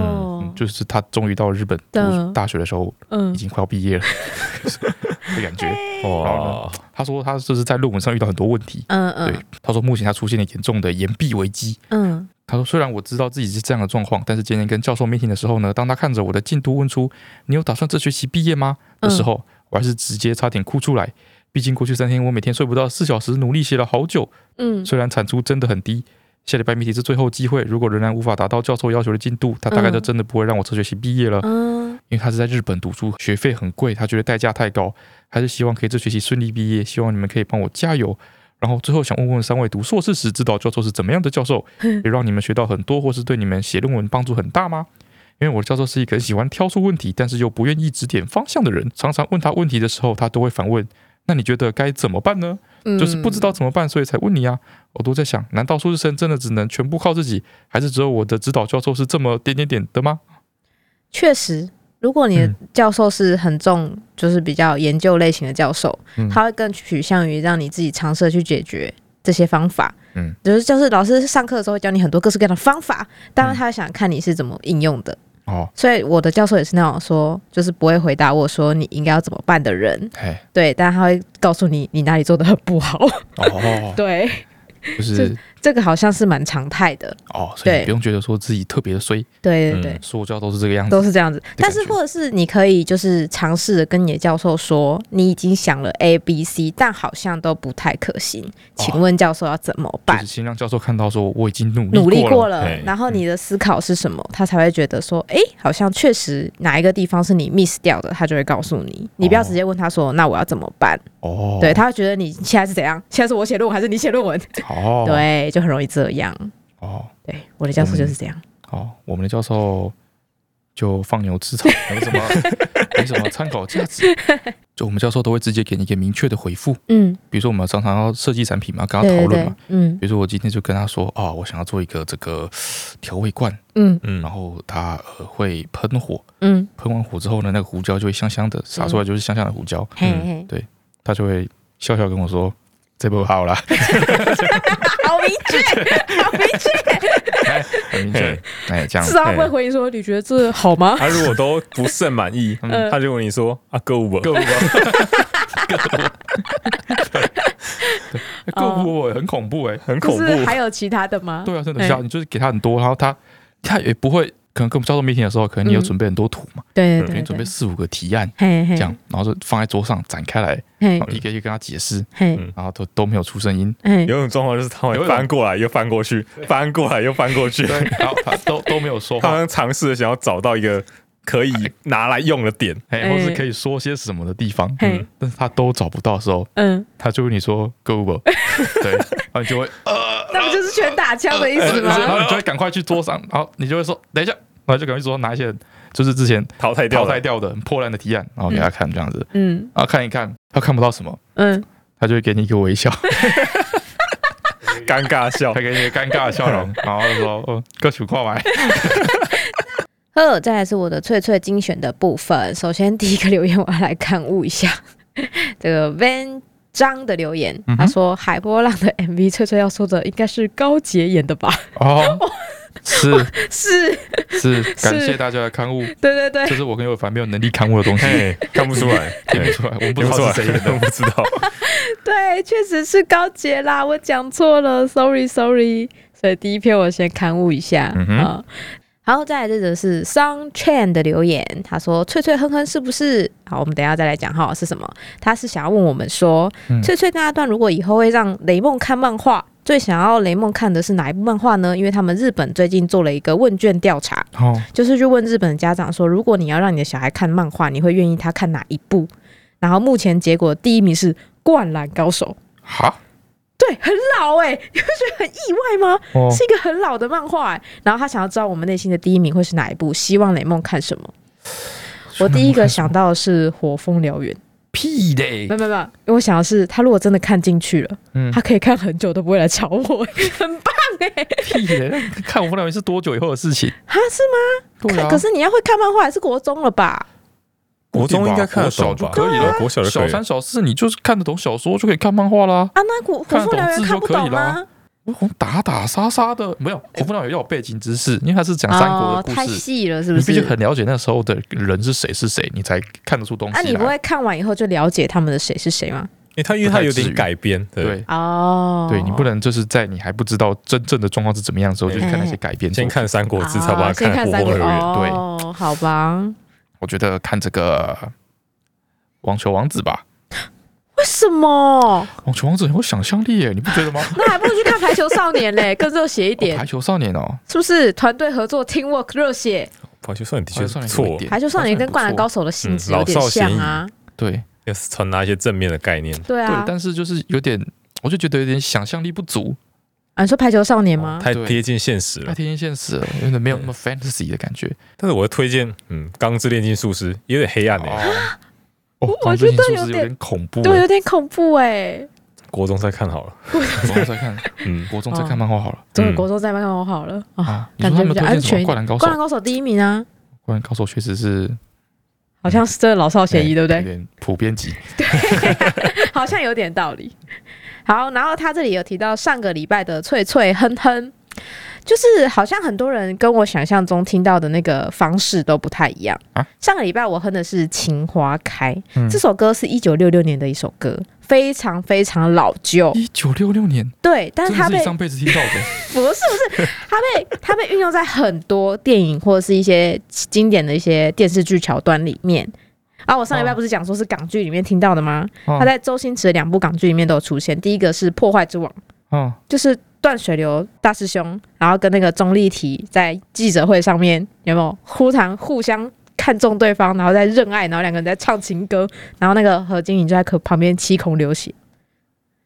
[SPEAKER 2] 嗯就是他终于到日本
[SPEAKER 4] 嗯
[SPEAKER 2] 读大学的时候，
[SPEAKER 4] 嗯
[SPEAKER 2] 已，经快要毕业了 的感觉。
[SPEAKER 3] 哇，
[SPEAKER 2] 他说他就是在论文上遇到很多问题，
[SPEAKER 4] 嗯
[SPEAKER 2] 对
[SPEAKER 4] 嗯，
[SPEAKER 2] 他说目前他出现了严重的岩壁危机。
[SPEAKER 4] 嗯，
[SPEAKER 2] 他说：“虽然我知道自己是这样的状况，但是今天跟教授 meeting 的时候呢，当他看着我的进度问出‘你有打算这学期毕业吗’的时候，我还是直接差点哭出来。毕竟过去三天我每天睡不到四小时，努力写了好久，
[SPEAKER 4] 嗯，
[SPEAKER 2] 虽然产出真的很低。下礼拜 meeting 是最后机会，如果仍然无法达到教授要求的进度，他大概就
[SPEAKER 4] 嗯
[SPEAKER 2] 真的不会让我这学期毕业了。
[SPEAKER 4] 嗯，
[SPEAKER 2] 因为他是在日本读书，学费很贵，他觉得代价太高，还是希望可以这学期顺利毕业，希望你们可以帮我加油。然后最后想问问三位读硕士时指导教授是怎么样的教授，也让你们学到很多，或是对你们写论文帮助很大吗？因为我的教授是一个很喜欢挑出问题，但是又不愿意指点方向的人，常常问他问题的时候，他都会反问：“那你觉得该怎么办呢？”
[SPEAKER 4] 嗯
[SPEAKER 2] 就是不知道怎么办，所以才问你啊。我都在想，难道硕士生真的只能全部靠自己，还是只有我的指导教授是这么点点点的吗？
[SPEAKER 4] 确实，如果你的
[SPEAKER 2] 嗯
[SPEAKER 4] 教授是很重，就是比较研究类型的教授，
[SPEAKER 2] 嗯
[SPEAKER 4] 他会更取向于让你自己尝试地去解决这些方法。
[SPEAKER 3] 嗯
[SPEAKER 4] 嗯，就是就是老师上课的时候会教你很多各式各样的方法，
[SPEAKER 2] 嗯
[SPEAKER 4] 当然他想看你是怎么应用的。
[SPEAKER 3] 哦，
[SPEAKER 4] 所以我的教授也是那种说，就是不会回答我说你应该要怎么办的人，
[SPEAKER 3] 嘿，
[SPEAKER 4] 对，但他会告诉你你哪里做的很不好，
[SPEAKER 3] 哦，
[SPEAKER 4] 对，
[SPEAKER 2] 就是
[SPEAKER 4] 这个好像是蛮常态的，
[SPEAKER 2] 哦，所以你
[SPEAKER 4] 对
[SPEAKER 2] 不用觉得说自己特别的衰，
[SPEAKER 4] 对
[SPEAKER 3] 嗯
[SPEAKER 4] 对对，
[SPEAKER 2] 说教都是这个样子。
[SPEAKER 4] 都是这样子。但是
[SPEAKER 2] 嗯感觉
[SPEAKER 4] 或者是你可以就是尝试着跟你的教授说，你已经想了 A、B、C，但好像都不太可行，请问教授要怎么
[SPEAKER 2] 哦就
[SPEAKER 4] 办
[SPEAKER 2] 是？先让教授看到说我已经努
[SPEAKER 4] 努力
[SPEAKER 2] 过
[SPEAKER 4] 过
[SPEAKER 2] 了，哎嗯
[SPEAKER 4] 了
[SPEAKER 3] 嘿，
[SPEAKER 4] 然后你的思考是什么，他才会觉得说，诶，好像确实哪一个地方是你 miss 掉的，他就会告诉你。你不要直接问他说，那我要怎么办？
[SPEAKER 2] 哦，
[SPEAKER 4] 对，他会觉得你现在是怎样？ 现在是我写论文还是你写论文？
[SPEAKER 2] 哦，，
[SPEAKER 4] 对，就很容易这样。
[SPEAKER 2] 哦，
[SPEAKER 4] 对，我的教授就是这样。
[SPEAKER 2] 哦，我们的教授就放牛吃草，没什 么没什么参考价值。就我们教授都会直接给你一个明确的回复，
[SPEAKER 4] 嗯，
[SPEAKER 2] 比如说我们常常要设计产品嘛，跟他
[SPEAKER 4] 对
[SPEAKER 2] 讨
[SPEAKER 4] 对
[SPEAKER 2] 论
[SPEAKER 4] 对
[SPEAKER 2] 嘛。，
[SPEAKER 4] 嗯
[SPEAKER 2] 比如说我今天就跟他说啊、我想要做一个这个调味罐，
[SPEAKER 4] 嗯
[SPEAKER 3] 嗯
[SPEAKER 2] 然，后它呃会喷火，
[SPEAKER 4] 嗯，
[SPEAKER 2] 喷完火之后呢，那个胡椒就会香香的，撒出来就是香香的胡椒，
[SPEAKER 4] 嘿
[SPEAKER 3] 嗯
[SPEAKER 4] 嘿，
[SPEAKER 2] 他就会笑笑跟我说。这不好啦，
[SPEAKER 4] 好明确， 好明 确。
[SPEAKER 2] 哎 很明确， 哎，这样哎
[SPEAKER 4] 至少他不会回你说你觉得这好吗？
[SPEAKER 3] 他如果都不甚满 意，
[SPEAKER 4] 嗯
[SPEAKER 3] 他就问你说啊，够不？
[SPEAKER 2] 够吧，够不哎我很恐怖哎，
[SPEAKER 3] 很恐
[SPEAKER 4] 就
[SPEAKER 3] 怖，
[SPEAKER 4] 是还有其他的吗？
[SPEAKER 2] 对啊，真的
[SPEAKER 4] 哎
[SPEAKER 2] 笑，你就是给他很多，然后他他也不会，可能跟我们教授 meeting 的时候，可能你有
[SPEAKER 4] 嗯
[SPEAKER 2] 准备很多图嘛，
[SPEAKER 3] 嗯
[SPEAKER 4] 对
[SPEAKER 2] 可
[SPEAKER 4] 对，
[SPEAKER 2] 能准备四五个提案
[SPEAKER 4] 嘿嘿
[SPEAKER 2] 这样，然后就放在桌上展开来，
[SPEAKER 4] 嘿
[SPEAKER 2] 然后一个一个跟他解释，
[SPEAKER 4] 嘿
[SPEAKER 3] 嗯
[SPEAKER 2] 然后都都没有出声音，
[SPEAKER 4] 嘿
[SPEAKER 3] 有种状况就是他
[SPEAKER 2] 有一
[SPEAKER 3] 会
[SPEAKER 2] 种
[SPEAKER 3] 翻过来又翻过去，翻过来又翻过去，
[SPEAKER 2] 对，然后他都都没有说
[SPEAKER 3] 他
[SPEAKER 2] 话，
[SPEAKER 3] 们尝试地想要找到一个可以拿来用的点。
[SPEAKER 2] 哎，或是可以说些什么的地方，
[SPEAKER 4] 嘿
[SPEAKER 2] 嗯但是他都找不到的时候，
[SPEAKER 4] 嗯，
[SPEAKER 2] 他就问你说 “go Uber”，对，然后你就会，
[SPEAKER 4] 那不就是拳打枪的意 思
[SPEAKER 2] 然后
[SPEAKER 4] 吗？
[SPEAKER 2] 你就会赶快去桌上，然后你就会说“等一下”，然后就赶快去桌上拿一些就是之前
[SPEAKER 3] 淘汰掉
[SPEAKER 2] 淘
[SPEAKER 3] 了
[SPEAKER 2] 汰掉的很破烂的提案，然后给他看这样子，
[SPEAKER 4] 嗯
[SPEAKER 2] 然后看一看，他看不到什么，
[SPEAKER 4] 嗯，
[SPEAKER 2] 他就会给你一个微笑，
[SPEAKER 3] 尴尬笑
[SPEAKER 2] 他，给你一个尴尬的笑容，然后就说：“哦，各取快买。
[SPEAKER 4] 呵，再来是我的翠翠精选的部分。首先第一个留言，我要来看悟一下 这个 Van。张的留言
[SPEAKER 2] 嗯哼，
[SPEAKER 4] 他说海波浪的 MV 翠翠要说的应该是高洁演的吧？”
[SPEAKER 2] 哦，是
[SPEAKER 4] 是，
[SPEAKER 2] 是，感谢大家的刊物，
[SPEAKER 4] 对对对
[SPEAKER 2] 这，是我跟有凡没有能力刊物的东西，
[SPEAKER 3] 嘿，看不出 来，
[SPEAKER 2] 听不
[SPEAKER 3] 嘿
[SPEAKER 2] 出来，我们不知
[SPEAKER 3] 听不出
[SPEAKER 2] 道
[SPEAKER 3] 来
[SPEAKER 2] 是谁演，的。
[SPEAKER 3] 不知道。
[SPEAKER 4] 对，确实是高洁啦，我讲错了，sorry sorry。所以第一篇我先刊物一下啊、
[SPEAKER 2] 嗯哼
[SPEAKER 4] 然后再来这则是 Sun Chan 的留言，他说：“翠翠哼哼是不是？好，我们等一下再来讲哈是什么？他是想要问我们说，
[SPEAKER 2] 嗯
[SPEAKER 4] 翠翠跟阿段如果以后会让雷梦看漫画，最想要雷梦看的是哪一部漫画呢？因为他们日本最近做了一个问卷调查，
[SPEAKER 2] 哦，
[SPEAKER 4] 就是去问日本的家长说，如果你要让你的小孩看漫画，你会愿意他看哪一部？然后目前结果第一名是《灌篮高手》。”
[SPEAKER 2] 哈，
[SPEAKER 4] 对，很老哎、你会觉得很意外吗？
[SPEAKER 2] 哦，
[SPEAKER 4] 是一个很老的漫画、欸，然后他想要知道我们内心的第一名会是哪一部，希望雷梦看什么。我第一个想到的是《火风燎原》，
[SPEAKER 2] 屁嘞
[SPEAKER 4] 没，有没有没有，因为我想的是他如果真的看进去了，
[SPEAKER 2] 嗯
[SPEAKER 4] 他可以看很久都不会来找我、欸，很棒哎、
[SPEAKER 2] 屁嘞，看我们两个是多久以后的事情？
[SPEAKER 4] 哈是吗？
[SPEAKER 2] 对啊
[SPEAKER 4] 可，是你要会看漫画，还是国中了吧？
[SPEAKER 3] 国中应该看得
[SPEAKER 2] 小
[SPEAKER 3] 懂
[SPEAKER 2] 就
[SPEAKER 3] 吧？
[SPEAKER 2] 可以
[SPEAKER 4] 啊
[SPEAKER 2] 了，
[SPEAKER 3] 国小就可
[SPEAKER 2] 小
[SPEAKER 3] 以了
[SPEAKER 2] 三。小四你就是看得懂小说就可以看漫画啦。
[SPEAKER 4] 啊，那《火火
[SPEAKER 2] 看得
[SPEAKER 4] 风
[SPEAKER 2] 懂
[SPEAKER 4] 燎原
[SPEAKER 2] 字》
[SPEAKER 4] 看
[SPEAKER 2] 就
[SPEAKER 4] 不
[SPEAKER 2] 可以
[SPEAKER 4] 懂啊
[SPEAKER 2] 啦
[SPEAKER 4] 吗？
[SPEAKER 2] 我打打杀杀的，没有，我不知道也要有背景知识，因为它是讲三国的故
[SPEAKER 4] 哎哦太
[SPEAKER 2] 事，
[SPEAKER 4] 细了，是不
[SPEAKER 2] 你必须
[SPEAKER 4] 是？
[SPEAKER 2] 很了解那时候的人是谁是谁，你才看得出东
[SPEAKER 4] 啊，
[SPEAKER 2] 西
[SPEAKER 4] 你不
[SPEAKER 2] 来。
[SPEAKER 4] 会看完以后就了解他们的谁是谁吗？
[SPEAKER 3] 诶他因为他有点改编，对，
[SPEAKER 2] 对
[SPEAKER 4] 哦，
[SPEAKER 2] 对，你不能就是在你还不知道真正的状况是怎么样的时候，就去看那些改编。
[SPEAKER 3] 先，看《三国志》，才把它
[SPEAKER 4] 啊先
[SPEAKER 3] 看《
[SPEAKER 4] 看
[SPEAKER 3] 火风
[SPEAKER 4] 三
[SPEAKER 3] 燎
[SPEAKER 4] 国
[SPEAKER 3] 原》。
[SPEAKER 4] 哦，好吧。
[SPEAKER 2] 我觉得看这个《网球王子》吧，
[SPEAKER 4] 为什么？
[SPEAKER 2] 《网球王子》很有想象力耶，你不觉得吗？
[SPEAKER 4] 那还不如去看《排球少年》 嘞，更热血一
[SPEAKER 2] 哦
[SPEAKER 4] 点
[SPEAKER 2] 排，球少年哦，
[SPEAKER 4] 是不是？团队合作，teamwork 热血。
[SPEAKER 3] 排球少年的
[SPEAKER 2] 排
[SPEAKER 3] 确
[SPEAKER 2] 球
[SPEAKER 3] 是
[SPEAKER 2] 少
[SPEAKER 3] 不
[SPEAKER 2] 年
[SPEAKER 3] 错
[SPEAKER 2] 有一，点
[SPEAKER 4] 《排球少年》跟《灌篮高
[SPEAKER 2] 手
[SPEAKER 4] 手》的性质
[SPEAKER 3] 嗯
[SPEAKER 4] 有点像啊，
[SPEAKER 2] 对
[SPEAKER 3] 要是传达一些正面的概念。
[SPEAKER 4] 对
[SPEAKER 2] 对
[SPEAKER 4] 啊，。
[SPEAKER 2] 但是就是有点，我就觉得有点想象力不足，
[SPEAKER 4] 啊，你说《排球少年》吗？
[SPEAKER 3] 太
[SPEAKER 2] 对哎
[SPEAKER 3] 贴近现实了
[SPEAKER 2] 太，贴近现实了，有点没有那么 fantasy 的感觉。
[SPEAKER 3] 但是我会推荐，嗯，《钢之炼金术师》有点黑暗欸诶、
[SPEAKER 2] 哦，哦
[SPEAKER 4] 我
[SPEAKER 2] 钢之
[SPEAKER 4] 觉得
[SPEAKER 2] 炼金术
[SPEAKER 4] 有
[SPEAKER 2] 师有
[SPEAKER 4] 点
[SPEAKER 2] 点恐怖欸。
[SPEAKER 4] 对，有点恐怖哎、
[SPEAKER 2] 嗯
[SPEAKER 3] 国中再看好了。
[SPEAKER 2] 国中再 看，
[SPEAKER 3] 嗯，
[SPEAKER 2] 国中再看漫画好了
[SPEAKER 4] 这个
[SPEAKER 3] 嗯
[SPEAKER 4] 国中再漫我好了啊。
[SPEAKER 2] 啊。你说他们
[SPEAKER 4] 感觉比
[SPEAKER 2] 推荐
[SPEAKER 4] 较安
[SPEAKER 2] 什么
[SPEAKER 4] 全
[SPEAKER 2] 《
[SPEAKER 4] 一点
[SPEAKER 2] 灌篮高
[SPEAKER 4] 《
[SPEAKER 2] 手
[SPEAKER 4] 灌》？篮高手》第一名啊，
[SPEAKER 2] 灌篮高手确实是
[SPEAKER 4] 好像是这个老少咸宜，对不
[SPEAKER 2] 有
[SPEAKER 4] 对？
[SPEAKER 2] 点普遍级。
[SPEAKER 4] 好像有点道理。好，然后他这里有提到上个礼拜的脆脆哼哼，就是好像很多人跟我想象中听到的那个方式都不太一样。
[SPEAKER 2] 啊
[SPEAKER 4] 上个礼拜我哼的是《情花开》
[SPEAKER 2] 嗯
[SPEAKER 4] 这首歌是一九六六年的一首歌，非常非常老旧。
[SPEAKER 2] 一九六六年，
[SPEAKER 4] 对，但
[SPEAKER 2] 真的
[SPEAKER 4] 是它
[SPEAKER 2] 是
[SPEAKER 4] 被
[SPEAKER 2] 你上辈子听到 的，
[SPEAKER 4] 不是不是，它被它被运用在很多电影或者是一些经典的一些电视剧桥段里面。啊，我上礼拜
[SPEAKER 2] 哦
[SPEAKER 4] 不是讲说是港剧里面听到的吗？
[SPEAKER 2] 哦
[SPEAKER 4] 它在周星驰的两部港剧里面都有出现。第一个是《破坏之王》，
[SPEAKER 2] 哦，
[SPEAKER 4] 就是断水流大师兄，然后跟那个钟丽缇在记者会上面有没有忽然互相看中对方，然后在认爱，然后两个人在唱情歌，然后那个何晶莹就在可旁边七孔流血，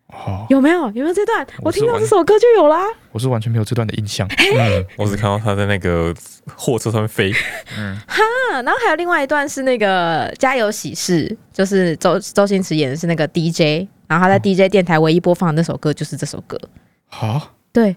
[SPEAKER 2] 哦，
[SPEAKER 4] 有没有？有没有这段？我
[SPEAKER 2] 我是
[SPEAKER 4] 听到
[SPEAKER 2] 完
[SPEAKER 4] 这首歌就有啦。
[SPEAKER 2] 我是完全没有这段的印象。
[SPEAKER 3] 嗯，我只看到他在那个货车上面飞，
[SPEAKER 2] 嗯，
[SPEAKER 4] 啊，然后还有另外一段是那个《家有喜事》，就是周周星驰演的是那个 DJ，然后他在
[SPEAKER 2] 哦
[SPEAKER 4] DJ 电台唯一播放的那首歌就是这首歌。
[SPEAKER 2] 好，
[SPEAKER 4] 对，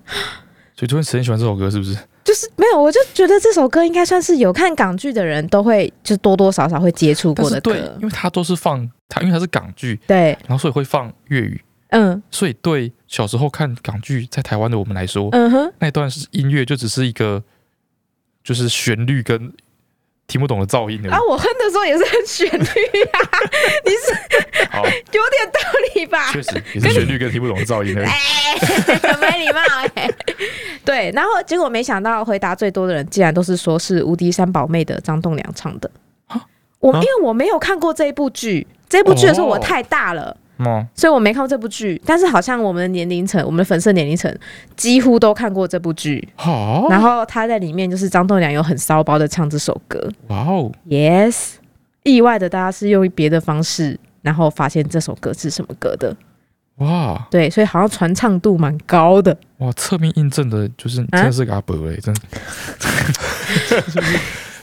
[SPEAKER 2] 所以昨天谁很喜欢这首歌，是不是？
[SPEAKER 4] 就是没有，我就觉得这首歌应该算是有看港剧的人都会，就是多多少少会接触
[SPEAKER 2] 但
[SPEAKER 4] 过
[SPEAKER 2] 是
[SPEAKER 4] 的
[SPEAKER 2] 对，
[SPEAKER 4] 歌
[SPEAKER 2] 因。为它都是放它，因为它是港剧，
[SPEAKER 4] 对，
[SPEAKER 2] 然后所以会放粤语，
[SPEAKER 4] 嗯
[SPEAKER 2] 所以对小时候看港剧，在台湾的我们来说，
[SPEAKER 4] 嗯哼，
[SPEAKER 2] 那一段是音乐就只是一个就是旋律跟听不懂的噪音而已。
[SPEAKER 4] 啊，我哼的时候也是很旋律啊，你是
[SPEAKER 2] 好，
[SPEAKER 4] 有点道理 吧？
[SPEAKER 2] 确实也是旋律跟听不懂的噪音而已。
[SPEAKER 4] 哎， 很没礼貌哎、对，然后结果没想到回答最多的人，竟然都是说是《无敌三宝妹》的张栋梁唱的
[SPEAKER 2] 啊。
[SPEAKER 4] 我
[SPEAKER 2] 啊
[SPEAKER 4] 因为我没有看过这一部剧，这部剧的时候我
[SPEAKER 2] 哦
[SPEAKER 4] 太大了。
[SPEAKER 2] 哦，
[SPEAKER 4] 所以我没看过这部剧，但是好像我们的年龄层，我们的粉丝的年龄层几乎都看过这部剧。
[SPEAKER 2] 好，
[SPEAKER 4] 然后他在里面就是张栋梁有很骚包的唱这首歌
[SPEAKER 2] 哇哦，
[SPEAKER 4] ，Yes，意外的大家是用别的方式，然后发现这首歌是什么歌的，
[SPEAKER 2] 哇
[SPEAKER 4] 对，所以好像传唱度蛮高
[SPEAKER 3] 哦
[SPEAKER 4] 的。
[SPEAKER 2] 哇，侧面印证的就是你真的是个阿伯哎、 真的。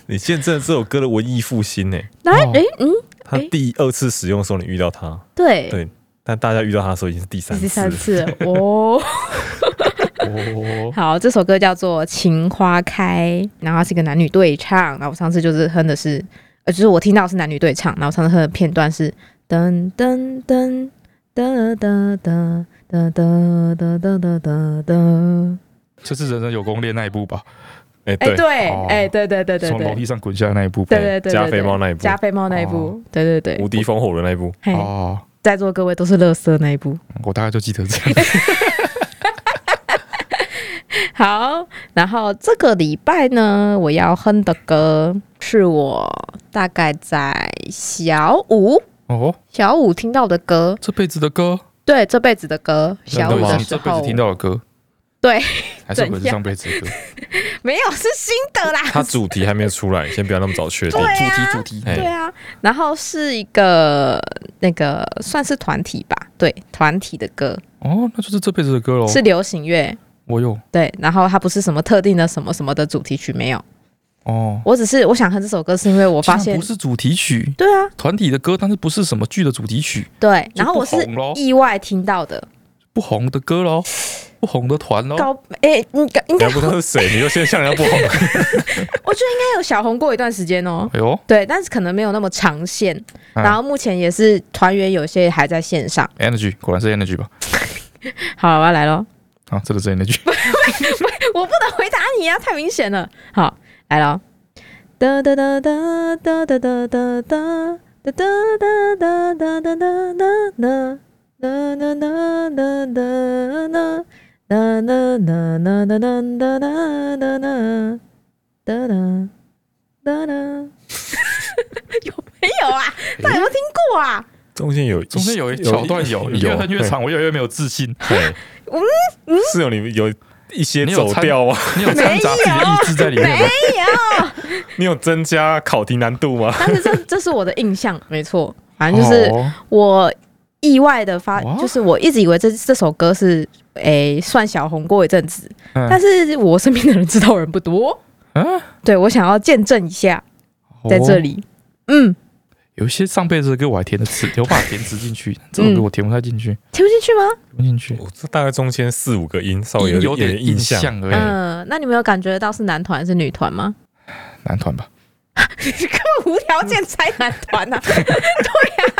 [SPEAKER 3] 你见证了这首歌的文艺复兴呢。
[SPEAKER 4] 然后
[SPEAKER 2] 哦
[SPEAKER 4] 诶嗯，
[SPEAKER 3] 他
[SPEAKER 4] 诶
[SPEAKER 3] 第二次使用的时候，你遇到他，
[SPEAKER 4] 对，
[SPEAKER 3] 对但大家遇到他的时候已经是第三
[SPEAKER 4] 第三
[SPEAKER 3] 次。
[SPEAKER 4] 次了哦。
[SPEAKER 2] 哦，
[SPEAKER 4] 好，这首歌叫做《情花开》，然后它是一个男女对唱。然后我上次就是哼的是，呃，就是我听到是男女对唱，然后上次哼的片段是噔噔噔噔噔噔噔噔噔噔噔噔噔。
[SPEAKER 2] 这是人人有功练那一部吧？
[SPEAKER 3] 哎，
[SPEAKER 4] 哎，
[SPEAKER 3] 对，
[SPEAKER 4] 对
[SPEAKER 2] 哦，
[SPEAKER 4] 哎，对对对对
[SPEAKER 2] 从
[SPEAKER 4] 对
[SPEAKER 2] 楼梯上滚下来那一部。
[SPEAKER 4] 对对对，
[SPEAKER 3] 加
[SPEAKER 4] 对
[SPEAKER 3] 菲猫那一部
[SPEAKER 4] 加菲猫那一部
[SPEAKER 2] 哦，
[SPEAKER 4] 对对对，
[SPEAKER 3] 无敌风火轮那一 部，
[SPEAKER 4] 嘿，
[SPEAKER 2] 哦，
[SPEAKER 4] 在座各位都是乐色那一部。
[SPEAKER 2] 我大概就记得这 样。
[SPEAKER 4] 好，然后这个礼拜呢，我要哼的歌是我大概在小五
[SPEAKER 2] 哦，
[SPEAKER 4] 小五听到的歌，
[SPEAKER 2] 这辈子的歌，
[SPEAKER 4] 对，这辈子的歌，小
[SPEAKER 2] 那
[SPEAKER 4] 五
[SPEAKER 2] 到
[SPEAKER 4] 的
[SPEAKER 2] 底是
[SPEAKER 4] 时
[SPEAKER 2] 这辈子
[SPEAKER 4] 候
[SPEAKER 2] 听到的歌，
[SPEAKER 4] 对，
[SPEAKER 2] 还是我
[SPEAKER 4] 怎
[SPEAKER 2] 是
[SPEAKER 4] 样
[SPEAKER 2] 上辈子的歌？
[SPEAKER 4] 没有是新的啦，
[SPEAKER 3] 他 主题还没有出来，先不要那么早确定。
[SPEAKER 4] 对啊
[SPEAKER 2] 主题主题，
[SPEAKER 4] 对啊，然后是一个那个算是团体吧，对，团体的歌
[SPEAKER 2] 哦，那就是这辈子的歌喽。
[SPEAKER 4] 是流行乐，
[SPEAKER 2] 我有
[SPEAKER 4] 对，然后它不是什么特定的什么什么的主题曲，没有，
[SPEAKER 2] 哦，
[SPEAKER 4] 我只是我想哼这首歌是因为我
[SPEAKER 2] 我
[SPEAKER 4] 发现
[SPEAKER 2] 不，是主题曲，
[SPEAKER 4] 对啊，
[SPEAKER 2] 团体的歌，但是不是什么剧的主题曲，
[SPEAKER 4] 对，
[SPEAKER 2] 就
[SPEAKER 4] 然后
[SPEAKER 2] 不
[SPEAKER 4] 我是
[SPEAKER 2] 红咯
[SPEAKER 4] 意外听到的，
[SPEAKER 2] 不红的歌喽，不红的团喽。
[SPEAKER 4] 高诶、应该应该
[SPEAKER 3] 要不他是 谁？你就先向人家不红。
[SPEAKER 4] 我觉得应该有小红过一段时间哦。
[SPEAKER 2] 哎呦
[SPEAKER 4] 对，但是可能没有那么长线。
[SPEAKER 2] 嗯
[SPEAKER 4] 然后目前也是团员有些还在线上。
[SPEAKER 2] ，Energy 果然是 Energy 吧？
[SPEAKER 4] 好，我要来喽。
[SPEAKER 2] 啊，真的是 Energy。
[SPEAKER 4] 我不能回答你呀、太明显了。好，来了。哒哒哒哒哒哒哒哒哒哒哒哒哒哒哒哒哒哒哒哒哒哒哒。哒哒哒哒哒哒哒哒哒哒哒哒哒，有没有啊？大家有没有听过啊？
[SPEAKER 3] 中间有
[SPEAKER 2] 中间有一小段有，你越哼越长，我越来越没有自信。
[SPEAKER 3] 对，
[SPEAKER 4] 嗯
[SPEAKER 3] 是有你有一些
[SPEAKER 2] 你有
[SPEAKER 3] 走
[SPEAKER 2] 参
[SPEAKER 3] 调啊，
[SPEAKER 2] 你有掺杂自己的意志在里面
[SPEAKER 4] 没
[SPEAKER 2] 吗？
[SPEAKER 4] 有，
[SPEAKER 3] 你有增加考题难度 吗？
[SPEAKER 4] 但是这这是我的印象，没错。反正就是
[SPEAKER 2] 哦
[SPEAKER 4] 我意外的发，
[SPEAKER 2] 哇
[SPEAKER 4] 就是我一直以为这这首歌是诶、算小红过一阵子，
[SPEAKER 2] 嗯
[SPEAKER 4] 但是我身边的人知道人不多。
[SPEAKER 2] 嗯
[SPEAKER 4] 对我想要见证一下，在这
[SPEAKER 2] 哦
[SPEAKER 4] 里，嗯，
[SPEAKER 2] 有一些上辈子的歌我还填的词，有把它填词进去，这首歌我填不太进去，
[SPEAKER 4] 听不进去吗？
[SPEAKER 2] 填不进去，
[SPEAKER 3] 我这大概中间四五个音，稍微
[SPEAKER 2] 有
[SPEAKER 3] 有点
[SPEAKER 2] 点
[SPEAKER 3] 印象。
[SPEAKER 2] 象而已。
[SPEAKER 4] 嗯、那你们有感觉到是男团还是女 团吗？
[SPEAKER 2] 男团吧，啊
[SPEAKER 4] 你根本无条件拆男团呐、对呀、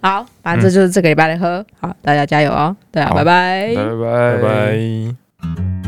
[SPEAKER 4] 啊好，反正这就是这个礼拜的喝，好，大家加油哦。对啊，
[SPEAKER 2] 好
[SPEAKER 4] 拜拜
[SPEAKER 2] 拜。
[SPEAKER 3] 拜
[SPEAKER 2] 拜
[SPEAKER 3] 拜。